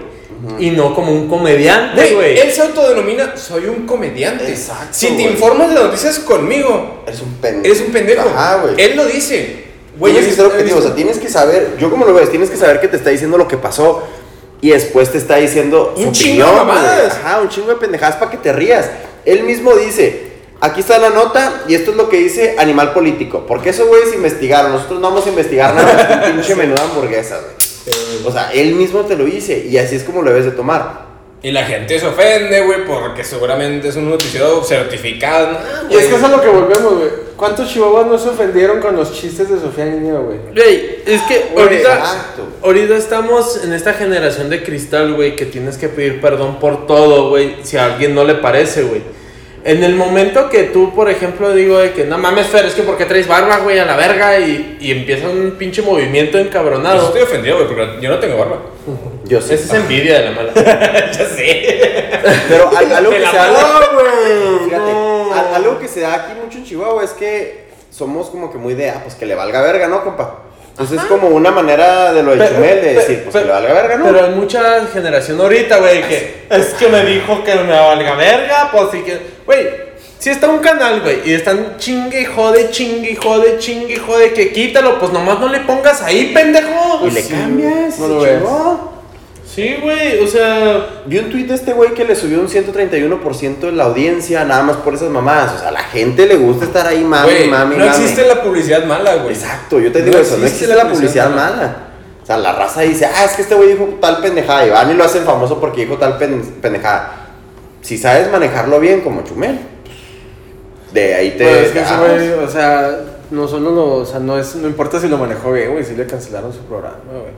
Speaker 1: Y no como un comediante,
Speaker 3: Güey,
Speaker 1: güey.
Speaker 3: él se autodenomina soy un comediante.
Speaker 2: Exacto,
Speaker 3: Si te
Speaker 2: güey.
Speaker 3: informas de las noticias conmigo,
Speaker 2: Eres un pendejo.
Speaker 3: eres un pendejo.
Speaker 2: Ajá, güey.
Speaker 3: Él lo dice. Güey,
Speaker 2: tienes que
Speaker 3: es-
Speaker 2: ser objetivo, o
Speaker 3: es-
Speaker 2: sea, tienes que saber, yo como lo ves, tienes que saber que te está diciendo lo que pasó y después te está diciendo su
Speaker 3: Un chingo de
Speaker 2: opinión, güey.
Speaker 3: mamadas.
Speaker 2: Ajá, un chingo de pendejadas para que te rías. Él mismo dice, aquí está la nota y esto es lo que dice Animal Político, porque esos güeyes investigaron, nosotros no vamos a investigar nada, más que un pinche menuda hamburguesa, güey. O sea, él mismo te lo dice y así es como lo debes de tomar.
Speaker 3: Y la gente se ofende, güey, porque seguramente es un noticiero certificado. Nah,
Speaker 4: Y es
Speaker 3: güey.
Speaker 4: que eso es a lo que volvemos, güey. ¿Cuántos chihuahuas no se ofendieron con los chistes de Sofía Niño, güey?
Speaker 1: Güey, es que
Speaker 2: Güey,
Speaker 1: ahorita,
Speaker 2: exacto.
Speaker 1: ahorita estamos en esta generación de cristal, güey, que tienes que pedir perdón por todo, güey, si a alguien no le parece, güey. En el momento que tú, por ejemplo, digo de que no mames, Fer, es que porque traes barba, güey, a la verga, y, y empieza un pinche movimiento
Speaker 3: Yo
Speaker 1: encabronado.
Speaker 3: estoy ofendido, güey, porque yo no tengo barba.
Speaker 2: Yo sé.
Speaker 1: Esa es envidia de la mala.
Speaker 3: ya sé.
Speaker 2: Pero al- algo que
Speaker 3: Te la
Speaker 2: se da. Fíjate,
Speaker 1: No.
Speaker 2: al- algo que se da aquí mucho en Chihuahua es que somos como que muy de, ah, pues que le valga verga, ¿no, compa? Entonces es como una manera de lo de
Speaker 1: Pero-
Speaker 2: Chumel de
Speaker 1: pero-
Speaker 2: decir, pues
Speaker 1: pero-
Speaker 2: que le valga verga, ¿no?
Speaker 1: Pero hay mucha generación ahorita, güey, que es que me dijo que me valga verga, pues sí que. Güey, si está un canal, güey, y están chingue y jode, chingue y jode, chingue y jode, que quítalo, pues nomás no le pongas ahí, pendejo. Pues
Speaker 2: y le
Speaker 1: Sí.
Speaker 2: cambias,
Speaker 4: no
Speaker 2: se
Speaker 4: lo ves.
Speaker 2: chingó.
Speaker 1: Sí, güey, o sea.
Speaker 2: Vi un tweet de este güey que le subió un 131% de la audiencia, nada más por esas mamadas. O sea, a la gente le gusta estar ahí, mami,
Speaker 3: Güey,
Speaker 2: mami,
Speaker 3: no
Speaker 2: mami.
Speaker 3: existe la publicidad mala, güey.
Speaker 2: Exacto, yo te
Speaker 3: No
Speaker 2: digo eso, no
Speaker 3: existe
Speaker 2: existe
Speaker 3: la
Speaker 2: la publicidad
Speaker 3: publicidad
Speaker 2: mala. O sea, la raza dice, ah, es que este güey dijo tal pendejada y van y lo hacen famoso porque dijo tal pen- pendejada. Si sabes manejarlo bien, como Chumel, de ahí te.
Speaker 4: Bueno, Pues es que ese
Speaker 2: ah,
Speaker 4: güey, o sea, no solo lo, o sea, no es, no importa si lo manejó bien, güey, si le cancelaron su programa, güey.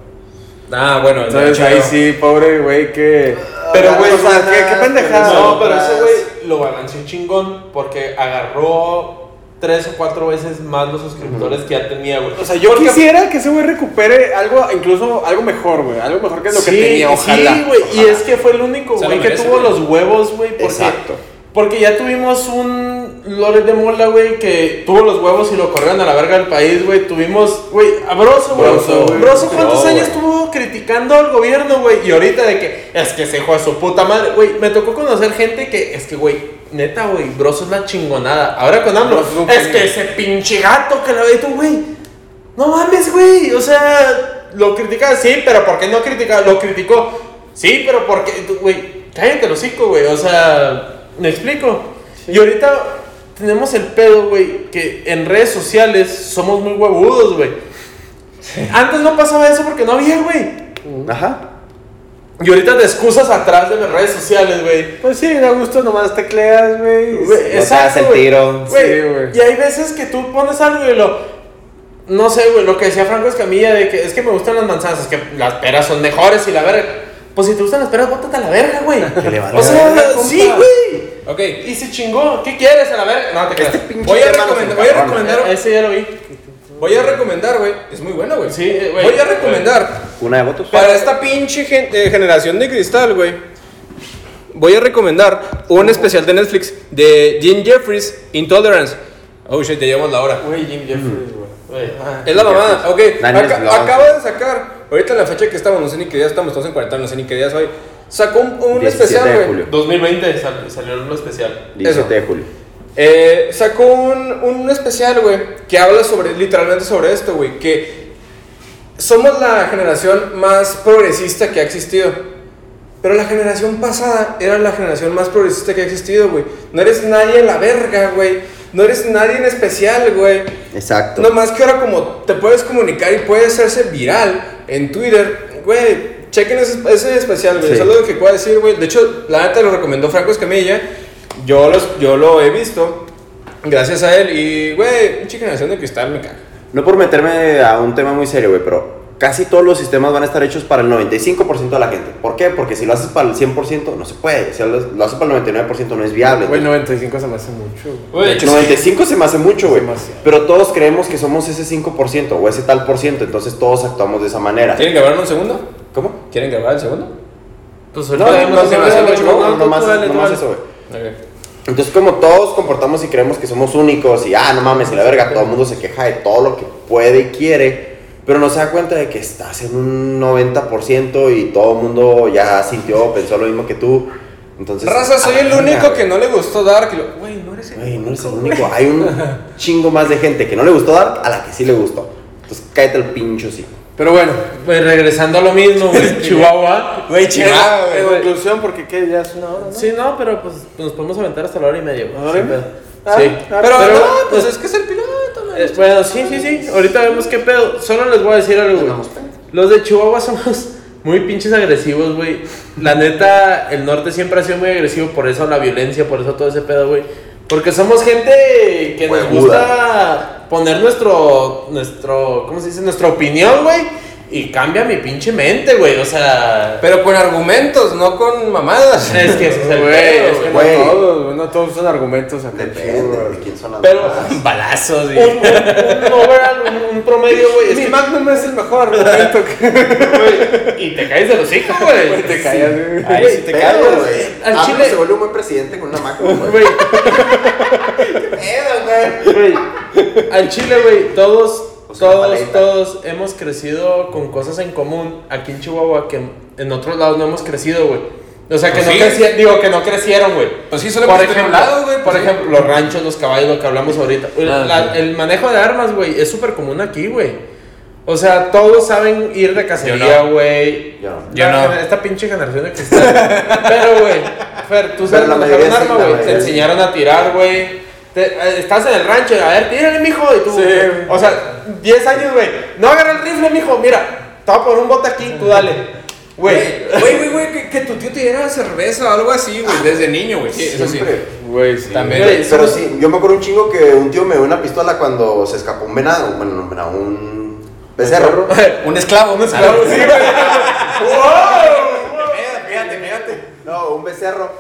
Speaker 3: Ah, bueno, de
Speaker 4: Entonces
Speaker 3: hecho,
Speaker 4: ahí sí, pobre güey que
Speaker 2: Pero, güey,
Speaker 4: o sea,
Speaker 2: no,
Speaker 4: qué, qué
Speaker 2: no,
Speaker 4: pendejada.
Speaker 2: no,
Speaker 1: No, pero ese güey lo balanceó chingón porque agarró tres o cuatro veces más los suscriptores que ya tenía, güey.
Speaker 4: O sea, yo
Speaker 1: Porque-
Speaker 4: quisiera que ese güey recupere algo, incluso algo mejor, güey. Algo mejor que lo que
Speaker 1: Sí,
Speaker 4: tenía, ojalá.
Speaker 1: Sí, güey. Y
Speaker 4: ojalá.
Speaker 1: es que fue el único
Speaker 3: Se lo
Speaker 1: güey que
Speaker 3: merece,
Speaker 1: tuvo
Speaker 3: güey.
Speaker 1: los huevos, güey. Porque,
Speaker 2: Exacto.
Speaker 1: Porque ya tuvimos un Lore de Mola, güey, que tuvo los huevos y lo corrieron a la verga del país, güey. Tuvimos, güey, a Broso, güey.
Speaker 2: Broso,
Speaker 1: Broso,
Speaker 2: güey.
Speaker 1: ¿cuántos
Speaker 2: No,
Speaker 1: años
Speaker 2: güey.
Speaker 1: estuvo criticando al gobierno, güey? Y ahorita de que es que se fue a su puta madre, güey. Me tocó conocer gente que es que, güey. Neta, güey, Broso es la chingonada. Ahora con AMLO,
Speaker 4: Broso es un
Speaker 1: es que
Speaker 4: genio.
Speaker 1: ese pinche gato que la ve tú, güey. No mames, güey. O sea, lo critica, sí, pero ¿por qué no critica? Lo criticó. Sí, pero ¿por qué? Tú, Güey, cállate el hocico, güey. O sea, me explico. Y ahorita tenemos el pedo, güey, que en redes sociales somos muy huevudos, güey. Antes no pasaba eso porque no había, güey.
Speaker 2: Ajá.
Speaker 1: Y ahorita te excusas atrás de las redes sociales, güey.
Speaker 4: Pues sí, da gusto, nomás tecleas, güey.
Speaker 1: Güey,
Speaker 2: te das el
Speaker 1: güey.
Speaker 2: tiro.
Speaker 1: Güey,
Speaker 4: Sí, güey.
Speaker 1: Y hay veces que tú pones algo y lo. No sé, güey, lo que decía Franco Escamilla de que es que me gustan las manzanas, es que las peras son mejores y la verga. Pues si te gustan las peras, bótate a la verga, güey.
Speaker 2: Que le valga
Speaker 1: O sea,
Speaker 2: verga, compa.
Speaker 1: sí, güey.
Speaker 3: Ok,
Speaker 1: Y se chingó. ¿Qué quieres a la verga? No, te
Speaker 2: Este
Speaker 1: quedas.
Speaker 3: voy a, recomendar, voy a
Speaker 1: Eh,
Speaker 3: recomendar,
Speaker 1: Ese ya lo vi.
Speaker 3: voy a recomendar, güey. Es muy buena, güey.
Speaker 1: Sí, eh, güey.
Speaker 3: Voy a recomendar
Speaker 2: Una de votos.
Speaker 3: para esta pinche gen- eh, generación de cristal, güey. Voy a recomendar un especial de Netflix de Jim Jeffries, Intolerance. Oh shit, ya llevamos la hora.
Speaker 1: Güey, Jim
Speaker 2: Mm.
Speaker 1: Jeffries, güey. Güey, ah.
Speaker 3: Es la mamada, ok.
Speaker 2: Daniel
Speaker 3: Aca-
Speaker 2: Sloan.
Speaker 3: acaba de sacar, ahorita en la fecha que estamos, no sé ni qué día estamos, todos en cuarentena, no sé ni qué día es hoy. Sacó un,
Speaker 2: 17
Speaker 3: un
Speaker 2: de
Speaker 3: especial,
Speaker 1: Eh,
Speaker 3: güey.
Speaker 2: julio.
Speaker 1: 2020 sal- salió lo especial.
Speaker 2: 17 de julio.
Speaker 3: Eh, sacó un, un especial, güey, que habla sobre, literalmente sobre esto, güey, que somos la generación más progresista que ha existido. Pero la generación pasada era la generación más progresista que ha existido, güey. No eres nadie en la verga, güey. No eres nadie en especial, güey.
Speaker 2: Exacto.
Speaker 3: No más que ahora como te puedes comunicar y puedes hacerse viral en Twitter, güey. Chequen ese, ese especial, güey.
Speaker 2: Sí.
Speaker 3: Eso es lo que puedo decir, güey. De hecho, la neta lo recomendó Franco Escamilla. Yo, los, yo lo he visto. Gracias a él. Y, güey, pinche generación de cristal me caga.
Speaker 2: No por meterme a un tema muy serio, güey, pero casi todos los sistemas van a estar hechos para el 95% de la gente. ¿Por qué? Porque si lo haces para el 100% no se puede. Si lo, lo haces para el 99% no es viable.
Speaker 4: Güey,
Speaker 2: güey.
Speaker 4: 95 se me hace mucho, güey.
Speaker 1: Güey,
Speaker 2: 95 se me hace mucho, güey.
Speaker 4: Demasiado.
Speaker 2: Pero todos creemos que somos ese 5% o ese tal por ciento, entonces todos actuamos de esa manera.
Speaker 3: ¿Quieren grabar un segundo?
Speaker 2: ¿Cómo?
Speaker 3: ¿Quieren grabar el segundo?
Speaker 1: pues
Speaker 2: No,
Speaker 1: ahorita
Speaker 2: no,
Speaker 1: vemos
Speaker 2: no,
Speaker 1: ese
Speaker 2: no,
Speaker 1: especial,
Speaker 2: no,
Speaker 1: güey. No,
Speaker 2: no, no, no más-
Speaker 1: tú dale,
Speaker 2: no
Speaker 1: tú
Speaker 2: más
Speaker 1: dale.
Speaker 2: eso, güey.
Speaker 3: Ok.
Speaker 2: Entonces, como todos comportamos y creemos que somos únicos y, ah, no mames, y la verga, todo el mundo se queja de todo lo que puede y quiere, pero no se da cuenta de que estás en un 90% y todo el mundo ya sintió, pensó lo mismo que tú. Entonces,
Speaker 3: Raza, soy el
Speaker 2: ah,
Speaker 3: único
Speaker 2: venga,
Speaker 3: que no le gustó Dark. Y lo- Güey, no eres el
Speaker 2: Güey, no eres el único. Hay un chingo más de gente que no le gustó dar a la que sí le gustó. Entonces, cállate el pincho, sí.
Speaker 4: Pero bueno,
Speaker 1: Pues regresando a lo mismo, güey. Chihuahua.
Speaker 3: Güey,
Speaker 4: ya,
Speaker 3: chingada,
Speaker 4: en
Speaker 3: güey.
Speaker 4: conclusión, porque ¿qué? ya es una hora, ¿no?
Speaker 1: Sí, no, pero pues nos podemos aventar hasta la hora y media. güey,
Speaker 4: ¿Hora y
Speaker 1: sin
Speaker 4: media?
Speaker 1: pedo.
Speaker 4: Ah,
Speaker 1: Sí.
Speaker 4: ah,
Speaker 3: Pero,
Speaker 4: Pero-
Speaker 3: no, pues es que es el piloto, güey.
Speaker 1: Eh, bueno, sí, sí, sí. Ahorita vemos qué pedo. Solo les voy a decir algo, güey. Los de Chihuahua somos muy pinches agresivos, güey. La neta, el norte siempre ha sido muy agresivo. Por eso la violencia, por eso todo ese pedo, güey. Porque somos gente que nos gusta poner nuestro, nuestro, ¿cómo se dice? Nuestra opinión, güey. Y cambia mi pinche mente, güey. O sea,
Speaker 3: Pero con argumentos, no con mamadas.
Speaker 1: es que ese es el
Speaker 4: Güey,
Speaker 1: pedo,
Speaker 4: es que
Speaker 1: güey.
Speaker 2: güey.
Speaker 4: no todos, güey, no todos son argumentos acá.
Speaker 2: Depende de quién son las
Speaker 1: Pero-
Speaker 2: demás.
Speaker 3: Balazos,
Speaker 1: Un, un, un overall, un, un promedio, güey. es
Speaker 4: Mi
Speaker 1: que-
Speaker 4: Magnum es el mejor argumento que
Speaker 1: Y te caes de los hijos, güey.
Speaker 4: te callas, güey.
Speaker 3: Ay, si te
Speaker 2: Pero,
Speaker 3: callas,
Speaker 2: güey,
Speaker 1: al
Speaker 2: AMLO
Speaker 1: chile-
Speaker 2: se vuelve un buen presidente con una máquina, güey.
Speaker 1: Güey,
Speaker 2: pedo, güey?
Speaker 1: güey, Al chile, güey, todos,
Speaker 2: O sea,
Speaker 1: todos,
Speaker 2: paleta.
Speaker 1: todos hemos crecido con cosas en común aquí en Chihuahua que en otros lados no hemos crecido, güey. O sea, que
Speaker 3: Pues
Speaker 1: no
Speaker 3: sí.
Speaker 1: crecieron, digo, que no crecieron, güey.
Speaker 3: Pues sí, solo
Speaker 1: Por
Speaker 3: por ejemplo,
Speaker 1: ejemplo,
Speaker 3: lado, güey.
Speaker 1: por
Speaker 3: pues sí.
Speaker 1: ejemplo, los ranchos, los caballos, lo que hablamos ahorita. El,
Speaker 3: Ah,
Speaker 1: la- el manejo de armas, güey, es súper común aquí, güey. O sea, todos saben ir de cacería,
Speaker 3: Yo
Speaker 1: güey.
Speaker 2: Yo no.
Speaker 3: Yo
Speaker 1: La
Speaker 3: no.
Speaker 1: gener- Esta pinche generación de cristal. Pero, güey, Fer, tú
Speaker 2: Pero
Speaker 1: sabes manejar
Speaker 2: la
Speaker 1: un
Speaker 2: mayoría sí,
Speaker 1: arma,
Speaker 2: la
Speaker 1: güey. Te
Speaker 2: mayoría sí.
Speaker 1: enseñaron a tirar, güey. Te- eh, Estás en el rancho, a ver, tírale, mijo. Y tú,
Speaker 4: Sí, güey.
Speaker 1: o sea, 10 años, güey. No agarra el rifle, mijo. Mira, te voy a poner un bote aquí, tú dale. Güey,
Speaker 3: Güey, güey, güey, güey, que, que tu tío te diera cerveza o algo así, güey, desde niño, güey. Sí, eso sí.
Speaker 2: Siempre.
Speaker 4: Güey, sí.
Speaker 3: También.
Speaker 1: Güey,
Speaker 2: Pero
Speaker 1: somos-
Speaker 2: sí, yo me acuerdo un chingo que un tío me dio una pistola cuando se escapó un venado. Bueno, no, un venado, un becerro.
Speaker 1: Ah,
Speaker 3: Un esclavo, un
Speaker 1: Claro,
Speaker 3: esclavo.
Speaker 1: sí, güey.
Speaker 3: Fíjate, fíjate.
Speaker 2: No, cerro.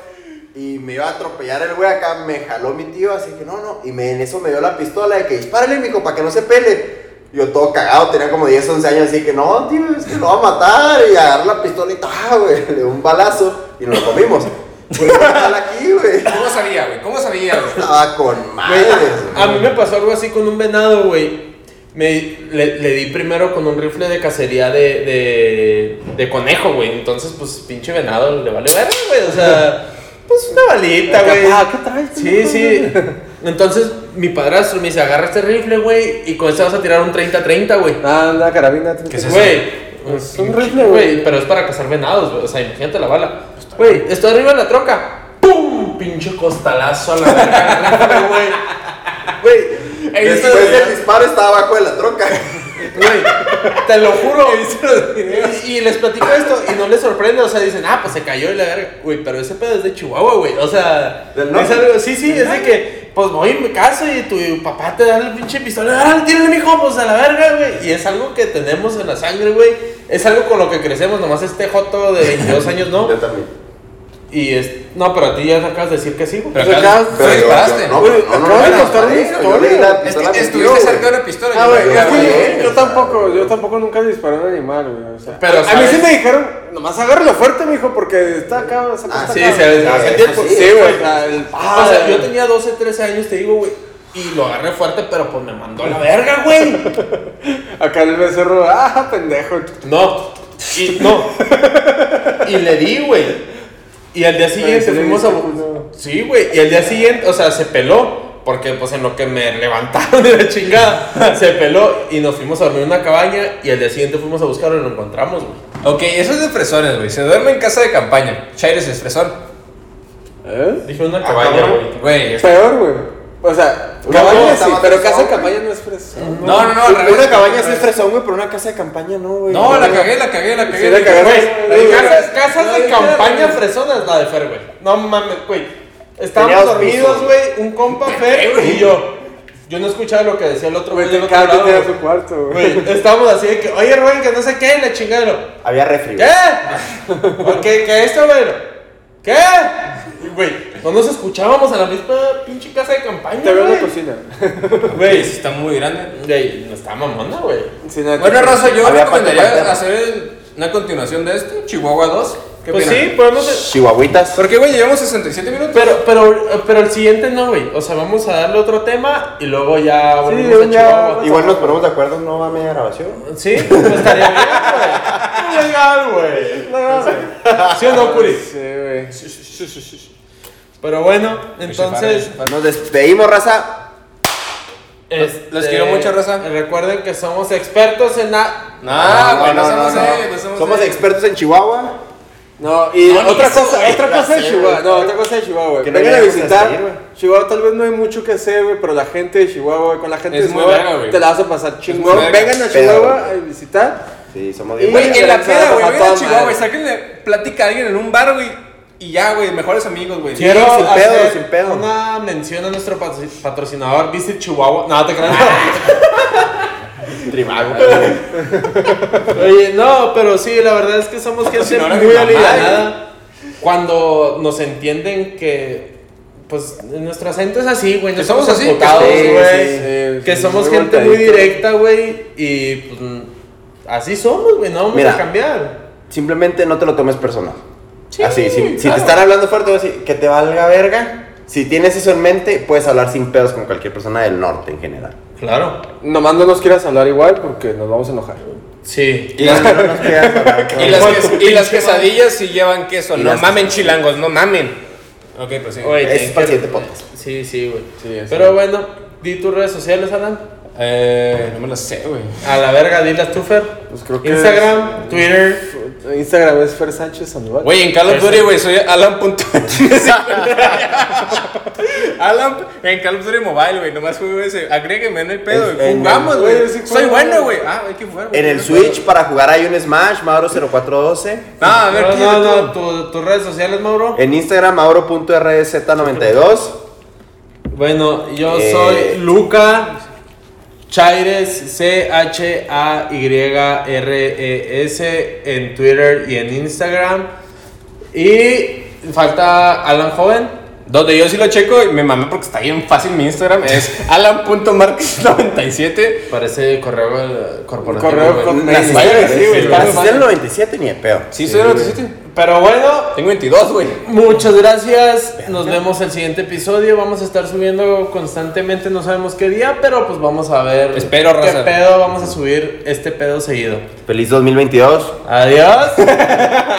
Speaker 2: Y me iba a atropellar el güey acá, me jaló mi tío, así que no, no. Y me, en eso me dio la pistola de que dispárale, mijo, para que no se pele. Yo todo cagado, tenía como 10, 11 años, así que no, tío, es que lo va a matar. Y agarré la pistola y ta, güey, le dio un balazo y nos lo comimos. Güey, tal aquí, güey.
Speaker 3: ¿Cómo sabía, güey? ¿Cómo sabía, güey?
Speaker 2: Estaba con
Speaker 1: Güey,
Speaker 2: madres.
Speaker 1: a mí me pasó algo así con un venado, güey. Me, le, le di primero con un rifle de cacería de, de, de conejo, güey. Entonces, pues, pinche venado le vale verga, güey. O sea, pues una balita, güey.
Speaker 4: Ah, ¿qué traes?
Speaker 1: Sí, sí. Entonces, mi padrastro me dice, agarra este rifle, güey, y con este vas a tirar un 30-30, güey.
Speaker 4: Ah, una carabina.
Speaker 3: ¿Qué es eso?
Speaker 1: Güey.
Speaker 4: Es un rifle, güey.
Speaker 1: Pero es para cazar venados, güey. O sea, imagínate la bala. Güey, estoy arriba de la troca. ¡Pum! Pinche costalazo a la verga, güey. Güey. he visto-
Speaker 2: Después del disparo estaba abajo de la troca.
Speaker 1: Güey, te lo juro. Y, y les platico esto y no les sorprende. O sea, dicen, ah, pues se cayó y la verga. Güey, pero ese pedo es de Chihuahua, güey. O sea,
Speaker 2: Del norte.
Speaker 1: es algo- sí, sí, es de que, pues voy y me caso y tu papá te da el pinche pistola. Ah, tírale, mijo, pues a la verga, güey. Y es algo que tenemos en la sangre, güey. Es algo con lo que crecemos. Nomás este joto de 22 años, ¿no?
Speaker 2: Yo también.
Speaker 1: Y es. No, pero a ti ya acabas de decir que sí, güey.
Speaker 3: Pero
Speaker 4: Pues
Speaker 3: acá,
Speaker 4: acá-
Speaker 3: ¿tú
Speaker 2: yo-
Speaker 3: disparaste?
Speaker 2: yo- no,
Speaker 4: Güey,
Speaker 2: no, no,
Speaker 4: acabas
Speaker 2: no,
Speaker 4: de contar una
Speaker 2: no, yo le di
Speaker 4: historia.
Speaker 2: la
Speaker 3: Es
Speaker 2: pistola a mi tío,
Speaker 3: que estuviste
Speaker 2: güey.
Speaker 3: cerca de una pistola.
Speaker 4: Ah,
Speaker 3: yo
Speaker 4: güey,
Speaker 3: creo
Speaker 2: ya
Speaker 4: yo,
Speaker 3: que-
Speaker 2: fui.
Speaker 4: fui-
Speaker 2: güey,
Speaker 4: yo
Speaker 2: o
Speaker 4: tampoco,
Speaker 2: sea,
Speaker 4: yo tampoco nunca le disparé a un animal, güey. o sea.
Speaker 1: Pero,
Speaker 4: a mí
Speaker 1: ¿sabes?
Speaker 4: sí me dijeron, nomás agárralo fuerte, mijo, porque está acá, saca
Speaker 2: Ah,
Speaker 4: esta
Speaker 1: Sí,
Speaker 4: acá.
Speaker 1: se ve.
Speaker 2: Ah,
Speaker 1: se
Speaker 2: eso
Speaker 1: entiende,
Speaker 2: sí,
Speaker 1: sí, Ah,
Speaker 2: eso
Speaker 1: güey.
Speaker 2: sí.
Speaker 1: O sea, yo tenía 12, 13 años, te digo, güey. Y lo agarré fuerte, pero pues me mandó a la verga, güey.
Speaker 4: Acá el becerro, ah, pendejo.
Speaker 1: No. Y, no. y le di, güey. Y al día siguiente
Speaker 4: sí le
Speaker 1: fuimos a.
Speaker 4: diste, pues, culo.
Speaker 1: Sí, güey. Y al día siguiente, o sea, se peló. Porque, pues, en lo que me levantaron de la chingada, se peló y nos fuimos a dormir en una cabaña. Y al día siguiente fuimos a buscarlo y lo encontramos, güey.
Speaker 3: Ok, eso es de fresones, güey. Se duerme en casa de campaña. Chaires es fresón.
Speaker 4: ¿Eh?
Speaker 1: Dije una
Speaker 2: Ah,
Speaker 1: cabaña,
Speaker 2: cabrón.
Speaker 1: güey.
Speaker 3: Güey, es-
Speaker 4: Peor, güey. O sea,
Speaker 2: No,
Speaker 4: cabaña
Speaker 2: está
Speaker 4: sí,
Speaker 2: más
Speaker 4: pero
Speaker 2: fresón,
Speaker 4: casa de
Speaker 2: güey.
Speaker 4: cabaña no es fresón.
Speaker 3: No, no, no, al revés.
Speaker 2: Una cabaña
Speaker 3: Al
Speaker 2: sí es
Speaker 3: revés.
Speaker 2: fresón, güey, pero una casa de campaña no, güey.
Speaker 3: No, la cagué, la cagué, la cagué.
Speaker 4: Sí, la cagaste.
Speaker 1: Güey,
Speaker 4: La
Speaker 1: casas,
Speaker 4: de-
Speaker 1: casas
Speaker 4: la
Speaker 1: de
Speaker 4: de-
Speaker 1: campaña fresonas, la de Fer, güey. No mames, güey. Estábamos
Speaker 2: Tenía dos
Speaker 1: dormidos,
Speaker 2: pisos.
Speaker 1: güey. Un compa Fer y yo. Yo no escuchaba lo que decía el otro güey del otro
Speaker 4: Cada quien
Speaker 1: lado.
Speaker 4: tenía
Speaker 1: güey.
Speaker 4: su cuarto, güey.
Speaker 1: Güey, estábamos así de que, oye, Rubén, que no sé qué, y la chingadero.
Speaker 2: Había refri.
Speaker 1: ¿Qué? ¿O ¿Qué, qué esto, güey? ¿Qué? Y, Güey, no nos escuchábamos a la misma pinche casa de campaña,
Speaker 4: Te veo en la
Speaker 1: güey.
Speaker 4: cocina.
Speaker 3: Güey,
Speaker 1: Güey,
Speaker 3: sí está muy grande.
Speaker 1: güey, no está mamona, güey.
Speaker 4: Sin nada que-
Speaker 3: Bueno, Rosa, yo
Speaker 2: Había
Speaker 3: recomendaría
Speaker 2: pantalla.
Speaker 3: hacer el- una continuación de esto, Chihuahua 2. ¿Qué
Speaker 1: Pues
Speaker 3: opinan?
Speaker 1: sí, podemos...
Speaker 2: Chihuahuitas.
Speaker 3: Porque, güey, llevamos 67 minutos.
Speaker 1: Pero, pero, pero el siguiente no, güey. O sea, vamos a darle otro tema y luego ya volvemos a
Speaker 4: un ya-
Speaker 1: Chihuahua.
Speaker 2: Igual nos ponemos de acuerdo, no va a media grabación.
Speaker 1: Sí, pues estaría bien, güey. Legal, güey.
Speaker 4: No,
Speaker 1: ¿Sí o no, Curi?
Speaker 4: Sí, güey.
Speaker 1: Pero bueno, entonces.
Speaker 2: Nos despedimos, raza.
Speaker 1: este,
Speaker 3: los quiero mucho, raza.
Speaker 1: Recuerden que somos expertos en la.
Speaker 3: Nah,
Speaker 2: No,
Speaker 3: güey,
Speaker 2: no,
Speaker 3: no,
Speaker 2: no,
Speaker 3: somos
Speaker 2: no.
Speaker 3: eh, no somos
Speaker 2: Somos
Speaker 3: eh.
Speaker 2: expertos en Chihuahua.
Speaker 4: No, y
Speaker 3: No, ni
Speaker 4: otra
Speaker 3: eso,
Speaker 4: cosa,
Speaker 3: güey.
Speaker 4: otra cosa de
Speaker 2: Ya sé,
Speaker 4: Chihuahua,
Speaker 2: güey.
Speaker 4: no, otra cosa de Chihuahua, güey.
Speaker 2: Que no
Speaker 4: Vengan a
Speaker 2: llegamos a
Speaker 4: visitar.
Speaker 2: salir, güey.
Speaker 4: Chihuahua tal vez no hay mucho que hacer, güey, pero la gente de Chihuahua, güey, con la gente
Speaker 3: Es
Speaker 4: de
Speaker 3: muy
Speaker 4: Chihuahua,
Speaker 3: verga, güey.
Speaker 4: te la vas a pasar chingón.
Speaker 3: muy verga.
Speaker 4: Vengan a
Speaker 2: Pero-
Speaker 4: Chihuahua a visitar.
Speaker 2: Sí, somos
Speaker 4: Y-
Speaker 2: bien.
Speaker 3: Güey, en la
Speaker 4: Se van a
Speaker 3: peda, güey,
Speaker 4: pasar
Speaker 3: voy a
Speaker 4: toda
Speaker 3: Chihuahua, güey,
Speaker 4: madre.
Speaker 3: sáquenle platica a alguien en un bar, güey. Y ya, güey, mejores amigos, güey.
Speaker 1: Quiero
Speaker 2: sin pedo,
Speaker 1: hacer
Speaker 2: sin pedo.
Speaker 1: una mención a nuestro patro- patrocinador, Visit Chihuahua. No, te creas.
Speaker 2: Tribago.
Speaker 1: Oye, no, pero sí, la verdad es que somos gente
Speaker 3: Patrocinador de
Speaker 1: muy
Speaker 3: mi mamá,
Speaker 1: alivianada. ¿eh? Cuando nos entienden que. Pues nuestro acento es así, güey.
Speaker 3: Que
Speaker 1: No
Speaker 3: somos
Speaker 1: somos
Speaker 3: así, que
Speaker 1: amputados,
Speaker 2: sí,
Speaker 1: güey.
Speaker 2: sí,
Speaker 4: sí,
Speaker 1: que
Speaker 4: sí,
Speaker 1: somos
Speaker 4: muy
Speaker 1: gente muy
Speaker 4: volteadito.
Speaker 1: directa, güey. Y pues. mm, Así somos, güey. No vamos
Speaker 2: Mira.
Speaker 1: a cambiar.
Speaker 2: Simplemente no te lo tomes personal.
Speaker 1: Sí,
Speaker 2: Así, si, si te
Speaker 1: claro.
Speaker 2: están hablando fuerte, así, que te valga verga. Si tienes eso en mente, puedes hablar sin pedos con cualquier persona del norte en general.
Speaker 1: Claro.
Speaker 4: Nomás no nos quieras hablar igual porque nos vamos a enojar.
Speaker 1: Sí.
Speaker 3: Y las,
Speaker 2: No nos quieras hablar,
Speaker 3: y
Speaker 2: cabrón.
Speaker 3: las,
Speaker 1: Hijo de tu
Speaker 3: ques- y las
Speaker 1: pinche
Speaker 3: quesadillas sí llevan queso.
Speaker 2: Y
Speaker 3: No
Speaker 2: las-
Speaker 3: mamen chilangos, no mamen. Ok, pues sí.
Speaker 1: Güey,
Speaker 2: Ese
Speaker 1: tienen
Speaker 2: es para
Speaker 1: que-
Speaker 2: el siguiente podcast.
Speaker 1: Sí, sí, güey.
Speaker 4: Sí, así.
Speaker 1: Pero bueno, di tus redes sociales, Alan.
Speaker 3: Eh, no me las sé, güey.
Speaker 1: A la verga, dilas tú, Fer.
Speaker 4: Pues creo que
Speaker 1: Instagram, Twitter.
Speaker 4: Instagram es Fer Sánchez Sandoval.
Speaker 3: Güey, en Call of Duty, güey, soy Alan. punto- Alan, en Call of Duty Mobile, güey, nomás juego ese. Agrégueme, no hay pedo,
Speaker 2: En-
Speaker 3: güey.
Speaker 2: en-
Speaker 3: Jugamos, güey.
Speaker 4: güey, sí
Speaker 3: Soy
Speaker 4: juego,
Speaker 3: bueno,
Speaker 4: güey.
Speaker 3: güey. Ah, hay que jugar,
Speaker 1: Eh,
Speaker 3: güey.
Speaker 2: En el Switch, para jugar hay un Smash, Mauro0412.
Speaker 3: No, a ver,
Speaker 1: No,
Speaker 3: ¿quién
Speaker 1: no,
Speaker 3: tú?
Speaker 1: no, tu- tus redes sociales, Mauro.
Speaker 2: En Instagram, mauro.rz92.
Speaker 1: Bueno, yo
Speaker 2: Eh.
Speaker 1: soy Luca Chaires, E C-H-A-Y-R-E-S, en Twitter y en Instagram. Y Falta Alan Joven.
Speaker 3: Donde yo sí lo checo y me mamé porque está bien fácil mi Instagram. Es alan.marquez97.
Speaker 1: Parece correo eh, corporativo.
Speaker 4: Correo
Speaker 1: güey.
Speaker 4: con-
Speaker 2: Ni siquiera,
Speaker 3: sí, güey,
Speaker 2: si
Speaker 3: las
Speaker 2: estás
Speaker 1: madres.
Speaker 2: en el 97 ni de pedo.
Speaker 3: Sí, soy del 97.
Speaker 1: Pero bueno,
Speaker 3: Tengo 22, güey.
Speaker 1: muchas gracias. Nos vemos el siguiente episodio. Vamos a estar subiendo constantemente. No sabemos qué día, pero pues vamos a ver.
Speaker 3: Espero,
Speaker 1: ¿Qué
Speaker 3: raza.
Speaker 1: pedo vamos a subir este pedo seguido?
Speaker 2: Feliz 2022.
Speaker 1: Adiós.